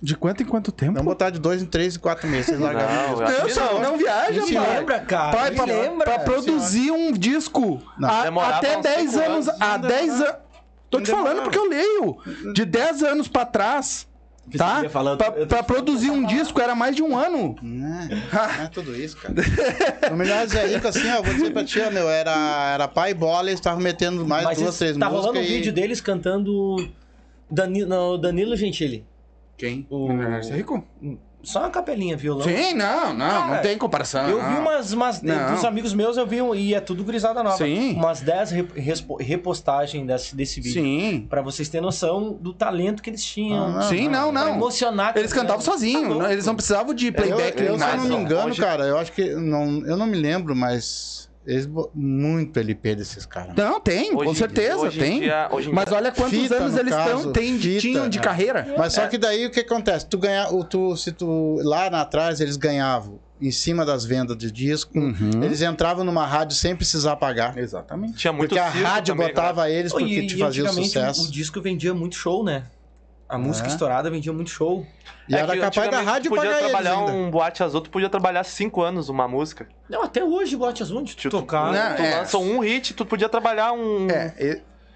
S5: De quanto em quanto tempo?
S6: Vamos botar de dois em três e quatro meses. Eles largavam.
S3: Não,
S5: Não,
S3: eu-
S5: só, não, viaja,
S4: Se
S5: pai.
S4: lembra, cara?
S5: Pai,
S4: se
S5: pra,
S4: lembra?
S5: pra produzir um disco
S6: Não.
S5: a-
S3: Demorava
S5: até
S3: uns
S5: 10
S3: cinco
S5: anos.
S6: anos.
S5: A
S6: Não
S5: 10
S6: demorava.
S5: anos. Tô
S6: Não
S5: te falando
S6: demorava.
S5: porque eu leio. De 10 anos pra trás,
S4: Você
S5: tá?
S4: ia falar-
S5: Pra,
S4: eu tô
S5: pra
S4: te falando,
S5: produzir um disco era mais de um ano.
S6: Né? Não é tudo isso, cara. O melhor Zé Rico, assim, ó, vou dizer pra ti, ó, meu, era, era pai e bola, eles estavam metendo mais
S4: Mas
S6: duas, três
S4: tá
S6: músicas.
S4: rolando um
S6: e-
S4: vídeo deles cantando Danilo, não, Danilo Gentili.
S5: Quem?
S4: O-
S5: Você é rico?
S4: Só uma capelinha, violão.
S5: Sim, não, não, não
S4: Cara,
S5: tem comparação.
S4: Eu vi umas, umas
S5: Não.
S4: dos amigos meus, eu vi um, e é tudo gurizada nova.
S5: Sim.
S4: Umas 10 rep- respo- repostagens desse, desse vídeo.
S5: Sim.
S4: Pra vocês terem noção do talento que eles
S6: Ah,
S4: tinham.
S6: não,
S5: Sim, não,
S4: Pra
S5: não.
S4: emocionar.
S5: Eles
S4: cara.
S5: cantavam né?
S4: Tá
S5: sozinhos,
S4: louco.
S5: não- eles não precisavam de playback.
S6: Eu, eu,
S5: nem
S6: se eu
S5: nada.
S6: não me engano,
S3: Hoje-
S6: cara, eu acho que. Não, eu não me lembro, mas. Eles bo- muito LP desses caras.
S2: Tá.
S5: Não, tem,
S3: hoje
S5: com
S3: em-
S5: certeza,
S3: hoje em
S5: tem.
S3: dia- hoje em
S5: Mas
S3: dia-
S5: olha quantos
S6: Fita,
S5: anos
S6: no
S5: eles
S6: caso,
S5: tão, tem,
S6: fita,
S5: tinham de
S6: é.
S5: carreira.
S6: Mas só que daí o que acontece? Tu ganhar, o tu, se tu lá na trás eles ganhavam em cima das vendas de disco, eles entravam numa rádio sem precisar pagar,
S5: Exatamente.
S3: Tinha É muito
S6: porque a
S3: circo
S6: rádio
S3: também, né? cara.
S6: botava eles
S4: Oh,
S6: porque
S4: e,
S6: te
S4: e
S6: fazia o
S4: antigamente
S6: sucesso.
S4: O disco vendia muito show, né? A música
S6: É.
S4: estourada vendia muito show.
S6: E
S3: É
S6: era
S3: que
S6: capaz da
S3: antigamente
S6: rádio
S3: tu podia
S6: pagar eles
S3: trabalhar
S6: ainda.
S3: um boate azul, tu podia trabalhar cinco anos uma música.
S4: Não, até hoje o Bote Azul, onde tu
S3: Tu,
S4: tocar.
S3: tu,
S5: Né?
S3: tu
S5: é.
S3: lança um hit, tu podia trabalhar um.
S5: É,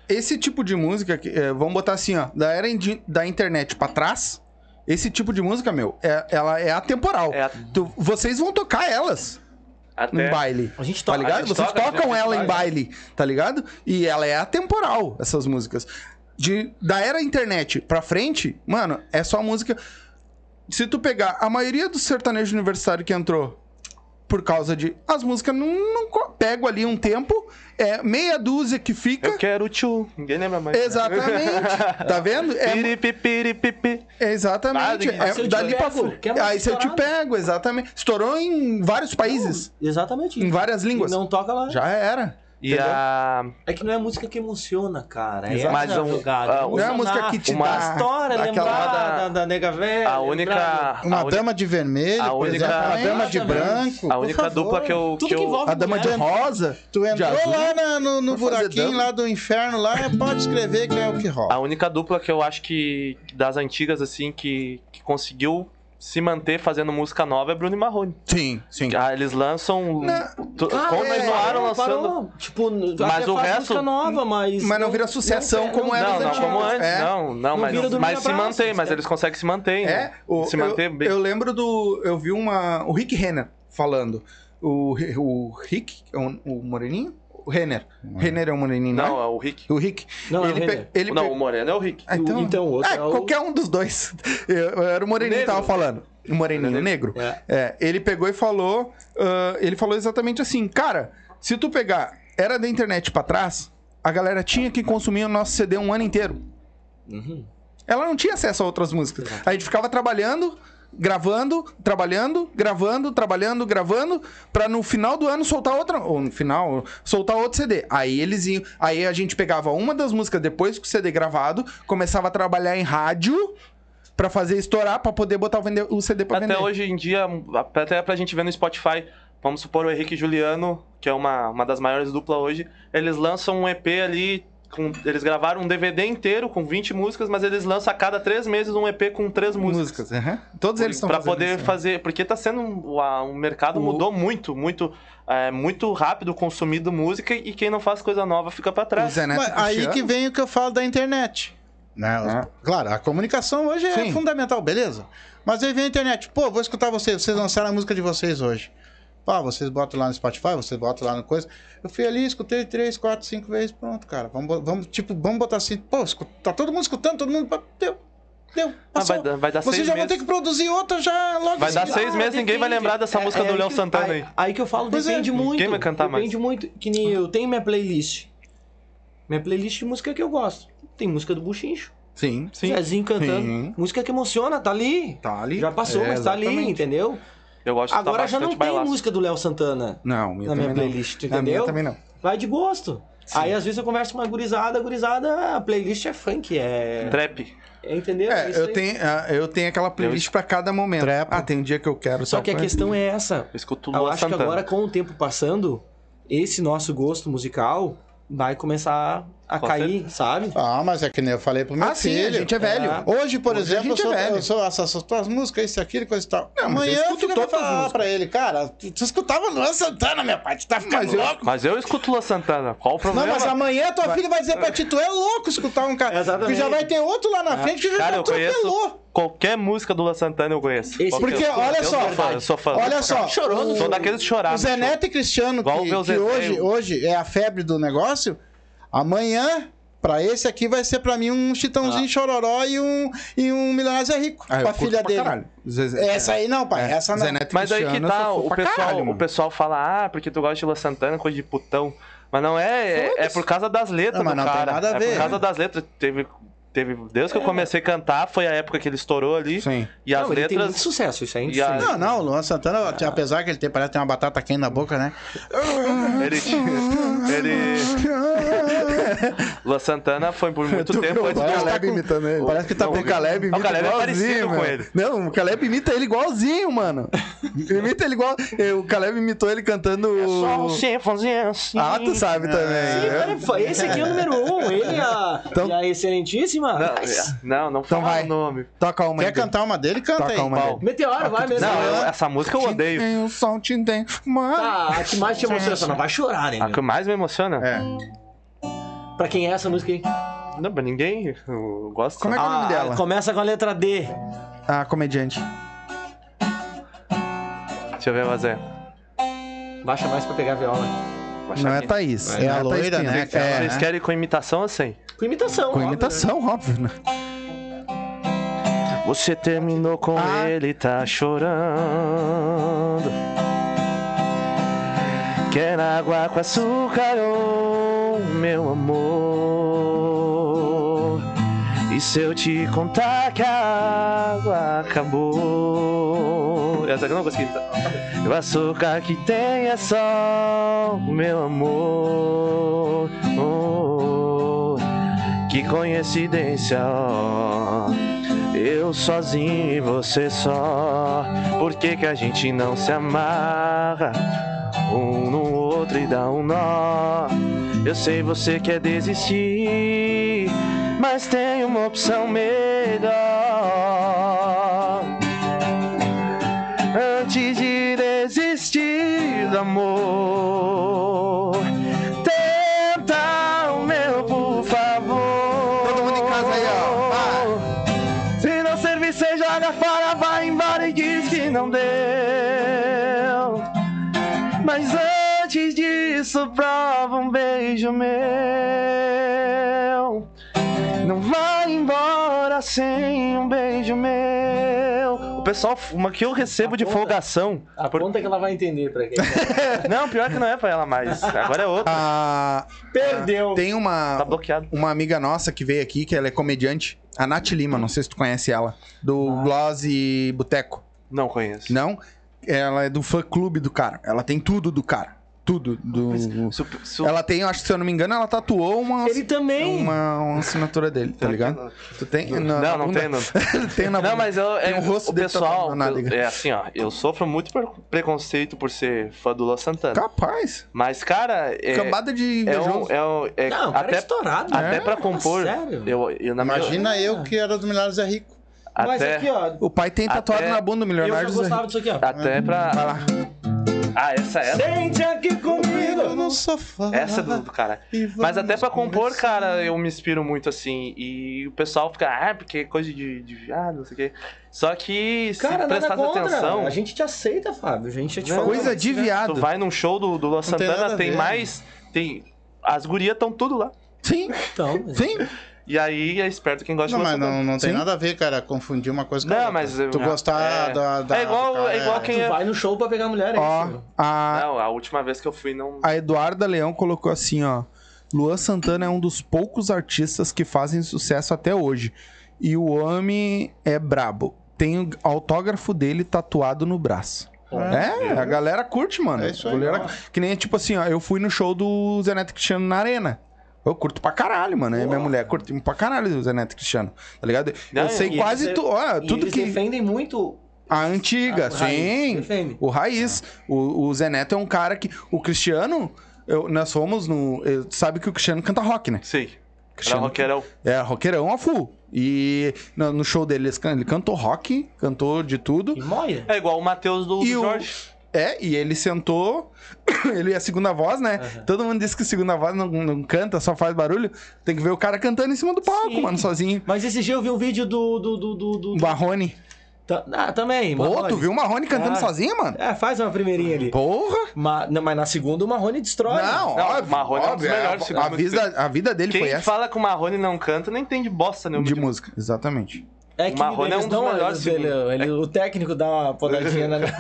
S5: e- esse tipo de música, que, é, vamos botar assim, ó, da era indi- da internet pra trás, esse tipo de música, meu, é- ela é atemporal.
S3: É,
S5: Tu- vocês vão tocar elas
S3: até...
S5: em
S4: É.
S5: baile.
S4: A gente
S5: Tá
S4: toca.
S5: ligado?
S3: a gente
S5: Vocês
S3: toca, a gente
S5: tocam ela em
S3: faz.
S4: né?
S5: baile, tá ligado? E ela é atemporal, essas músicas. De, da era internet pra frente, mano, é só música. Se tu pegar a maioria do sertanejo universitário que entrou por causa de. As músicas não, não co- pego ali um tempo, é meia dúzia que fica.
S3: Eu quero tchu. Ninguém lembra mais.
S5: Exatamente. tá vendo? É,
S3: Piripi, piripipi.
S5: é exatamente.
S3: Ah,
S5: É,
S4: se eu te
S5: dali pra
S4: pego, quer mais
S5: Aí se eu te
S4: estourado.
S5: pego, exatamente. Estourou em vários países,
S4: Exatamente.
S5: em várias
S4: E
S5: línguas.
S4: Não toca lá.
S5: Já era.
S3: E a.
S4: É que não é música que emociona, cara. É
S5: Exato.
S4: mais
S3: Mas um-
S4: jogada.
S3: ah,
S4: Emocionar,
S3: não
S5: é a música que te
S4: uma
S5: dá
S4: história,
S5: aquela
S4: lembrar
S3: da-
S4: da, da, nega velha.
S3: A
S4: lembrar
S3: única.
S6: Uma
S3: a uni-
S6: dama de vermelho,
S3: a
S6: por
S3: única-
S6: exemplo, uma dama de
S4: Exatamente.
S6: branco.
S3: A única dupla que eu.
S4: Tudo
S3: que
S4: que
S3: eu-
S4: envolve
S5: A dama de
S4: mulher. né?
S5: rosa.
S6: Tu
S5: De
S6: entrou lá na- no, no
S5: Vai fazer
S6: buraquinho
S5: dama.
S6: lá do inferno, lá pode escrever que é o que rola.
S3: A única dupla que eu acho que, que das antigas, assim, que, que conseguiu se manter fazendo música nova é Bruno e Marrone.
S5: Sim, sim.
S3: Ah, eles lançam. tu-
S4: Ah,
S3: como
S4: é,
S3: eles doaram
S4: parou,
S3: lançando.
S4: parou. Tipo,
S3: Mas
S4: até
S3: o
S4: faz
S3: resto- Hum,
S4: música nova, mas.
S5: Mas não vira sucessão
S4: não-
S5: como
S4: não-
S5: era
S3: Não,
S5: as
S3: não,
S5: antigas.
S3: como antes.
S5: É.
S3: Não, não, mas,
S4: vira do
S3: mas se
S4: Manabraças,
S3: mantém, mas
S4: é.
S3: eles conseguem se manter. né?
S5: É, o,
S3: Se
S5: eu-
S3: manter bem.
S5: Eu, lembro do. Eu vi uma. O Rick Renner falando. O, Ri- o Rick, é um- o Moreninho? O Renner. Renner é o Moreninho, não?
S3: Não,
S5: é?
S3: é o Rick.
S5: O Rick.
S4: Não, é
S5: ele
S4: o
S5: pe-
S4: Renner.
S5: ele
S3: não,
S5: pe-
S3: o Moreno é o Rick.
S5: Ah, então.
S4: Então, o outro
S5: É,
S4: é o-
S5: qualquer um dos dois. Eu- era o Moreninho que
S3: Negro.
S5: tava falando. O Moreninho, o negro.
S4: É.
S5: É, ele pegou e falou. ah, ele falou exatamente assim, cara, se tu pegar era da internet pra trás, a galera tinha que consumir o nosso CD um ano inteiro.
S4: Uhum.
S5: Ela não tinha acesso a outras músicas. A gente ficava trabalhando, gravando, trabalhando, gravando, trabalhando, gravando, pra no final do ano soltar outra, ou no final, soltar outro CD. Aí eles iam, aí a gente pegava uma das músicas depois que o CD gravado, começava a trabalhar em rádio pra fazer estourar, pra poder botar o, vender- o CD pra
S3: até
S5: vender.
S3: hoje em dia, até pra gente ver no Spotify, vamos supor o Henrique e Juliano, que é uma, uma das maiores duplas hoje, eles lançam um EP ali. com- eles gravaram um DVD inteiro com 20 músicas, mas eles lançam a cada três meses um EP com três músicas.
S5: músicas, aham. todos eles estão
S3: Pra poder
S5: isso, né?
S3: fazer. Porque tá sendo. um- O, o mercado
S5: O-
S3: mudou muito, muito. é, muito rápido consumido música e quem não faz coisa nova fica pra
S5: O
S2: é.
S3: trás.
S5: Zé Neto
S6: Mas aí
S5: Cristiano.
S6: que vem o que eu falo da internet. Né? Os-
S5: Ah.
S6: Claro, a comunicação hoje é
S5: Sim.
S6: fundamental, beleza? Mas aí vem a internet. Pô, vou escutar vocês. Vocês lançaram a música de vocês hoje. Pá, vocês botam lá no Spotify, vocês botam lá no coisa. Eu fui ali, escutei três, quatro, cinco vezes. Pronto, cara. Vamos, bo- vamos tipo, vamos botar assim. Pô, escu- tá todo mundo escutando, todo mundo. pá, Deu, deu,
S3: Ah,
S6: passou.
S3: vai, dar- vai dar
S6: vocês
S3: seis
S6: já vão ter
S3: meses.
S6: que produzir outra já logo
S3: Vai
S6: em
S3: dar
S6: seguida.
S3: seis meses, ninguém vai lembrar dessa música do
S4: aí
S3: Léo
S4: é, que-
S3: Santana aí.
S4: Aí que eu falo,
S6: Pois é.
S4: depende muito.
S3: Ninguém vai cantar mais.
S4: Depende muito. Que nem eu tenho minha playlist. Minha playlist de música que eu gosto. Tem música do Buchincho.
S5: Sim, sim.
S4: Zezinho cantando.
S5: Sim.
S4: Música que emociona, tá ali.
S5: Tá ali.
S4: Já passou,
S5: É,
S4: mas tá ali,
S5: exatamente.
S4: entendeu?
S3: Eu gosto de
S4: Agora
S3: escutar
S4: já não
S3: bastante
S4: tem
S3: bailaço.
S4: música do Léo Santana
S5: Não, minha
S4: na minha
S5: também não.
S4: playlist,
S5: Na minha
S4: entendeu?
S5: também não.
S4: Vai de gosto. Aí às vezes eu converso com uma gurizada, a gurizada, a playlist é funk, é.
S3: Trap.
S4: é, entendeu?
S5: É,
S4: Isso
S5: eu
S4: aí.
S5: tenho, ah, eu tenho aquela playlist pra cada momento. Ah, tem um dia que eu quero
S4: Só
S5: tal
S4: que a
S5: coisa.
S4: questão é essa.
S3: Eu escuto
S4: Eu
S3: Luan
S4: acho que
S3: Santana.
S4: agora, com o tempo passando, esse nosso gosto musical vai começar a
S3: Com
S4: cair, sabe?
S6: Ah, mas é que nem eu falei pro meu
S5: Ah, sim,
S6: filho.
S5: a gente é velho.
S4: É.
S6: Hoje, por
S5: Hoje a
S6: exemplo, eu
S5: gente é
S6: sou,
S5: velho.
S6: eu sou essas tuas músicas, isso, aquilo, coisa e tal.
S5: Não, mas eu
S6: Amanhã eu
S5: escuto
S6: fico
S5: todas as
S6: falar
S5: músicas.
S6: pra ele, cara, tu, tu escutava Luan Santana, meu pai, tu tá ficando
S5: Mas eu-
S6: louco.
S3: Mas eu escuto Luan Santana. Qual o
S6: Não,
S3: problema?
S6: mas amanhã tua filha vai dizer pra ti, tu é louco escutar um cara.
S4: Exatamente.
S6: Que já vai ter outro lá
S5: É.
S6: na frente que
S3: Cara,
S6: já
S3: eu
S6: te
S3: conheço-
S6: atropelou.
S3: Qualquer música do Luan Santana eu conheço.
S4: Esse-
S3: Qualquer.
S6: Porque, olha
S3: eu
S6: só,
S3: Sou fã, eu sou fã.
S6: olha só,
S3: Choroso.
S6: o-
S3: Sou daqueles de chorar.
S6: O Zé Neto e Cristiano,
S3: Igual
S6: que,
S3: ver o
S6: que
S3: Zezé,
S6: hoje,
S3: o-
S6: hoje é a febre do negócio, amanhã... Pra esse aqui vai ser pra mim um
S3: Ah.
S6: chitãozinho chororó e um, e um milionário Zé Rico.
S5: Ah, eu
S6: com a
S5: curto
S6: filha
S5: pra
S6: dele.
S5: caralho. Zezé-
S6: Essa aí não, pai.
S5: É,
S6: Essa não.
S5: Zé Neto e
S3: Mas aí que
S5: Cristiano, eu
S3: tá,
S5: sou
S3: o
S5: fã pra
S3: pessoal,
S5: caralho,
S3: o
S5: mano.
S3: pessoal fala, ah, porque tu gosta de Luan Santana, coisa de putão. Mas não é, é, é por causa das letras
S6: Não, mas
S3: do
S6: não tem
S3: cara.
S6: nada a
S3: é
S6: ver,
S3: por causa das letras. Teve, teve, desde que eu comecei a cantar, foi a época que ele estourou ali.
S5: Sim.
S3: E as
S4: Não, ele tem muito
S3: letras.
S4: sucesso, isso é
S3: E a-
S4: indiscutível.
S6: Não, não, o Luan Santana,
S4: Ah.
S6: apesar que ele tem, parece que tem uma batata quente na boca, né?
S3: Ele. ele... Luan Santana foi por muito tempo antes
S5: Parece
S3: do
S5: que tá
S6: Caleb
S5: com-
S6: imitando ele.
S5: Parece que tá
S3: Não,
S5: com o Caleb imita
S3: o Caleb é
S5: igualzinho,
S3: parecido com
S5: mano.
S3: ele.
S5: Não, o Caleb imita ele igualzinho, mano. imita ele igual. eh, O Caleb imitou ele cantando.
S3: Só você fazer assim.
S5: Ah, tu sabe
S4: Sim,
S5: também. né?
S4: cara, foi- esse aqui é o número um, ele e a,
S5: Então-
S4: e a excelentíssima.
S3: Não, é- não, não
S5: Então
S3: fala
S5: vai.
S3: o nome.
S5: Toca uma
S6: Quer
S5: aí,
S6: cantar uma dele? Canta
S5: Toca
S6: aí.
S5: uma
S3: Qual?
S5: dele.
S4: Meteora, vai mesmo.
S3: Não, é- eu-
S4: Tá,
S3: essa música eu odeio.
S5: Tem um som, te tem. Mano.
S4: a que mais te emociona, só não vai chorar, né?
S3: A
S4: meu?
S3: que mais me emociona?
S5: É.
S4: Pra quem é essa música aí?
S3: Não, pra ninguém. Eu gosto.
S5: Como é que é o nome
S4: Ah,
S5: dela?
S4: Começa com a letra D.
S5: Ah, comediante.
S3: Deixa eu ver, mas é.
S4: Baixa mais pra pegar a viola.
S3: Baixa
S5: Não é
S3: aqui.
S5: Thaís.
S6: É a
S5: Thaís
S6: loira,
S5: Pinto.
S6: né, cara?
S5: É.
S3: Vocês querem com imitação assim? ou sem?
S4: Com imitação,
S5: Com
S4: óbvio, né?
S5: imitação, óbvio. né?
S3: Você terminou com
S5: Ah.
S3: ele, tá chorando. Quer água com açúcar, ô, meu amor? E se eu te contar que a água acabou? essa que eu não consegui.
S7: O açúcar que tem é só o meu amor. Oh, que coincidência,
S3: oh.
S7: ó. eu sozinho e você só. Por que, que a gente não se amarra um no outro e dá um nó? Eu sei você quer desistir, mas tem uma opção melhor antes de desistir do amor. Tenta o meu, por favor.
S5: Todo mundo em casa aí, ó.
S7: Se não servir, você joga fora, vai embora e diz que não deu. Mas antes disso, prova um beijo meu. Não vai embora sem um beijo meu. O pessoal, uma que eu recebo de
S4: Aponta.
S7: folgação.
S4: A conta é que ela vai entender pra quem.
S7: Não, pior que não é pra ela mais. Agora é outra.
S5: Ah,
S4: Perdeu.
S5: tem uma,
S7: Tá bloqueado.
S5: uma amiga nossa que veio aqui, que ela é comediante, a Nath Lima, não sei se tu conhece ela, do Gloss e Boteco.
S7: Não conheço.
S5: Não? Ela é do fã clube do cara. Ela tem tudo do cara. Tudo do.
S7: Se o- se o-
S5: Ela tem, eu acho que se eu não me engano, ela tatuou uma,
S4: Ele também.
S5: uma, uma assinatura dele, tá ligado? Tu tem? na- na
S7: Não, não
S5: bunda?
S7: tem, não.
S5: tem na
S7: Não,
S5: bunda.
S7: mas eu, é,
S5: Tá Tem o rosto
S7: o
S5: dele tatuado
S7: pessoal.
S5: na nádega.
S3: É assim, ó. Eu sofro muito por preconceito por ser fã do Luan Santana.
S5: Capaz.
S3: Mas, cara, é,
S5: Cambada de
S3: é um.
S5: invejoso.
S3: É um é,
S4: Não, o cara é
S3: até,
S4: estourado.
S3: até
S4: né?
S3: pra compor.
S4: Sério?
S3: Eu, eu, na minha-
S6: Imagina eu que era dos Milhares é Rico.
S4: Mas
S3: até, Ah,
S4: aqui, ó.
S5: O pai tem tatuado
S3: Até
S5: na bunda, o
S4: Eu já
S5: milionário. Zé.
S4: gostava disso aqui, ó.
S3: até
S5: Vai
S3: pra.
S5: lá.
S3: Ah, essa essa,
S4: Sente aqui
S6: Eu
S4: comigo.
S6: não sou fã.
S3: essa é do, do cara.
S6: E
S3: Mas
S6: vamos
S3: até pra compor,
S6: conversar.
S3: cara, eu me inspiro muito assim. E o pessoal fica, ah, porque é coisa de, de viado, não sei o quê. Só que se
S4: Cara, nada
S3: prestar
S4: contra.
S3: atenção,
S4: A gente te aceita, Fábio. A gente já te
S3: Não,
S4: falou.
S5: Coisa de
S3: tu
S5: viado.
S3: vai num show do, do Luan
S6: tem
S3: Santana,
S6: nada a
S3: tem,
S6: ver.
S3: mais. Tem. As gurias estão tudo lá.
S5: Sim,
S4: Então, mas-
S5: sim.
S3: E aí é esperto quem gosta
S6: Não,
S3: de
S6: mas
S3: Luan Santana.
S6: não, não tem
S5: Sim.
S6: nada a ver, cara, confundir uma coisa com a
S3: Não,
S6: outra.
S3: mas eu-
S6: Tu gostar
S3: é.
S6: da, da-
S3: É igual-
S6: do cara,
S3: é igual quem-
S4: Tu vai no show pra pegar mulher, é
S5: Ó,
S4: isso?
S5: a,
S3: Não, a última vez que eu fui não.
S5: a Eduarda Leão colocou assim, ó. Luan Santana é um dos poucos artistas que fazem sucesso até hoje. E o homem é brabo. Tem o autógrafo dele tatuado no braço. É, a galera curte, mano.
S6: É isso aí,
S5: A galera-
S6: ó.
S5: Que nem, tipo assim, ó, eu fui no show do Zé Neto Cristiano na Arena. Eu curto pra caralho, mano. E Minha mulher curte pra caralho o Zé Neto Cristiano, tá ligado?
S3: Não,
S5: eu sei
S4: e
S5: quase
S4: eles-
S5: tu, ó,
S4: E
S5: é tudo
S4: eles
S5: que...
S4: defendem muito
S5: A antiga,
S4: a raiz.
S5: sim.
S4: Defende.
S5: O Raiz. O, o Zé Neto é um cara que. O Cristiano. eu- nós fomos no. eu- Sabe que o Cristiano canta rock, né?
S3: Sei. Era
S5: Cristiano
S3: roqueirão.
S5: É roqueirão a full. E no, no show dele eles can- ele cantou rock, cantou de tudo.
S4: E moia.
S3: É igual o Matheus do, do
S5: E o-
S3: Jorge.
S5: É, e ele sentou. ele é a segunda voz, né? Todo mundo diz que segunda voz não, não canta, só faz barulho. Tem que ver o cara cantando em cima do palco,
S4: Sim.
S5: mano, sozinho.
S4: Mas esse dia eu vi um vídeo do. do, do, do, do-
S5: Marrone.
S4: Ta- Ah, também.
S5: Pô,
S4: Marrone.
S5: tu viu o Marrone cantando
S4: Ah.
S5: sozinho, mano?
S4: É, faz uma primeirinha ali.
S5: Porra!
S4: Ma- não, mas na segunda o Marrone destrói.
S5: Não,
S3: Não,
S5: óbvio,
S3: Marrone é um dos
S5: óbvio,
S3: melhores
S5: a, a,
S3: segundos que
S5: vida, a vida dele foi
S3: Quem
S5: essa.
S3: fala que o Marrone não canta não entende bosta nenhuma
S5: de música, exatamente.
S4: É
S3: O Marrone é um dos
S4: dão-
S3: melhores É
S4: ele-
S3: segundos.
S4: ele- O técnico dá uma podadinha na. É, assim.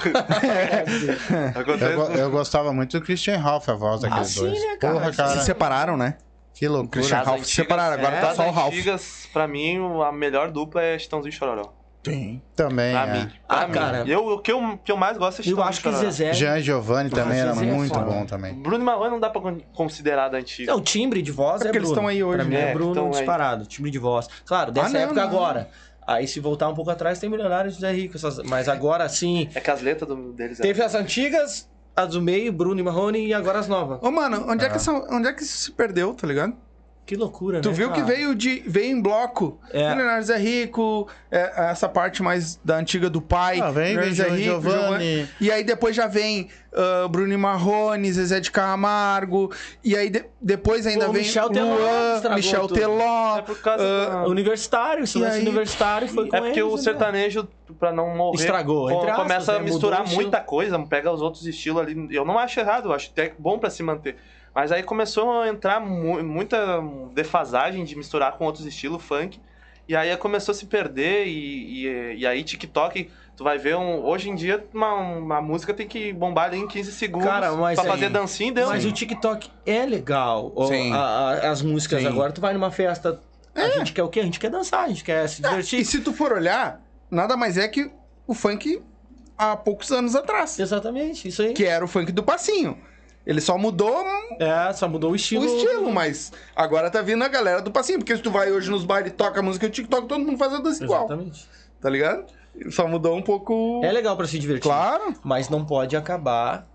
S6: Eu,
S3: É, Acontece-
S6: go- eu gostava muito do Christian Ralph, a voz daqueles
S4: sim,
S6: dois.
S4: né, cara?
S6: Porra,
S5: Se
S6: cara,
S5: separaram, né?
S6: que
S5: O Christian
S6: loucura.
S3: Das
S5: Ralph se
S3: antigas,
S5: separaram, agora
S3: é,
S5: tá
S3: das
S5: só o Ralph.
S3: antigas, pra mim, a melhor dupla é Chitãozinho e Chororó.
S5: Tem.
S6: Também,
S3: Pra
S6: é.
S3: mim. pra
S4: Ah,
S3: mim.
S4: cara.
S3: Eu, o que eu, que eu mais gosto é
S4: Eu
S3: Chitãozinho
S4: acho que
S3: e Chororó.
S4: Zezé.
S6: Jean e Giovanni também
S4: Ah,
S6: era
S4: Zezé é
S6: muito
S4: foda.
S6: bom também.
S3: Bruno e Marrone não dá pra con- considerar da antiga.
S4: Não, o timbre de voz é,
S5: É porque eles
S4: Bruno.
S5: estão aí hoje,
S4: pra mim
S3: né?
S4: é Bruno
S3: Estão aí.
S4: disparado, timbre de voz. Claro,
S5: Ah,
S4: dessa
S5: não,
S4: época
S5: não.
S4: agora. Aí se voltar um pouco atrás tem Milionários José Rico, essas- mas agora sim.
S3: É que as letras do- deles é-
S4: Teve as antigas, as do meio, Bruno e Marrone e agora as novas.
S5: Ô, mano, onde é, que essa- onde é que isso se perdeu, tá ligado?
S4: Que loucura,
S5: Tu
S4: né?
S5: viu que
S4: cara?
S5: veio de veio em bloco.
S4: É.
S5: Milionários é rico, é, essa parte mais da antiga do pai.
S6: Ah, vem
S5: Milionários
S6: Jean e
S5: Giovanni.
S6: Giovanni.
S5: E aí depois já vem ah, Bruno e Marrone, Zezé de Camargo. E aí de- depois ainda
S4: Pô,
S5: vem
S4: Michel Teló
S5: Luan,
S4: estragou
S5: Michel
S4: tudo.
S5: Teló.
S3: É por causa da-
S4: Universitário, esse
S5: E
S4: lance
S5: aí-
S4: universitário foi com
S3: É porque
S4: eles,
S3: o
S4: né?
S3: sertanejo, pra não morrer,
S4: Estragou,
S3: co-
S4: entre aspas,
S3: começa
S4: né?
S3: a
S4: Mudou o
S3: misturar
S4: estilo.
S3: muita coisa, pega os outros estilos ali. Eu não acho errado, eu acho até bom pra se manter. Mas aí começou a entrar mu- muita defasagem de misturar com outros estilos, funk. E aí começou a se perder, e, e, e aí TikTok, tu vai ver, um, hoje em dia uma, uma música tem que bombar ali em 15 segundos
S4: Cara, mas
S3: pra
S4: aí-
S3: fazer dancinha e deu.
S4: Mas o TikTok é legal. ó,
S5: Sim.
S4: a- a- as músicas
S5: Sim.
S4: agora, tu vai numa festa. A gente quer o quê? A gente quer dançar, a gente quer se divertir.
S5: E se tu for olhar, nada mais é que o funk há poucos anos atrás,
S4: Exatamente, isso aí.
S5: que era o funk do passinho. Ele só mudou
S4: É, só mudou o estilo.
S5: o estilo, mas agora tá vindo a galera do passinho, porque se tu vai hoje nos bailes, toca a música do TikTok, todo mundo faz a dança é igual,
S4: Exatamente.
S5: tá ligado? Ele só mudou um pouco...
S4: É legal pra se divertir.
S5: Claro.
S4: Mas não pode acabar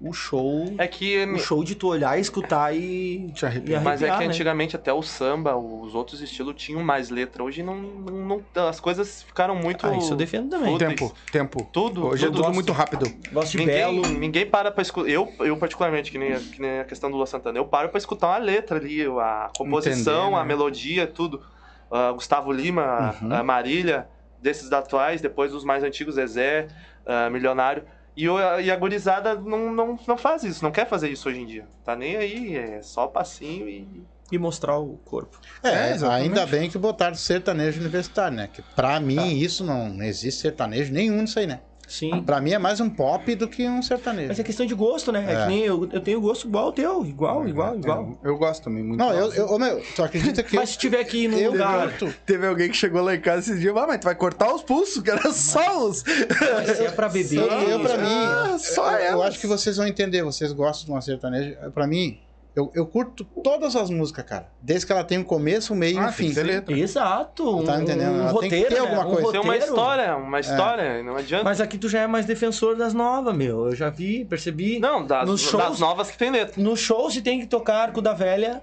S4: o show.
S3: É que.
S4: O show de tu olhar, escutar e.
S5: Te arrependo.
S4: e arrepiar,
S3: Mas é que
S4: né?
S3: antigamente até o samba, os outros estilos tinham mais letra. Hoje não, não, não- as coisas ficaram muito.
S4: Ah, isso eu defendo também.
S3: Foda-se.
S5: Tempo, tempo.
S3: Tudo.
S5: Hoje é
S3: tudo-
S5: tudo muito rápido.
S4: Gosto de
S3: Ninguém,
S4: belo.
S3: ninguém para pra escutar. Eu, eu particularmente, que nem, a- que nem a questão do Lua Santana, eu paro pra escutar uma letra ali, a composição,
S5: Entender, né?
S3: a melodia, tudo. Ah, Gustavo Lima,
S4: Uhum.
S3: ah, Marília, desses atuais, depois os mais antigos, Zezé, ah, Milionário. E, o- e a gurizada não, não, não faz isso, não quer fazer isso hoje em dia. Tá nem aí, é só passinho e.
S4: E mostrar o corpo.
S5: É,
S6: É,
S5: exatamente.
S6: ainda bem que botaram sertanejo universitário, né? Que pra
S4: Tá.
S6: mim isso não, não existe sertanejo nenhum nisso aí, né?
S4: Sim.
S6: Pra mim é mais um pop do que um
S4: Mas
S6: sertanejo.
S4: é questão de gosto, né? É,
S6: É.
S4: que nem eu, eu tenho gosto igual ao teu. Igual,
S5: É.
S4: igual, igual.
S5: Eu, eu gosto também muito.
S6: Não, eu, eu, ô, meu, tu acredita
S5: É.
S6: que
S4: Mas se tiver aqui num
S6: eu,
S4: lugar.
S6: curto?
S5: Teve alguém que chegou lá em casa esses dias, ah, mas tu vai cortar os pulsos, que era só os.
S4: Mas é pra beber.
S6: Eu, eu, pra mim,
S5: Ah, só
S6: eu, eu
S5: elas.
S6: acho que vocês vão entender, vocês gostam de uma sertaneja. Pra mim, eu, eu curto todas as músicas, cara. Desde que ela tem um começo, um meio e um
S5: Ah, tem
S6: fim.
S5: que ter letra.
S4: Exato. Um,
S6: Tá entendendo?
S4: um
S6: Ela tem né? que
S4: roteiro,
S6: ter
S4: né?
S6: alguma
S4: Um
S6: coisa.
S3: Tem
S4: roteiro.
S3: uma história,
S5: É.
S3: uma história, não adianta.
S4: Mas aqui tu já é mais defensor das novas, meu. Eu já vi, percebi.
S3: Não, das,
S4: Nos shows-
S3: das novas que tem letra.
S4: No show se tem que tocar Arco da Velha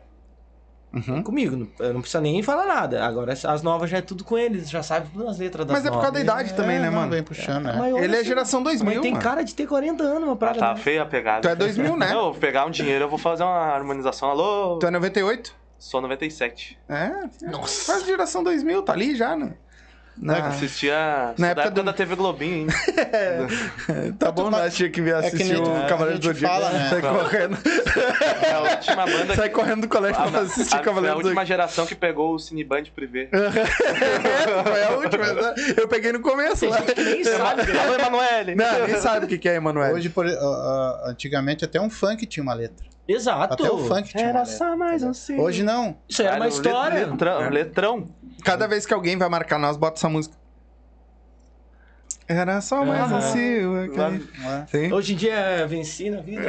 S5: Uhum.
S4: comigo. não- Eu não precisa nem falar nada. Agora as- as novas já é tudo com eles, já sabe todas as letras das
S5: Mas é por causa da
S4: novas.
S5: idade também,
S6: É,
S5: né,
S6: não,
S5: mano?
S6: Vem puxando, né?
S4: Mas olha
S5: Ele é
S4: assim,
S5: geração
S4: Mas
S5: 2000,
S4: tem
S5: mano.
S4: cara de ter 40 anos, uma parada.
S3: Tá
S4: né?
S3: feia a pegada.
S5: Tu é 2000, né?
S3: Não, eu pegar um dinheiro, eu vou fazer uma harmonização. Alô,
S5: Tu é 98?
S3: sou 97.
S5: É. Nossa. Quase geração 2000, tá ali já, né?
S3: É Eu
S5: Na...
S3: Assistia
S5: Na
S3: na
S5: época
S3: época
S5: do-
S3: da TV Globinho, hein?
S5: Tá bom,
S6: Mas-
S5: nós tinha que vir
S6: que
S5: assistir
S6: nem-
S5: o
S6: é,
S5: Cavaleiro
S6: a
S5: do
S6: gente
S5: Zodíaco.
S6: fala, né?
S5: Sai
S3: Fala.
S5: correndo.
S3: É a última banda que...
S5: Sai correndo do colégio pra assistir
S3: a, foi a
S5: Cavaleiro do
S3: última
S5: Zodíaco.
S3: geração que pegou o Cineband Privé.
S5: É, foi a última. né? Eu peguei no começo lá.
S4: Nem sabe.
S3: Alô, Emanuele!
S5: Não, nem sabe o que que é, Emanuel.
S6: Hoje, por- ah, ah, antigamente, até um funk tinha uma letra.
S4: Exato.
S6: Até o funk tinha uma
S3: Era
S6: letra.
S3: só mais um sim.
S6: Hoje não.
S4: Isso era uma
S3: Cara, um let-
S4: história.
S3: Letrão.
S5: É.
S3: letrão.
S5: Cada vez que alguém vai marcar nós, bota essa música. Era só mais um
S4: Aham.
S5: seu. aquele-
S6: não é.
S5: Sim.
S4: Hoje em dia é venci na vida.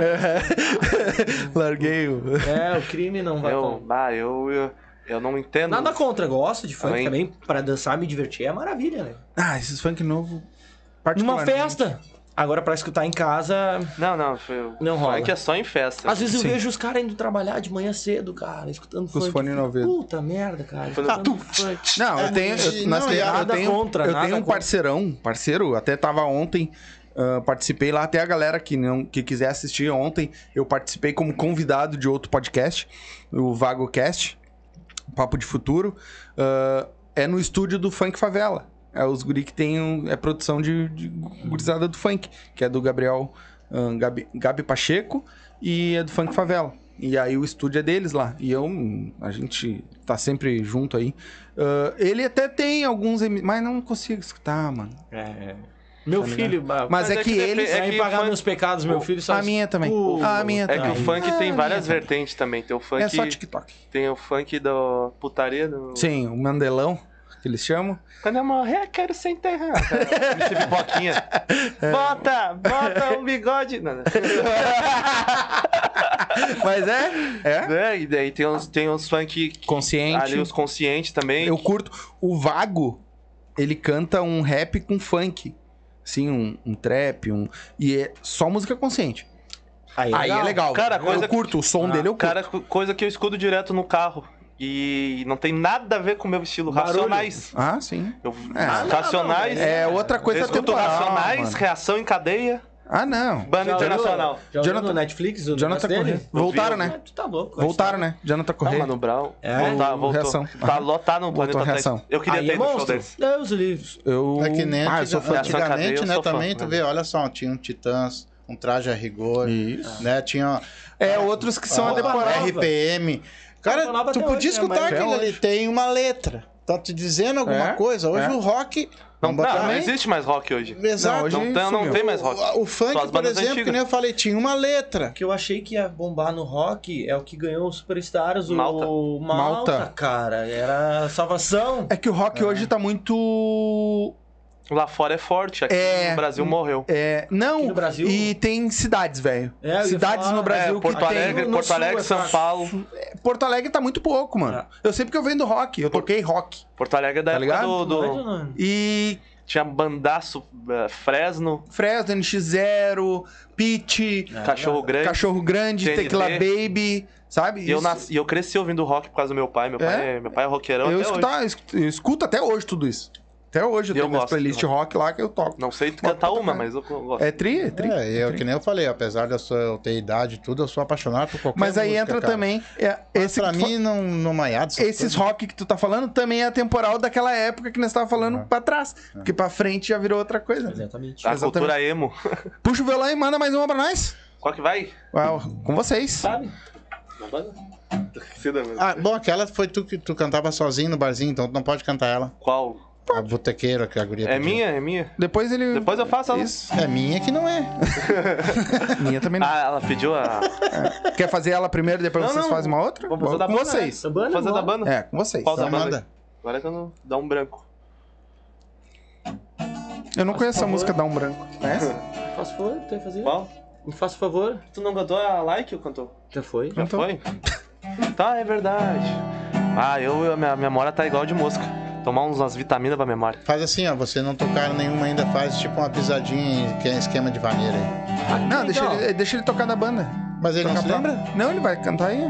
S5: Larguei o.
S4: É, o crime não vai.
S3: Eu,
S4: tão-
S3: bah, eu, eu, eu não entendo.
S4: Nada contra, gosto de funk
S3: Também.
S4: também. Pra dançar, me divertir é maravilha, né?
S5: Ah, esses funk novo.
S4: Numa
S5: particularmente.
S4: festa. Agora, pra escutar em casa,
S3: Não, não. Foi...
S4: Não rola.
S3: Funk é só em festa.
S4: Às vezes eu
S5: Sim.
S4: vejo os caras indo trabalhar de manhã cedo, cara, escutando
S5: Com os
S4: funk.
S5: fone no ouvido.
S4: Puta merda, cara.
S3: Fazendo
S4: escutando
S3: tum.
S4: funk.
S5: Não, eu tenho. Eu, nós
S6: Não,
S5: tenho-
S6: e
S5: eu
S4: nada
S5: tenho,
S4: contra,
S5: eu
S4: nada
S5: tenho um
S4: contra.
S5: parceirão, parceiro, até tava ontem. ah, participei lá, até a galera que não que quiser assistir ontem, eu participei como convidado de outro podcast, o VagoCast, Papo de Futuro. Ah, é no estúdio do Funk Favela. É os guri que tem. um- é produção de, de gurizada do funk, que é do Gabriel ah, Gabi, Gabi Pacheco e é do Funk Favela. E aí o estúdio é deles lá. E eu. hum, A gente tá sempre junto aí. Ah, ele até tem alguns. em- Mas não consigo escutar, mano.
S4: É. Meu
S5: Tá ligado?
S4: filho, mas,
S5: Mas, é,
S3: é
S5: que,
S3: que
S5: ele.
S3: depe-
S4: vai
S3: é que
S4: pagar
S3: funk-
S4: meus pecados, meu
S5: o-
S4: filho. só-
S5: A minha também.
S4: O-
S5: A minha
S3: É que
S5: também.
S3: o funk
S5: Ah,
S3: tem várias
S5: minha também.
S3: vertentes também. Tem o funk.
S5: É só TikTok.
S3: Tem o funk do putaria do.
S5: Sim, o Mandelão, que eles chamam.
S3: Quando eu morrer, quero ser enterrado. Me tive boquinha. Bota, bota um bigode. Não, não.
S5: Mas é. É.
S3: É, e daí tem uns, tem uns funk que-
S5: Consciente.
S3: ali, os conscientes também.
S5: Eu curto. O Vago, ele canta um rap com funk. Sim, um, um trap, um. E é só música consciente.
S4: Aí,
S5: Aí é legal.
S3: Cara, coisa-
S5: Eu curto, o som
S4: Ah,
S5: dele eu curto.
S3: Cara, co- coisa que eu escudo direto no carro. E não tem nada a ver com o meu estilo.
S4: Barulho.
S3: Racionais.
S5: Ah, sim.
S3: Eu-
S5: É.
S3: racionais.
S5: É outra
S3: eu
S5: coisa
S3: escuto
S5: temporal.
S3: racionais,
S5: mano.
S3: reação em cadeia,
S5: Ah, não.
S3: banda
S4: Já ouviu-
S3: internacional.
S4: Já ouviu
S5: Jonathan-
S4: no Netflix? O negócio
S5: Jonathan
S4: dele?
S5: Corrêa. Voltaram,
S4: Ah,
S5: né?
S4: tu tá louco.
S5: tá Voltaram, né? Jonathan
S3: Ah,
S5: Corrêa.
S3: Mano Brown.
S4: É,
S3: voltar,
S5: o
S3: voltou.
S5: reação.
S3: Tá, lo- tá no
S5: Voltou
S3: planeta
S5: reação.
S3: Atlântico. Eu queria
S4: Aí
S3: ter
S4: é
S3: ido no show
S4: monstro.
S3: desse.
S4: Deus livre.
S5: Eu.
S6: É que nem
S5: ah, eu sou fã.
S3: antiga- Essa cadeia
S6: antigamente,
S3: eu
S6: né?
S3: sou fã,
S6: Também tu
S3: né?
S6: vê, olha só, tinha um Titãs, um Traje a Rigor,
S5: Isso.
S6: né? Tinha
S5: É, outros que são
S6: Ah,
S5: adequados.
S6: RPM. Cara,
S4: Roupa nova
S6: tu
S4: até
S6: podia
S4: hoje, né,
S6: escutar
S4: mas-
S6: aquilo
S5: Até
S6: ali, tem uma letra. Tá te dizendo alguma
S5: É,
S6: coisa? Hoje
S5: é.
S6: o rock.
S3: Não,
S6: vamos botar
S3: não, não
S6: também.
S3: existe mais rock hoje.
S6: Exato.
S5: Não, hoje
S3: Não tem, não
S5: sumiu.
S3: tem mais rock.
S6: O, o
S3: Só
S6: funk,
S3: as
S6: por
S3: bandas
S6: exemplo,
S3: antigas.
S6: que nem eu falei, tinha uma letra.
S4: O que eu achei que ia bombar no rock é o que ganhou os superstars, o
S3: Malta.
S4: Malta,
S5: Malta.
S4: cara. Era salvação.
S5: É que o rock hoje tá muito
S3: Lá fora é forte, aqui
S5: É.
S3: no Brasil morreu.
S5: É,
S4: Aqui
S5: não,
S4: no Brasil-
S5: e tem cidades, velho.
S4: É, eu ia
S5: cidades
S4: falar,
S5: no Brasil
S3: é,
S5: que
S3: Porto
S5: tem.
S3: Alegre,
S4: no
S3: Porto
S4: sul,
S3: Alegre,
S4: é
S3: São
S4: fraco.
S3: Paulo.
S5: Porto Alegre tá muito pouco, mano.
S4: É.
S5: Eu sempre que eu venho do rock, eu toquei rock.
S3: Porto Alegre é da
S5: Tá
S3: época do,
S5: ligado?
S3: do-
S4: Não,
S5: E
S3: Tinha bandaço, eh, Fresno,
S5: Fresno, NX0, Pitch,
S4: É,
S3: Cachorro
S4: verdade.
S3: Grande.
S5: Cachorro Grande,
S3: TNT.
S5: Tecla Baby, sabe?
S3: E eu,
S5: Isso-
S3: nasci, e eu cresci ouvindo rock por causa do meu pai. Meu,
S5: É?
S3: pai, é, meu pai é roqueirão
S5: Eu
S3: até
S5: escuta-
S3: hoje.
S5: eu escuto, eu escuto até hoje tudo isso. Até hoje eu
S3: E eu
S5: tenho minhas
S3: gosto de
S5: playlists rock lá que eu toco.
S3: Não sei tu
S5: Mas
S3: cantar
S5: puta
S3: uma,
S5: merda.
S3: mas eu gosto.
S5: É tri, é tri.
S6: É, eu que nem eu falei, apesar de eu, sou- eu ter idade e tudo, eu sou apaixonado por qualquer
S5: Mas aí
S6: música,
S5: entra
S6: cara.
S5: também. é,
S6: Mas
S5: esse
S6: pra
S5: que tu fa-
S6: mim, não, não maiado. essas
S5: esses
S6: coisas.
S5: rock que tu tá falando também é atemporal daquela época que nós tava falando
S6: Uhum.
S5: pra trás. Porque pra frente já virou outra coisa. né?
S4: Exatamente.
S3: A
S5: exatamente.
S3: cultura emo.
S5: Puxa o violão e manda mais uma pra nós.
S3: Qual que vai?
S5: Uau, com vocês.
S4: Sabe?
S6: Ah, bom, aquela foi tu que tu cantava sozinho no barzinho, então tu não pode cantar ela.
S3: Qual?
S6: A botequeira que a guria
S3: É
S6: pediu.
S3: minha? É minha?
S5: Depois ele.
S3: Depois eu faço ela.
S5: Isso.
S6: É minha que não é.
S5: Minha também não.
S3: Ah, ela pediu a.
S5: Quer fazer ela primeiro, depois
S3: Não,
S5: vocês
S3: não.
S5: fazem uma outra?
S3: Vamos fazer
S5: com
S3: da banda, né?
S5: vocês.
S4: Essa banda,
S3: Fazer da
S4: bora.
S3: banda?
S5: É, com vocês.
S3: Qual da
S6: Então
S3: banda?
S6: manda.
S3: Agora que eu não. Dá um branco.
S5: Eu não conheço a música Dá um Branco. Conhece?
S4: Faz favor, tu vai fazer?
S3: Qual?
S4: Me faz favor.
S3: Tu não cantou a like ou cantou?
S4: Já foi?
S3: Já
S5: Cantou.
S3: foi? tá, é verdade. Ah, eu, a minha, a memória tá igual de mosca. Tomar uns- umas vitaminas pra memória.
S6: Faz assim, ó. Você não tocar nenhuma ainda, faz tipo uma pisadinha que é esquema de vaneira aí.
S5: Não, Ah, deixa
S4: Então.
S5: ele, deixa ele tocar na banda.
S6: Mas ele não
S5: Tocar
S6: se
S5: pra-
S6: lembra?
S5: Não, ele vai cantar aí.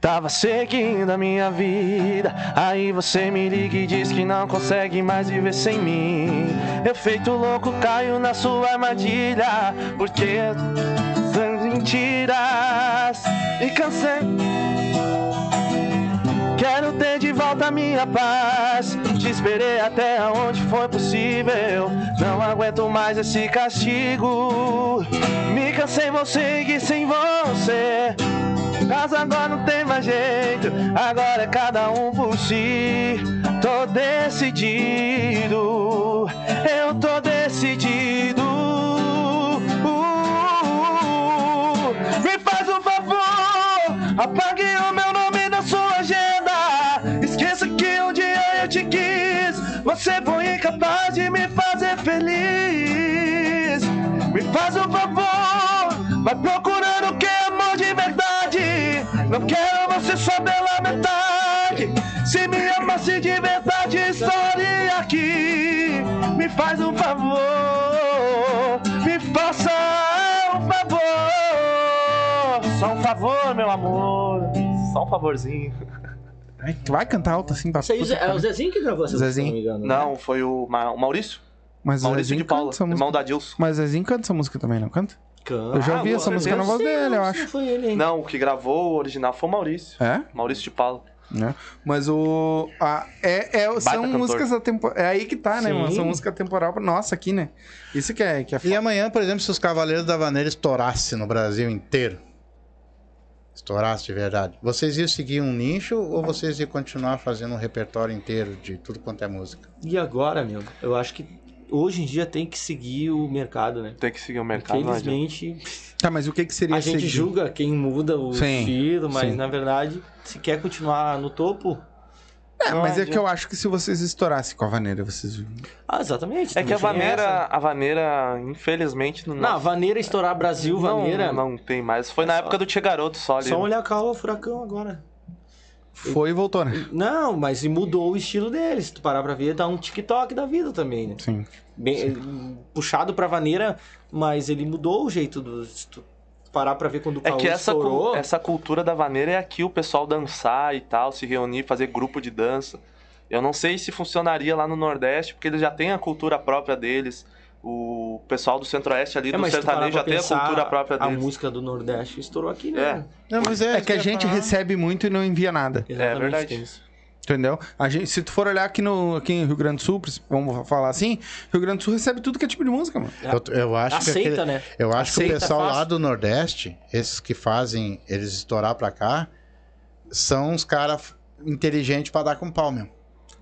S3: Tava seguindo a minha vida. Aí você me liga e diz que não consegue mais viver sem mim. Eu feito louco caio na sua armadilha. Porque são mentiras e cansei. Quero ter de volta a minha paz. Te esperei até onde foi possível. Não aguento mais esse castigo. Me cansei, vou seguir sem você. Mas agora não tem mais jeito, agora é cada um por si. Tô decidido, eu tô decidido. Uh, Me faz um favor, apague o meu nome da sua agenda. Esqueça que um dia eu te quis, você foi incapaz de me fazer feliz. Me faz um favor, vai procurando o que é amor de verdade. Não quero você só pela metade. Se me amasse de verdade, estaria aqui. Me faz um favor, me faça um favor. Só um favor, meu amor. Só um favorzinho.
S5: Ai, tu vai cantar alto assim pra
S4: Isso aí, o Zé- é o Zezinho que gravou essa música, se
S5: Zezinho.
S4: não me engano. né?
S3: Não, foi o, Ma- o Maurício.
S5: Mas o
S3: Maurício
S5: Zezinho
S3: de
S5: canta
S3: Paula,
S5: essa música.
S3: irmão da Dilson.
S5: Mas o Zezinho canta essa música também, não canta?
S4: Can-
S5: Eu já
S3: Ah,
S5: ouvi
S3: o
S5: essa música na
S3: Zezinho.
S5: voz dele, eu
S4: Não,
S5: acho.
S4: Não foi ele ainda.
S3: Não, o que gravou o original foi o Maurício.
S5: É?
S3: Maurício de Paula.
S5: né? Mas o. a- é, é- são
S3: cantor.
S5: músicas atemporais. É aí que tá, né,
S4: Sim.
S5: mano? São música temporal pra nossa aqui, né? Isso que é, que é
S6: E
S5: foda.
S6: amanhã, por exemplo, se os Cavaleiros da Vaneira estourassem no Brasil inteiro? Estourasse de verdade. Vocês iam seguir um nicho ou vocês iam continuar fazendo um repertório inteiro de tudo quanto é música?
S4: E agora, meu? Eu acho que hoje em dia tem que seguir o mercado, né?
S3: Tem que seguir o mercado, não adianta.
S4: Infelizmente,
S5: Tá, mas o que que seria
S4: a gente
S5: seguir?
S4: julga quem muda o
S5: Sim,
S4: estilo, mas
S5: sim.
S4: na verdade, se quer continuar no topo.
S5: É,
S4: não
S5: mas é
S4: adianta.
S5: que eu acho que se vocês estourassem com a vaneira, vocês.
S4: Ah, exatamente.
S3: É que a
S4: também tem
S3: vaneira,
S4: essa.
S3: a vaneira, infelizmente, no
S4: Não, a vaneira estourar Brasil, vaneira.
S3: Não, não tem mais. Foi
S4: É
S3: na
S4: só-
S3: época do Tia Garoto só ali.
S4: Só olhar a calma, furacão agora.
S5: Foi e voltou, né?
S4: Não, mas mudou o estilo dele. Se tu parar pra ver, tá um TikTok da vida também, né?
S5: Sim.
S4: Bem, puxado pra vaneira, mas ele mudou o jeito do. Se tu parar pra ver quando o
S3: É
S4: Caô
S3: que essa, cu-
S4: estourou.
S3: essa cultura da vaneira é aqui o pessoal dançar e tal, se reunir, fazer grupo de dança. Eu não sei se funcionaria lá no Nordeste, porque eles já têm a cultura própria deles. O pessoal do Centro-Oeste ali,
S4: É,
S3: do
S4: mas se tu parar
S3: sertanejo, já
S4: pra
S3: tem a
S4: pensar,
S3: cultura própria
S4: A
S3: deles.
S4: música do Nordeste estourou aqui,
S3: É.
S4: né?
S6: Não, mas é,
S5: É que a gente recebe muito e não envia nada.
S4: Exatamente,
S3: verdade.
S4: tem isso.
S5: Entendeu? A gente, se tu for olhar aqui no aqui em Rio Grande do Sul, vamos falar assim, Rio Grande do Sul recebe tudo que é tipo de música, mano.
S6: Eu, eu acho que aquele-
S4: Aceita, né?
S6: Eu acho que o
S4: Aceita
S6: pessoal lá
S4: fácil.
S6: do Nordeste, esses que fazem eles estourar pra cá, são uns caras inteligentes pra dar com pau mesmo.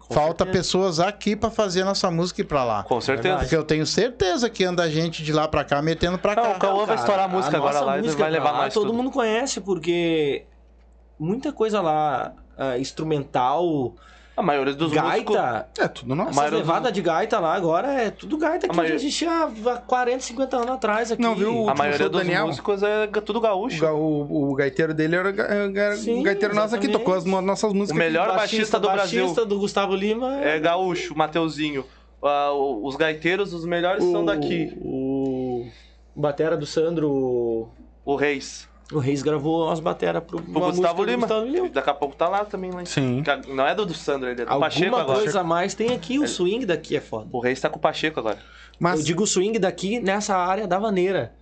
S4: Com
S6: Falta
S4: certeza.
S6: pessoas aqui pra fazer nossa música e pra lá.
S4: é
S3: Com certeza.
S1: É
S6: Porque eu tenho certeza que anda gente de lá pra cá metendo pra
S3: Não,
S6: cá.
S3: o Cauã vai
S4: Cara,
S3: estourar a música agora
S4: nossa
S3: lá e
S4: música
S3: vai
S4: pra
S3: levar
S4: lá,
S3: nós
S4: Todo
S3: tudo.
S4: mundo conhece, porque muita coisa lá ah, instrumental
S3: A maioria dos músicos.
S4: Gaita.
S5: É, tudo nosso.
S3: Mas-
S4: Essa levada de gaita lá agora é tudo gaita que
S3: A maioria-
S8: Existe
S4: tinha há 40, 50 anos atrás aqui.
S5: Não, viu? O
S3: A
S5: último show
S3: maioria
S5: do
S3: dos
S5: Daniel.
S3: músicos é ga- tudo
S5: O,
S3: gaúcho.
S5: ga- o- o gaiteiro dele era o ga- era
S4: Sim,
S5: o gaiteiro nosso aqui,
S4: exatamente.
S5: tocou as mo- nossas
S3: O
S5: músicas.
S3: melhor baixista, do Brasil
S4: é baixista do Gustavo Lima
S3: é gaúcho, Mateuzinho. Ah, o- os gaiteiros, os melhores são daqui.
S4: O batera do Sandro,
S3: O Reis.
S4: o Reis gravou as bateras pro
S3: O
S4: uma
S3: Gustavo
S4: música do
S3: Lima.
S4: Gustavo Lima.
S3: Daqui a pouco tá lá também, lá em
S5: Sim.
S3: Ca- Não é do, do Sandro, ele é do Pacheco
S4: Alguma
S3: agora.
S4: coisa a mais tem aqui, o swing daqui é foda.
S3: O Reis tá com o Pacheco agora.
S5: Mas,
S4: Eu digo swing daqui nessa área da vaneira.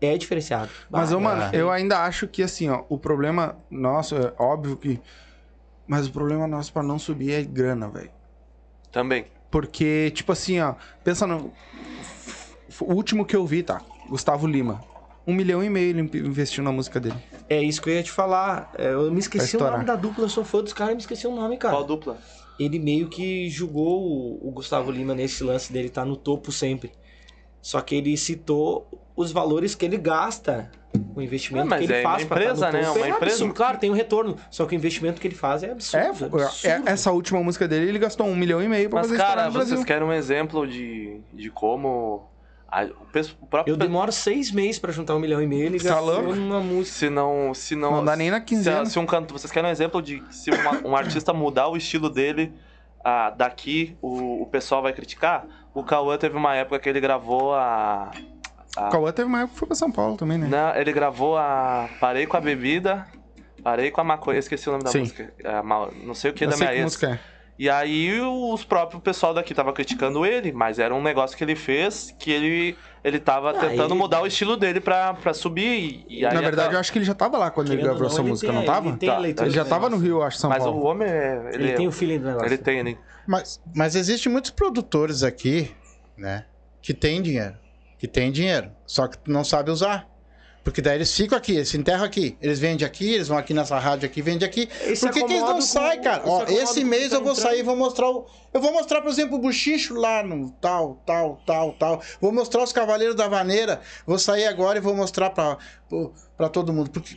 S4: É diferenciado. Bah,
S5: mas
S4: né?
S5: ô, mano,
S4: cara.
S5: eu ainda acho que assim, ó, o problema nosso, é óbvio que. Mas o problema nosso pra não subir é grana, velho.
S3: Também.
S5: Porque, tipo assim, ó, pensa no. f- O último que eu vi, tá? Gustavo Lima. Um milhão e meio ele imp- investiu na música dele.
S4: É isso que eu ia te falar. É, Eu me esqueci o
S5: estourar.
S4: nome da dupla, eu sou fã dos caras e me esqueci o nome, cara.
S3: Qual dupla?
S4: ele meio que julgou o, o Gustavo Lima nesse lance dele estar no topo sempre. Só que ele citou os valores que ele gasta, o investimento
S3: É, mas
S4: que ele
S3: é
S4: faz
S3: uma
S4: pra tá
S3: empresa,
S4: no
S3: né?
S4: topo.
S3: É uma
S4: é
S3: empresa.
S4: absurdo, claro, tem um retorno. Só que o investimento que ele faz é absurdo.
S5: É, é-
S4: absurdo.
S5: essa última música dele, ele gastou um milhão e meio pra
S3: Mas,
S5: fazer
S3: cara,
S5: estourar no Brasil.
S3: vocês querem um exemplo de, de como a- o, pes- o próprio.
S4: Eu demoro seis meses pra juntar um milhão e meio, ele
S5: Tá
S4: gastou
S5: louco?
S4: numa música.
S3: Se não. Se não,
S5: Não dá nem na
S3: se,
S5: quinzena.
S3: se um canto. Vocês querem um exemplo de que se uma- um artista mudar o estilo dele ah, daqui, o, o pessoal vai criticar? O Cauã teve uma época que ele gravou a. Ah.
S5: O Cauã teve uma época que foi pra São Paulo também, né?
S3: Não, ele gravou a. Parei com a bebida. Parei com a maconha. Esqueci o nome da
S5: Sim.
S3: música. É, mal- não sei o que
S5: Eu
S3: da
S5: sei
S3: minha ex.
S5: música é.
S3: E aí os próprios pessoal daqui tava criticando ele, mas era um negócio que ele fez que ele, ele tava tentando
S4: Ah, ele-
S3: mudar o estilo dele pra, pra subir. E, e aí tá.
S5: Na verdade, é
S3: até-
S5: eu acho que ele já tava lá quando ele
S4: Querendo ou
S5: gravou
S4: não,
S5: essa
S4: ele
S5: música,
S4: tem-
S5: não tava?
S4: Ele, tem
S3: Tá,
S4: a leitura
S5: Ele já
S4: do
S5: tava no
S4: negócio.
S5: Rio, acho, São
S3: Mas o
S5: Paulo.
S3: homem é. Ele,
S4: Ele tem o feeling do negócio.
S3: ele tem, ele-
S1: Mas, mas existem muitos produtores aqui, né? Que tem dinheiro. Que tem dinheiro. Só que não sabe usar. Porque daí eles ficam aqui, eles se enterram aqui. Eles vendem aqui, eles vão aqui nessa rádio aqui, vendem aqui.
S4: Ele se
S1: Por que, que eles
S4: acomoda
S1: não
S4: com-
S1: saem, cara?
S4: ele se
S1: Ó,
S4: acomoda
S1: esse
S4: com o
S1: mês
S4: que tá
S1: eu vou
S4: entrando.
S1: sair e vou mostrar o. Eu vou mostrar, por exemplo, o Buchicho lá no tal, tal, tal, tal. Vou mostrar os Cavaleiros da Vaneira. Vou sair agora e vou mostrar pra, pro- pra todo mundo. Porque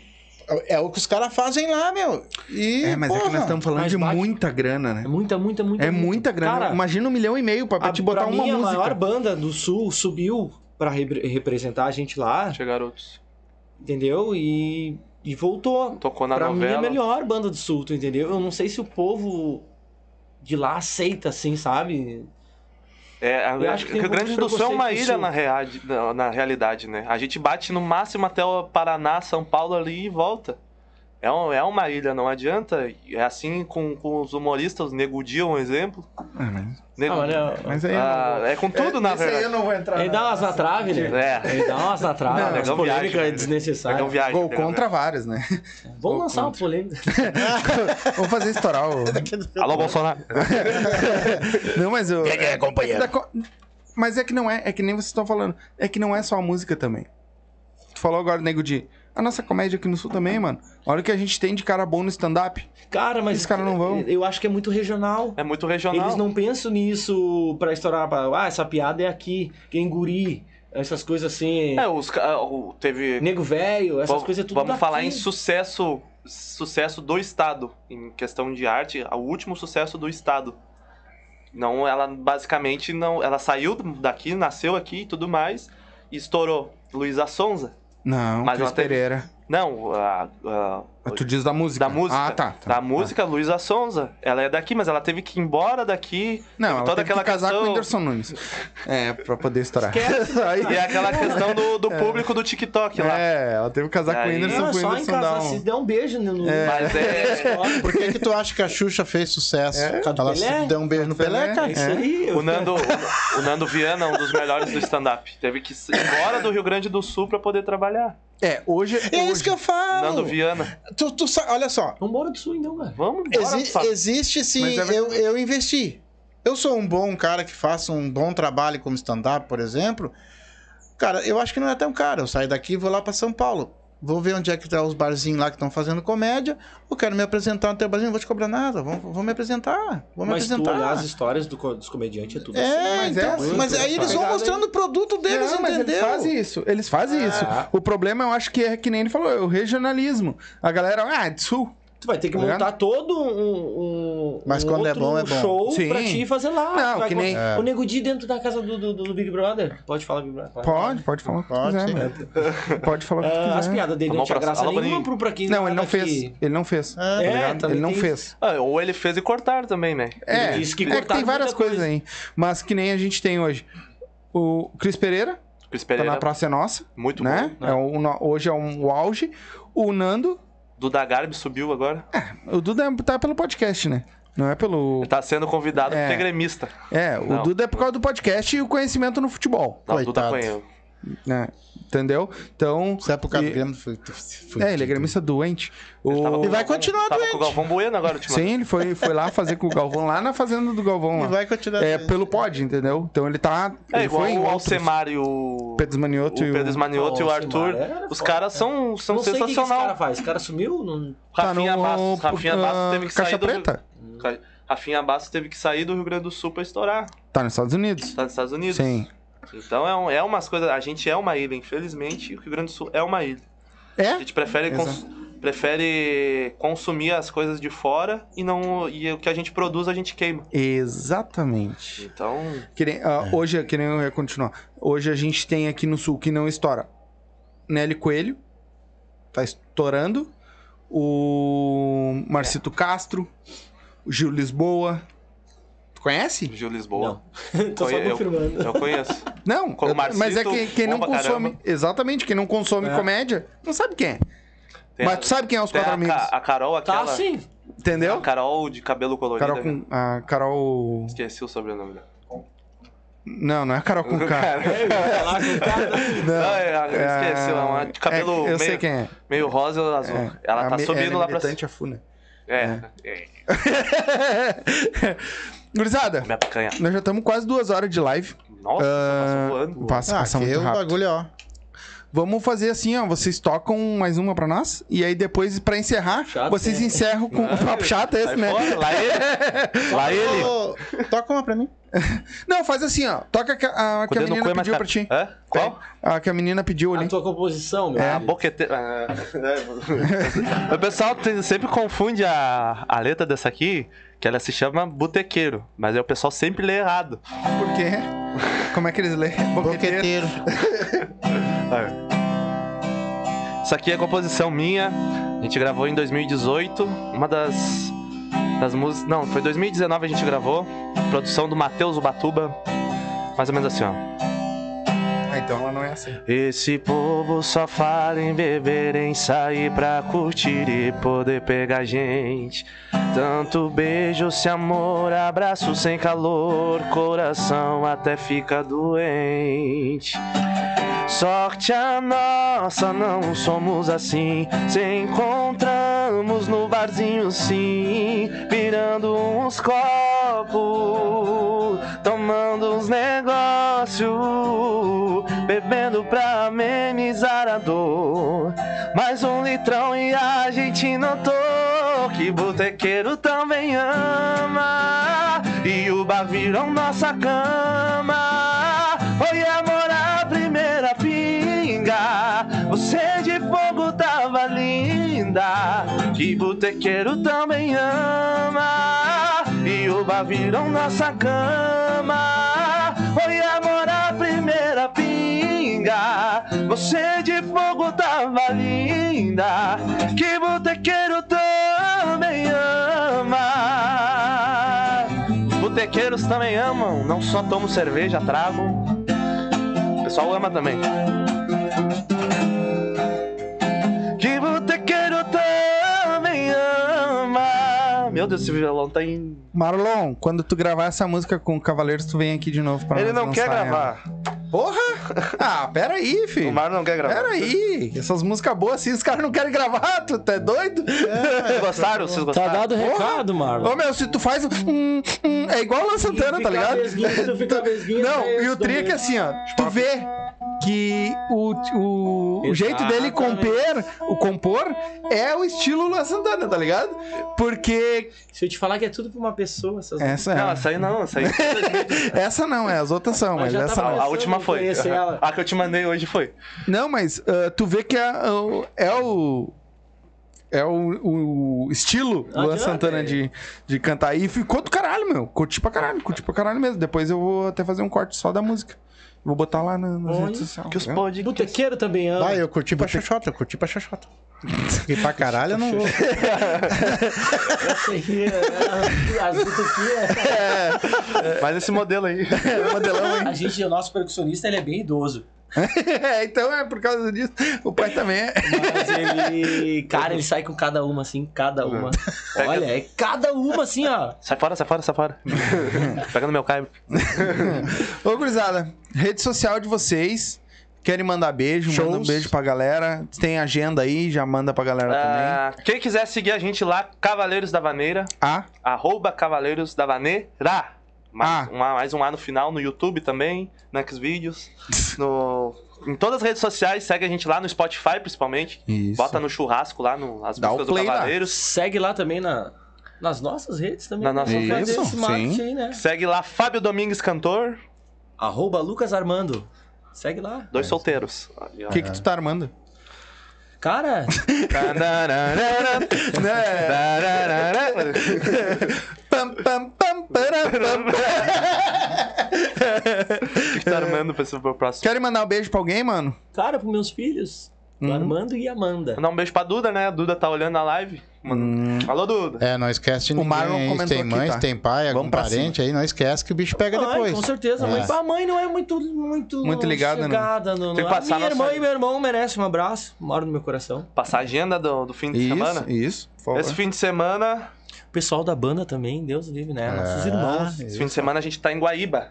S1: é o que os caras fazem lá, meu. E,
S5: É, mas é que
S1: porra.
S5: nós estamos falando
S4: Mas
S5: de
S4: bate-
S5: muita grana,
S4: É
S5: né?
S4: muita, muita, muita.
S5: É muita grana.
S4: Cara,
S5: Imagina um milhão e meio pra, pra
S4: a,
S5: te botar
S4: pra
S5: uma
S4: mim, é
S5: música.
S4: a maior banda do Sul subiu pra repre- representar a gente lá,
S3: Tinha garotos.
S4: entendeu? E, e voltou.
S3: Tocou na
S4: pra mim é
S3: novela.
S4: a melhor banda do Sul, tu entendeu? Eu não sei se o povo de lá aceita, assim, sabe?
S3: É, a-
S4: Eu acho que tem
S3: o Rio
S4: muito
S3: Grande do Sul é uma
S4: preconceito
S3: ilha
S4: com o
S3: na, reade- na- na realidade, né? A gente bate no máximo até o Paraná, São Paulo ali e volta. É, um- é uma ilha, não adianta. É assim com, com os humoristas, o Nego Dia é um exemplo.
S5: É, mas,
S3: Nego-
S4: Ah, mas é-
S5: mas aí eu não
S3: Ah,
S5: vou-
S3: é com tudo,
S5: É,
S3: na
S5: esse aí eu
S3: verdade.
S5: não vou entrar.
S4: Ele
S5: na-
S4: dá umas na trave, né?
S3: É.
S4: Ele dá umas na trave,
S5: Não,
S4: umas
S3: negão viaja,
S4: polêmicas
S3: né? Negão
S4: desnecessárias.
S3: viagem,
S5: Gol
S3: negão
S5: contra vários, né?
S4: Vamos lançar uma polêmica.
S5: Vamos fazer estourar o.
S3: viagem. Alô, Bolsonaro.
S5: Não, mas eu. É, companheiro. Mas é que não é, é que nem vocês estão falando. É que não é só a música também. Tu falou agora, nego de. A nossa comédia aqui no sul também, mano. Olha o que a gente tem de cara bom no stand-up.
S4: Cara, mas.
S5: Esses caras não vão.
S4: Eu acho que é muito regional.
S3: É muito regional.
S4: Eles não pensam nisso pra estourar. Pra, ah, essa piada é aqui, quem guri, essas coisas assim.
S3: É, os ca- o- teve.
S4: Nego velho, essas
S3: vamos
S4: coisas é tudo
S3: vamos
S4: daqui.
S3: falar em sucesso, sucesso do estado em questão de arte, é o último sucesso do estado. Não, ela basicamente não, ela saiu daqui, nasceu aqui e tudo mais e estourou. Luísa Sonza.
S5: Não,
S3: Mas
S5: Cris
S3: ela teve-
S5: Pereira. Ah,
S3: Não, a- a-
S2: É
S5: Tu diz da música.
S3: da música.
S5: Ah, tá. tá
S2: né?
S3: da música, Luísa Sonza. Ela é daqui, mas ela teve que ir embora daqui.
S5: Não, ela
S3: toda
S5: teve
S3: aquela
S5: que casar com o
S3: questão-
S5: Whindersson Nunes. É, pra poder estourar. Aí-
S3: E é aquela questão do, do público do TikTok lá.
S5: É, ela teve que casar com o
S3: Aí-
S5: Whindersson,
S4: Não, é
S5: pro
S4: só em
S5: Whindersson dar
S4: casa,
S5: um...
S4: se der um beijo no. no-
S3: Mas é-
S1: Por que, que tu acha que a Xuxa fez sucesso?
S4: causa do
S1: Ela
S4: É, Pelé?
S1: se deu um beijo no Pelé, cara.
S4: É isso aí.
S3: O Nando, o, o Nando Viana, um dos melhores do stand-up. Teve que ir embora do Rio Grande do Sul pra poder trabalhar.
S5: É, hoje...
S1: É isso
S5: hoje-
S1: que eu
S3: Nando
S1: falo.
S3: Viana.
S1: Tu, tu sa- olha só,
S4: Vambora do sul então, cara.
S3: Vamos embora,
S1: exi-
S3: sabe?
S1: existe sim,
S5: Mas é verdade.
S1: eu, eu investi. Eu sou um bom cara que faça um bom trabalho como stand-up, por exemplo. Cara, eu acho que não é tão caro. Eu saio daqui e vou lá pra São Paulo. Vou ver onde é que tá os barzinhos lá que estão fazendo comédia. Eu quero me apresentar no teu barzinho, não vou te cobrar nada. Vou, vou me apresentar. Vou me
S4: Mas tu
S1: apresentar.
S4: olhar as histórias do co- dos comediantes é tudo assim.
S1: É,
S5: Mas é
S1: então,
S5: assim,
S1: mas
S5: tu
S1: aí
S5: tá
S1: eles vão
S4: ligado,
S1: mostrando o produto deles,
S5: não, mas
S1: entendeu?
S5: eles fazem né? isso. Eles
S4: assim.
S5: fazem isso. O problema, eu acho que é que nem ele falou, é o regionalismo. A galera, ah, é de sul.
S4: Tu vai ter que
S2: Tá ligado?
S4: montar todo um, um,
S6: Mas
S4: um
S6: quando é
S4: outro
S6: bom, é bom.
S4: show
S2: Sim.
S4: pra ti fazer lá.
S2: Não,
S4: Tu vai
S2: que nem-
S4: con- O Nego Di dentro da casa do, do, do Big Brother. Pode falar Big Brother.
S2: Pode, pode falar o que tu
S6: Pode,
S2: quiser,
S6: sim.
S2: mano. Pode falar o que tu
S4: Ah,
S2: quiser.
S4: as piadas dele não
S3: Alô,
S4: tinha
S3: pra-
S4: graça
S3: Tá alô,
S4: nenhuma
S3: Boninho.
S4: pro pra quem
S2: Não, ele não
S4: nada que-
S2: fez. Ele não fez.
S6: É,
S2: tá
S4: né, É,
S2: ligado?
S4: também
S2: ele não
S4: tem
S2: fez.
S3: Ah, ou ele fez e cortaram também, né?
S2: É,
S4: Ele disse que
S2: é que tem
S4: cortaram
S2: várias
S4: muita coisa.
S2: coisas aí. Mas que nem a gente tem hoje. O Cris Pereira,
S3: Cris
S2: tá
S3: Pereira,
S2: na Praça é Nossa,
S3: muito
S2: né?
S3: bom.
S2: É um- no- hoje é um o auge. O Nando,
S3: Duda Garbi subiu agora.
S2: o Duda é- tá pelo podcast, né? Não é pelo.
S3: Tá sendo convidado
S2: É.
S3: porque é gremista.
S2: É, o
S3: Não.
S2: Duda é por causa do podcast e o conhecimento no futebol,
S3: Não, Duda
S6: Coitado.
S3: Cunha.
S2: né? Entendeu? Então.
S6: Se é por causa
S2: E-
S6: do Grêmio, foi, foi
S2: É, ele é gremista doente.
S3: Ele tava
S2: O-
S3: com
S6: vai
S3: o Galvão-
S6: continuar
S3: Tava com o Galvão Bueno agora,
S2: Sim,
S3: ultimamente.
S2: ele foi, foi lá fazer com o Galvão, lá na fazenda do Galvão.
S6: E
S2: Lá.
S6: vai continuar. assim.
S2: É,
S6: doente.
S2: pelo pod, entendeu? Então ele tá.
S3: É
S2: ele
S3: igual
S2: foi em
S3: o
S2: outros.
S3: Alcemar e o...
S2: O Pedro Manioto e
S3: o
S2: o. é
S3: Pedro Manioto e o
S4: Nossa,
S3: Arthur.
S4: mano, era
S3: Os
S4: foda.
S3: caras
S2: né?
S3: são, são
S4: não sei o que que esse
S3: sensacional.
S4: cara faz. O cara sumiu? Não...
S3: Rafinha
S2: tá no-
S3: Bastos. Rafinha
S2: ah,
S3: Bastos teve que
S2: Caixa
S3: sair do...
S2: Preta.
S3: Ca- Rafinha Bastos teve que sair do Rio Grande do Sul pra estourar.
S2: Tá nos Estados Unidos.
S3: Tá nos Estados Unidos.
S2: Sim.
S3: Então é, um, é umas coisas. A gente é uma ilha, infelizmente. O Rio Grande do Sul é uma ilha. A
S2: É?
S3: gente prefere,
S2: Exato.
S3: cons- prefere consumir as coisas de fora e não e o que a gente produz a gente queima.
S2: Exatamente.
S3: Então,
S2: Que nem, ah, Hoje, que nem eu ia continuar. Hoje a gente tem aqui no sul que não estoura. Nelly Coelho. Tá estourando. O
S3: É.
S2: Marcito Castro. O Gil Lisboa. Tu conhece?
S3: Gil Lisboa.
S4: Tô só
S3: Conhe- eu-
S4: confirmando.
S3: Eu conheço.
S2: Não,
S3: Como
S2: eu-
S3: Marcito,
S2: mas é que quem não
S3: bom pra
S2: consome.
S3: caramba.
S2: Exatamente, quem não consome
S4: É.
S2: comédia não sabe quem é.
S3: Tem
S2: mas
S3: a-
S2: tu sabe quem é os
S3: tem
S2: quatro
S3: a,
S2: amigos.
S3: Ca- a Carol
S4: Tá,
S3: aquela.
S4: sim.
S2: Entendeu?
S3: A Carol de cabelo colorido.
S2: Carol com. A Carol.
S3: Esqueci o sobrenome dela.
S2: Não, não é a Carol com K.
S3: Cara,
S4: Falar com o cara. tá
S2: Não,
S3: Ah, é,
S2: é-
S3: esqueci, não, é de cabelo
S2: é- eu
S3: meio-
S2: sei quem é.
S3: meio rosa e azul.
S2: É,
S3: Ela
S2: a
S3: tá
S2: mi-
S3: subindo
S2: ela é
S3: lá pra cima.
S2: militante, a Funa.
S3: É. é.
S2: Gurizada,
S3: Minha picanha.
S2: nós já estamos quase duas horas de live.
S3: Nossa, tá passou voando.
S2: Passa,
S6: Ah,
S2: passa
S6: aqui
S2: muito
S6: o
S2: rápido.
S6: bagulho, ó.
S2: Vamos fazer assim, ó. Vocês tocam mais uma pra nós. E aí depois, pra encerrar,
S4: Chato,
S2: vocês
S4: né?
S2: encerram com o papo chato é esse,
S3: Sai
S2: né?
S3: fora, lá ele. Lá ele.
S6: Ô, toca uma pra mim.
S2: Não, faz assim, ó. Toca a, que- a
S3: Com
S2: que
S3: o
S2: a
S3: dedo no cu
S2: menina
S3: é mais
S2: pediu
S3: caro.
S2: pra ti.
S3: Hã? Qual?
S2: A que a menina pediu ali.
S4: A tua composição, meu.
S3: A
S4: É,
S3: boquete... Ah. o pessoal tem- sempre confunde a, a letra dessa aqui, que ela se chama Botequeiro, mas aí o pessoal sempre lê errado.
S2: Por quê? Como é que eles lêem? Boqueteiro.
S6: Boqueteiro.
S3: Isso aqui é composição minha, a gente gravou em 2018, uma das, das músicas... Não, foi 2019 a gente gravou, produção do Matheus Ubatuba, mais ou menos assim, ó.
S2: Ah, então ela não é assim.
S3: Esse povo só fala em beber, em sair pra curtir e poder pegar gente. Tanto beijo, se amor, abraço sem calor, coração até fica doente. Sorte a nossa, não somos assim. Se encontramos no barzinho, sim, virando uns copos, tomando uns negócios, bebendo pra amenizar a dor. Mais um litrão e a gente notou que botequeiro também ama. E o bar virou nossa cama. Foi amor à primeira pinga. Você de fogo tava linda. Que botequeiro também ama. E o bar virou nossa cama. Foi amor à primeira pinga. Você de fogo tava linda. Que botequeiro também ama. Botequeiros também amam, não só tomam cerveja, tragam. O pessoal ama também. Que botequeiro também ama. Meu Deus, esse violão tá em.
S2: Marlon, quando tu gravar essa música com o Cavaleiros, tu vem aqui de novo pra
S3: Ele
S2: nós
S3: não quer
S2: lançar ela.
S3: gravar.
S2: Porra! Ah, peraí, filho.
S3: O Mário não quer gravar.
S2: Peraí, essas músicas boas assim, os caras não querem gravar, tu
S5: é
S2: tá doido? né?
S3: Vocês gostaram? Vocês
S4: Tá
S3: gostaram?
S4: dado o recado, Marlon.
S2: Ô meu, se tu faz um. hum, hum, é igual o Lan Santana, tá ligado? Não, e o tri é que assim, ó, tu vê que o, o, o jeito dele compor, o compor é o estilo Luan Santana, tá ligado? Porque.
S4: Se eu te falar que é tudo pra uma pessoa, essas
S2: Essa
S3: Não,
S2: é.
S3: essa aí não, essa aí.
S2: Essa não, é, as outras são,
S4: Mas
S2: mas,
S4: já tá
S2: essa não.
S4: bom.
S3: A última foi.
S4: conhecer ela.
S3: A que eu te mandei hoje foi.
S5: ah,
S2: Não, mas ah, tu vê que é, o- é o.
S5: É o, o estilo do Luan
S4: Adianta,
S5: Santana
S4: é.
S5: de, de cantar. E ficou do caralho, meu. Curti pra caralho, curti pra caralho mesmo. Depois eu vou até fazer um corte só da música. Vou botar lá na, nas redes sociais.
S4: que os
S5: né?
S4: podcasts... Botequeiro também ama.
S6: Vai, eu curti pra xoxota, eu curti pra xoxota. E pra caralho eu não vou.
S4: Essa aí é- as botequeiras-
S5: Faz esse modelo aí. É, Modelão, hein?
S4: A gente, o nosso percussionista, ele é bem idoso.
S5: É, então é por causa disso. O pai também é.
S4: Mas ele. Cara, ele sai com cada uma, assim, cada uma. Olha, é cada uma assim, ó.
S3: Sai fora, sai fora, sai fora. Pega no meu caibo.
S5: Ô, gurizada, rede social de vocês. Querem mandar beijo? Manda um
S6: Shows.
S5: beijo pra galera. Tem agenda aí, já manda pra galera
S4: É.
S5: também.
S3: Ah, quem quiser seguir a gente lá, Cavaleiros da Vaneira,
S5: Ah,
S3: arroba Cavaleiros da Vaneira. Mais,
S5: Ah.
S3: um A, mais um A no final, no YouTube também, no Xvideos, no... Em todas as redes sociais, segue a gente lá no Spotify, principalmente.
S5: isso.
S3: Bota no churrasco lá, no, as
S5: Dá o
S3: músicas do
S5: play lá.
S3: Cavaleiros.
S4: Segue lá também na, nas nossas redes também.
S3: Na
S4: né?
S3: nossa
S4: Vamos
S5: rede.
S4: fazer esse
S5: Isso,
S4: marketing
S5: sim.
S4: aí, né?
S3: Segue lá, Fábio Domingues Cantor,
S4: Arroba Lucas Armando. Segue lá.
S3: dois solteiros.
S5: O É. que, que tu tá armando?
S4: Cara,
S5: Pam, pam, pam, param, pam, pam.
S3: que tá armando pra esse pro próximo?
S5: Querem mandar um beijo pra alguém, mano?
S4: cara, pros meus filhos. o
S3: Hum.
S5: Uhum.
S4: Armando e Amanda.
S3: Mandar um beijo pra Duda, né? A Duda tá olhando a live.
S5: Hum.
S3: Mano. Alô, Duda.
S6: É, não esquece de
S5: O Marlon
S6: ninguém.
S5: comentou
S6: Tem
S5: aqui,
S6: mães,
S5: tá?
S6: tem pai, algum
S5: Vamos pra
S6: parente aí, não esquece que o bicho pega
S4: Mãe,
S6: depois.
S4: com certeza.
S6: É.
S4: Mãe, a mãe não é muito. Muito,
S5: Muito ligada, não.
S4: chegada no-
S3: né? Tem que
S4: no-
S3: passar
S4: minha
S3: a nossa-
S4: irmã e meu irmão merecem um abraço. Moro no meu coração.
S3: Passar a agenda do, do fim de semana.
S5: Isso, isso. por favor.
S3: Esse fim de semana,
S4: O pessoal da banda também, Deus livre, né? Nossos
S6: Ah,
S3: É.
S4: irmãos.
S3: esse fim de semana a gente tá em Guaíba.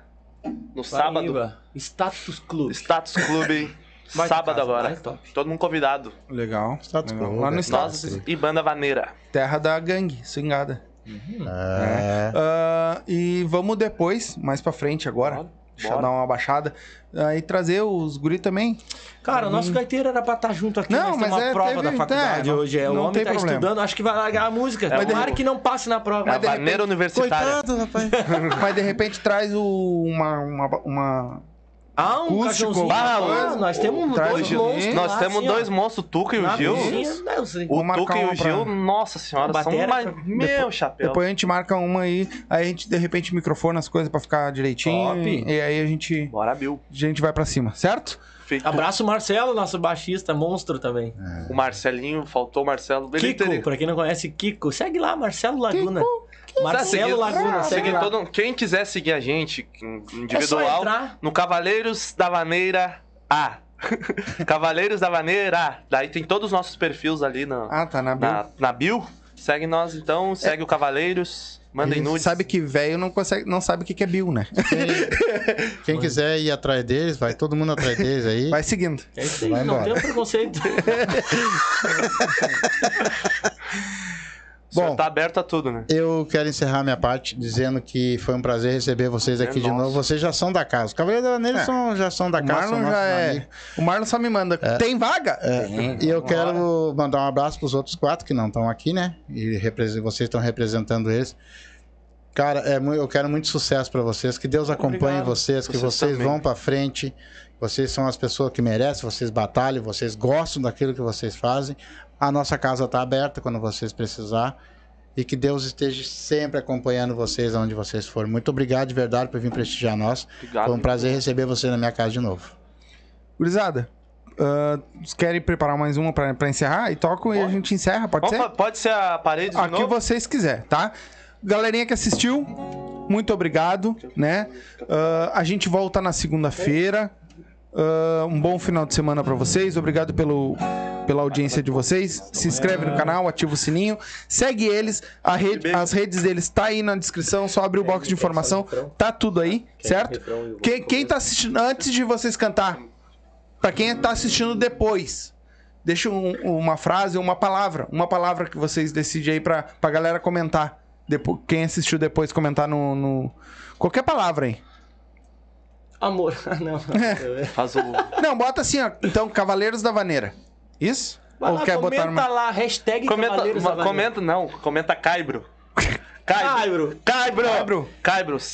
S3: No sábado.
S4: Paraíba, Status Club.
S3: Status Clube.
S4: Vai
S3: sábado
S4: pra casa,
S3: agora.
S4: vai, top.
S3: Todo mundo convidado.
S5: Legal.
S6: Status
S5: Legal.
S6: quo,
S5: Lá no
S6: né?
S5: Status.
S3: Nós e Banda Vaneira.
S5: Terra da gangue, swingada.
S6: É.
S5: Ah, e vamos depois, mais pra frente agora.
S3: Bora,
S5: Deixa eu
S3: bora.
S5: dar uma baixada. Aí trazer os guri também.
S4: Cara, o nosso gaiteiro era pra estar junto aqui,
S5: Não,
S4: mas,
S5: mas
S4: tem uma
S5: é,
S4: prova
S5: teve-
S4: da faculdade
S5: é, não-
S4: hoje. É, o
S5: não
S4: homem
S5: tem
S4: tá
S5: problema.
S4: estudando, acho que vai largar a música.
S3: mas
S4: Tomara
S3: de-
S4: que não passe na prova.
S3: a
S5: de repente-
S3: Vaneira Universitária.
S6: Coitado, rapaz.
S5: Mas de repente traz o- uma- uma, uma
S4: Ah, um
S5: Acústico,
S4: caixãozinho.
S5: bah,
S4: Ah,
S5: o-
S4: nós temos
S5: traz
S4: dois
S5: o Gil.
S4: monstros.
S3: Nós
S4: lá,
S3: temos
S4: assim, ó,
S3: dois monstros, o Tuca e
S4: na
S3: o Gil.
S4: cozinha, Não, sei.
S5: Vou
S3: O
S5: marcar
S3: Tuca e
S5: uma
S3: o Gil,
S5: pra-
S3: nossa senhora,
S4: Uma
S3: são
S4: batera
S3: uma...
S4: pra-
S3: Meu chapéu.
S5: Depois a gente marca uma aí, aí a gente de repente microfona as coisas pra ficar direitinho.
S4: Top.
S5: E aí a gente,
S3: Bora, Bill.
S5: a gente vai pra cima, certo?
S3: Feito.
S4: Abraço o Marcelo, nosso baixista, monstro também.
S3: O Marcelinho, faltou o Marcelo. Ele
S4: Kiko,
S3: teria-
S4: pra quem não conhece, Kiko. Segue lá, Marcelo Laguna.
S3: Pra seguir-
S4: Marcelo Laguna,
S3: pra
S4: segue
S3: seguir
S4: lá.
S3: Tá todo- Quem quiser seguir a gente em-
S4: É só
S3: individual,
S4: entrar.
S3: no Cavaleiros da Vaneira A. Cavaleiros da Vaneira A. Daí tem todos os nossos perfis ali na,
S5: Ah, tá, na bio.
S3: na, na bio. Segue nós então, segue o Cavaleiros, mandem
S5: Ele
S3: nudes.
S5: Sabe que velho não consegue, não sabe o que que é bio, né?
S6: Quem, quem quiser ir atrás deles, vai todo mundo atrás deles aí.
S5: Vai seguindo.
S4: É isso aí,
S6: Vai
S4: não
S6: embora.
S4: tem preconceito.
S3: O senhor
S6: Bom.
S3: tá aberto a tudo, né?
S6: Eu quero encerrar minha parte dizendo que foi um prazer receber vocês aqui
S3: É
S6: de
S3: nosso.
S6: novo. Vocês já são da casa. Os Cavaleiros da Vaneira
S5: É.
S6: são, já são da
S5: O
S6: casa. são
S5: Marlon
S6: nossos
S5: já é.
S6: amigos.
S5: O Marlon só me manda. Tem vaga? Tem.
S6: E eu quero mandar um abraço pros outros quatro que não estão aqui, né? E represe- vocês estão representando eles. Cara, é mu- eu quero muito sucesso pra vocês. Que Deus acompanhe
S4: Obrigado.
S6: vocês, que
S3: Vocês
S6: vocês
S3: também.
S6: vão pra frente. Vocês são as pessoas que merecem, vocês batalham, vocês gostam daquilo que vocês fazem. A nossa casa tá aberta quando vocês precisar. E que Deus esteja sempre acompanhando vocês aonde vocês forem. Muito obrigado de verdade por vir prestigiar nós.
S3: Obrigado.
S6: Foi um prazer receber você na minha casa de novo.
S5: Gurizada, ah, vocês querem preparar mais uma pra, pra encerrar? E toco e a gente encerra, pode
S3: Opa,
S5: ser?
S3: pode ser a parede de
S5: A que
S3: novo?
S5: vocês quiser, tá? Galerinha que assistiu, muito obrigado, né? Ah, a gente volta na segunda-feira. Ah, um bom final de semana pra vocês. Obrigado pelo, pela audiência de vocês. Se inscreve no canal, ativa o sininho, segue eles. A rede, as redes deles tá aí na descrição, só abre o box de informação. Tá tudo aí, certo? Quem, quem tá assistindo antes de vocês cantar, pra quem tá assistindo depois, deixa um- uma frase, uma palavra, uma palavra que vocês decidem aí pra, pra galera comentar. Depois, quem assistiu depois comentar no, no- Qualquer palavra aí.
S4: Amor. Ah, Não.
S3: Faz o...
S5: Não, bota assim, ó. Então, Cavaleiros da Vaneira. Isso?
S4: Vai
S5: Ou
S4: lá,
S5: quer
S4: comenta
S5: botar uma.
S4: lá, hashtag
S3: Comenta,
S4: Cavaleiros da
S3: comenta, não, comenta Caibro.
S5: Caibro.
S4: Caibro.
S5: Caibro.
S2: Caibro.
S5: Caibro.
S4: A gente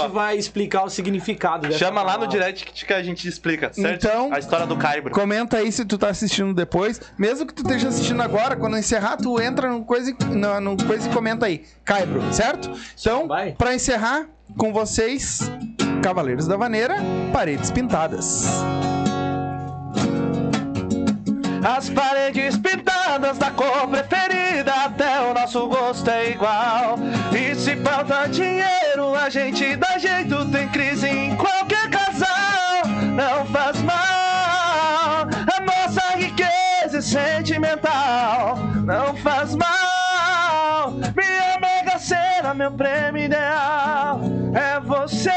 S5: C-A-I-B-R-O.
S4: vai explicar o significado dessa
S5: Chama lá no
S4: palavra.
S5: direct que a gente explica, certo?
S2: Então-
S5: A história do Caibro.
S2: Comenta aí se tu tá assistindo depois. Mesmo que tu esteja assistindo agora, quando encerrar, tu entra no coisa, e- no, no coisa e comenta aí. Caibro, certo? Então,
S4: Vai.
S2: pra encerrar, com vocês, Cavaleiros da Vaneira, Paredes Pintadas.
S3: As paredes pintadas da cor preferida, até o nosso gosto é igual. E se falta dinheiro, a gente dá jeito, tem crise em qualquer casal. Não faz mal, a nossa riqueza é sentimental. Não faz mal, minha mega cena, meu prêmio ideal é você.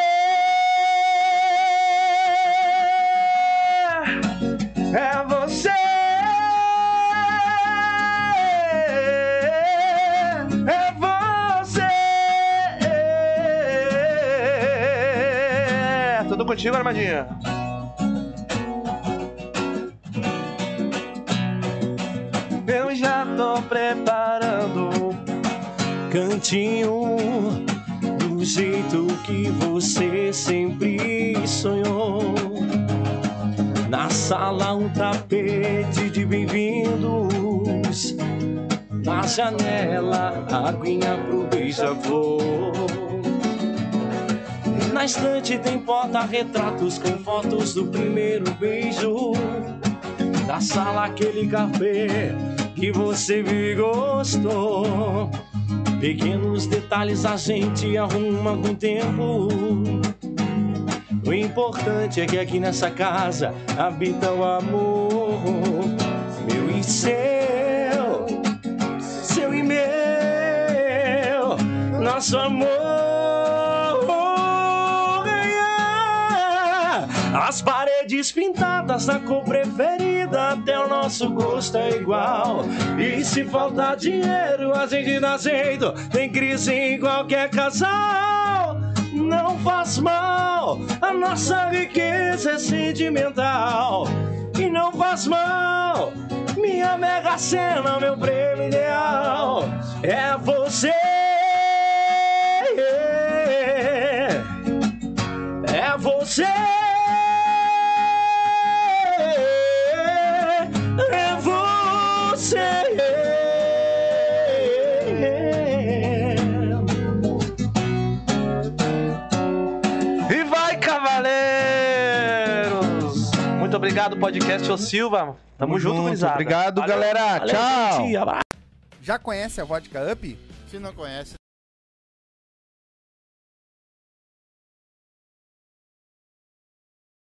S3: É você. É você.
S5: Tudo contigo, Armadinha.
S3: Eu já tô preparando
S4: cantinho do jeito que você sempre sonhou. Na sala um tapete de bem-vindos, na janela aguinha pro beija-flor. Na estante tem porta-retratos com fotos do primeiro beijo. Na sala aquele café que você me gostou. Pequenos detalhes a gente arruma com o tempo. O importante é que aqui nessa casa habita o amor, meu e seu, seu e meu, nosso amor. ganha. é. As paredes pintadas da cor preferida, até o nosso gosto é igual. E se faltar dinheiro, a gente dá jeito. Tem crise em qualquer casal. Não faz mal, a nossa riqueza é sentimental. E não faz mal, minha mega cena, meu prêmio ideal é você. É você. É você.
S5: E vai, Cavaleiros! Muito obrigado, podcast Ô Silva. Tamo junto, gurizada.
S2: Obrigado,
S5: Valeu.
S2: galera. Tchau.
S4: Gente, abraço.
S9: Já conhece a Vodka Up?
S1: Se não conhece,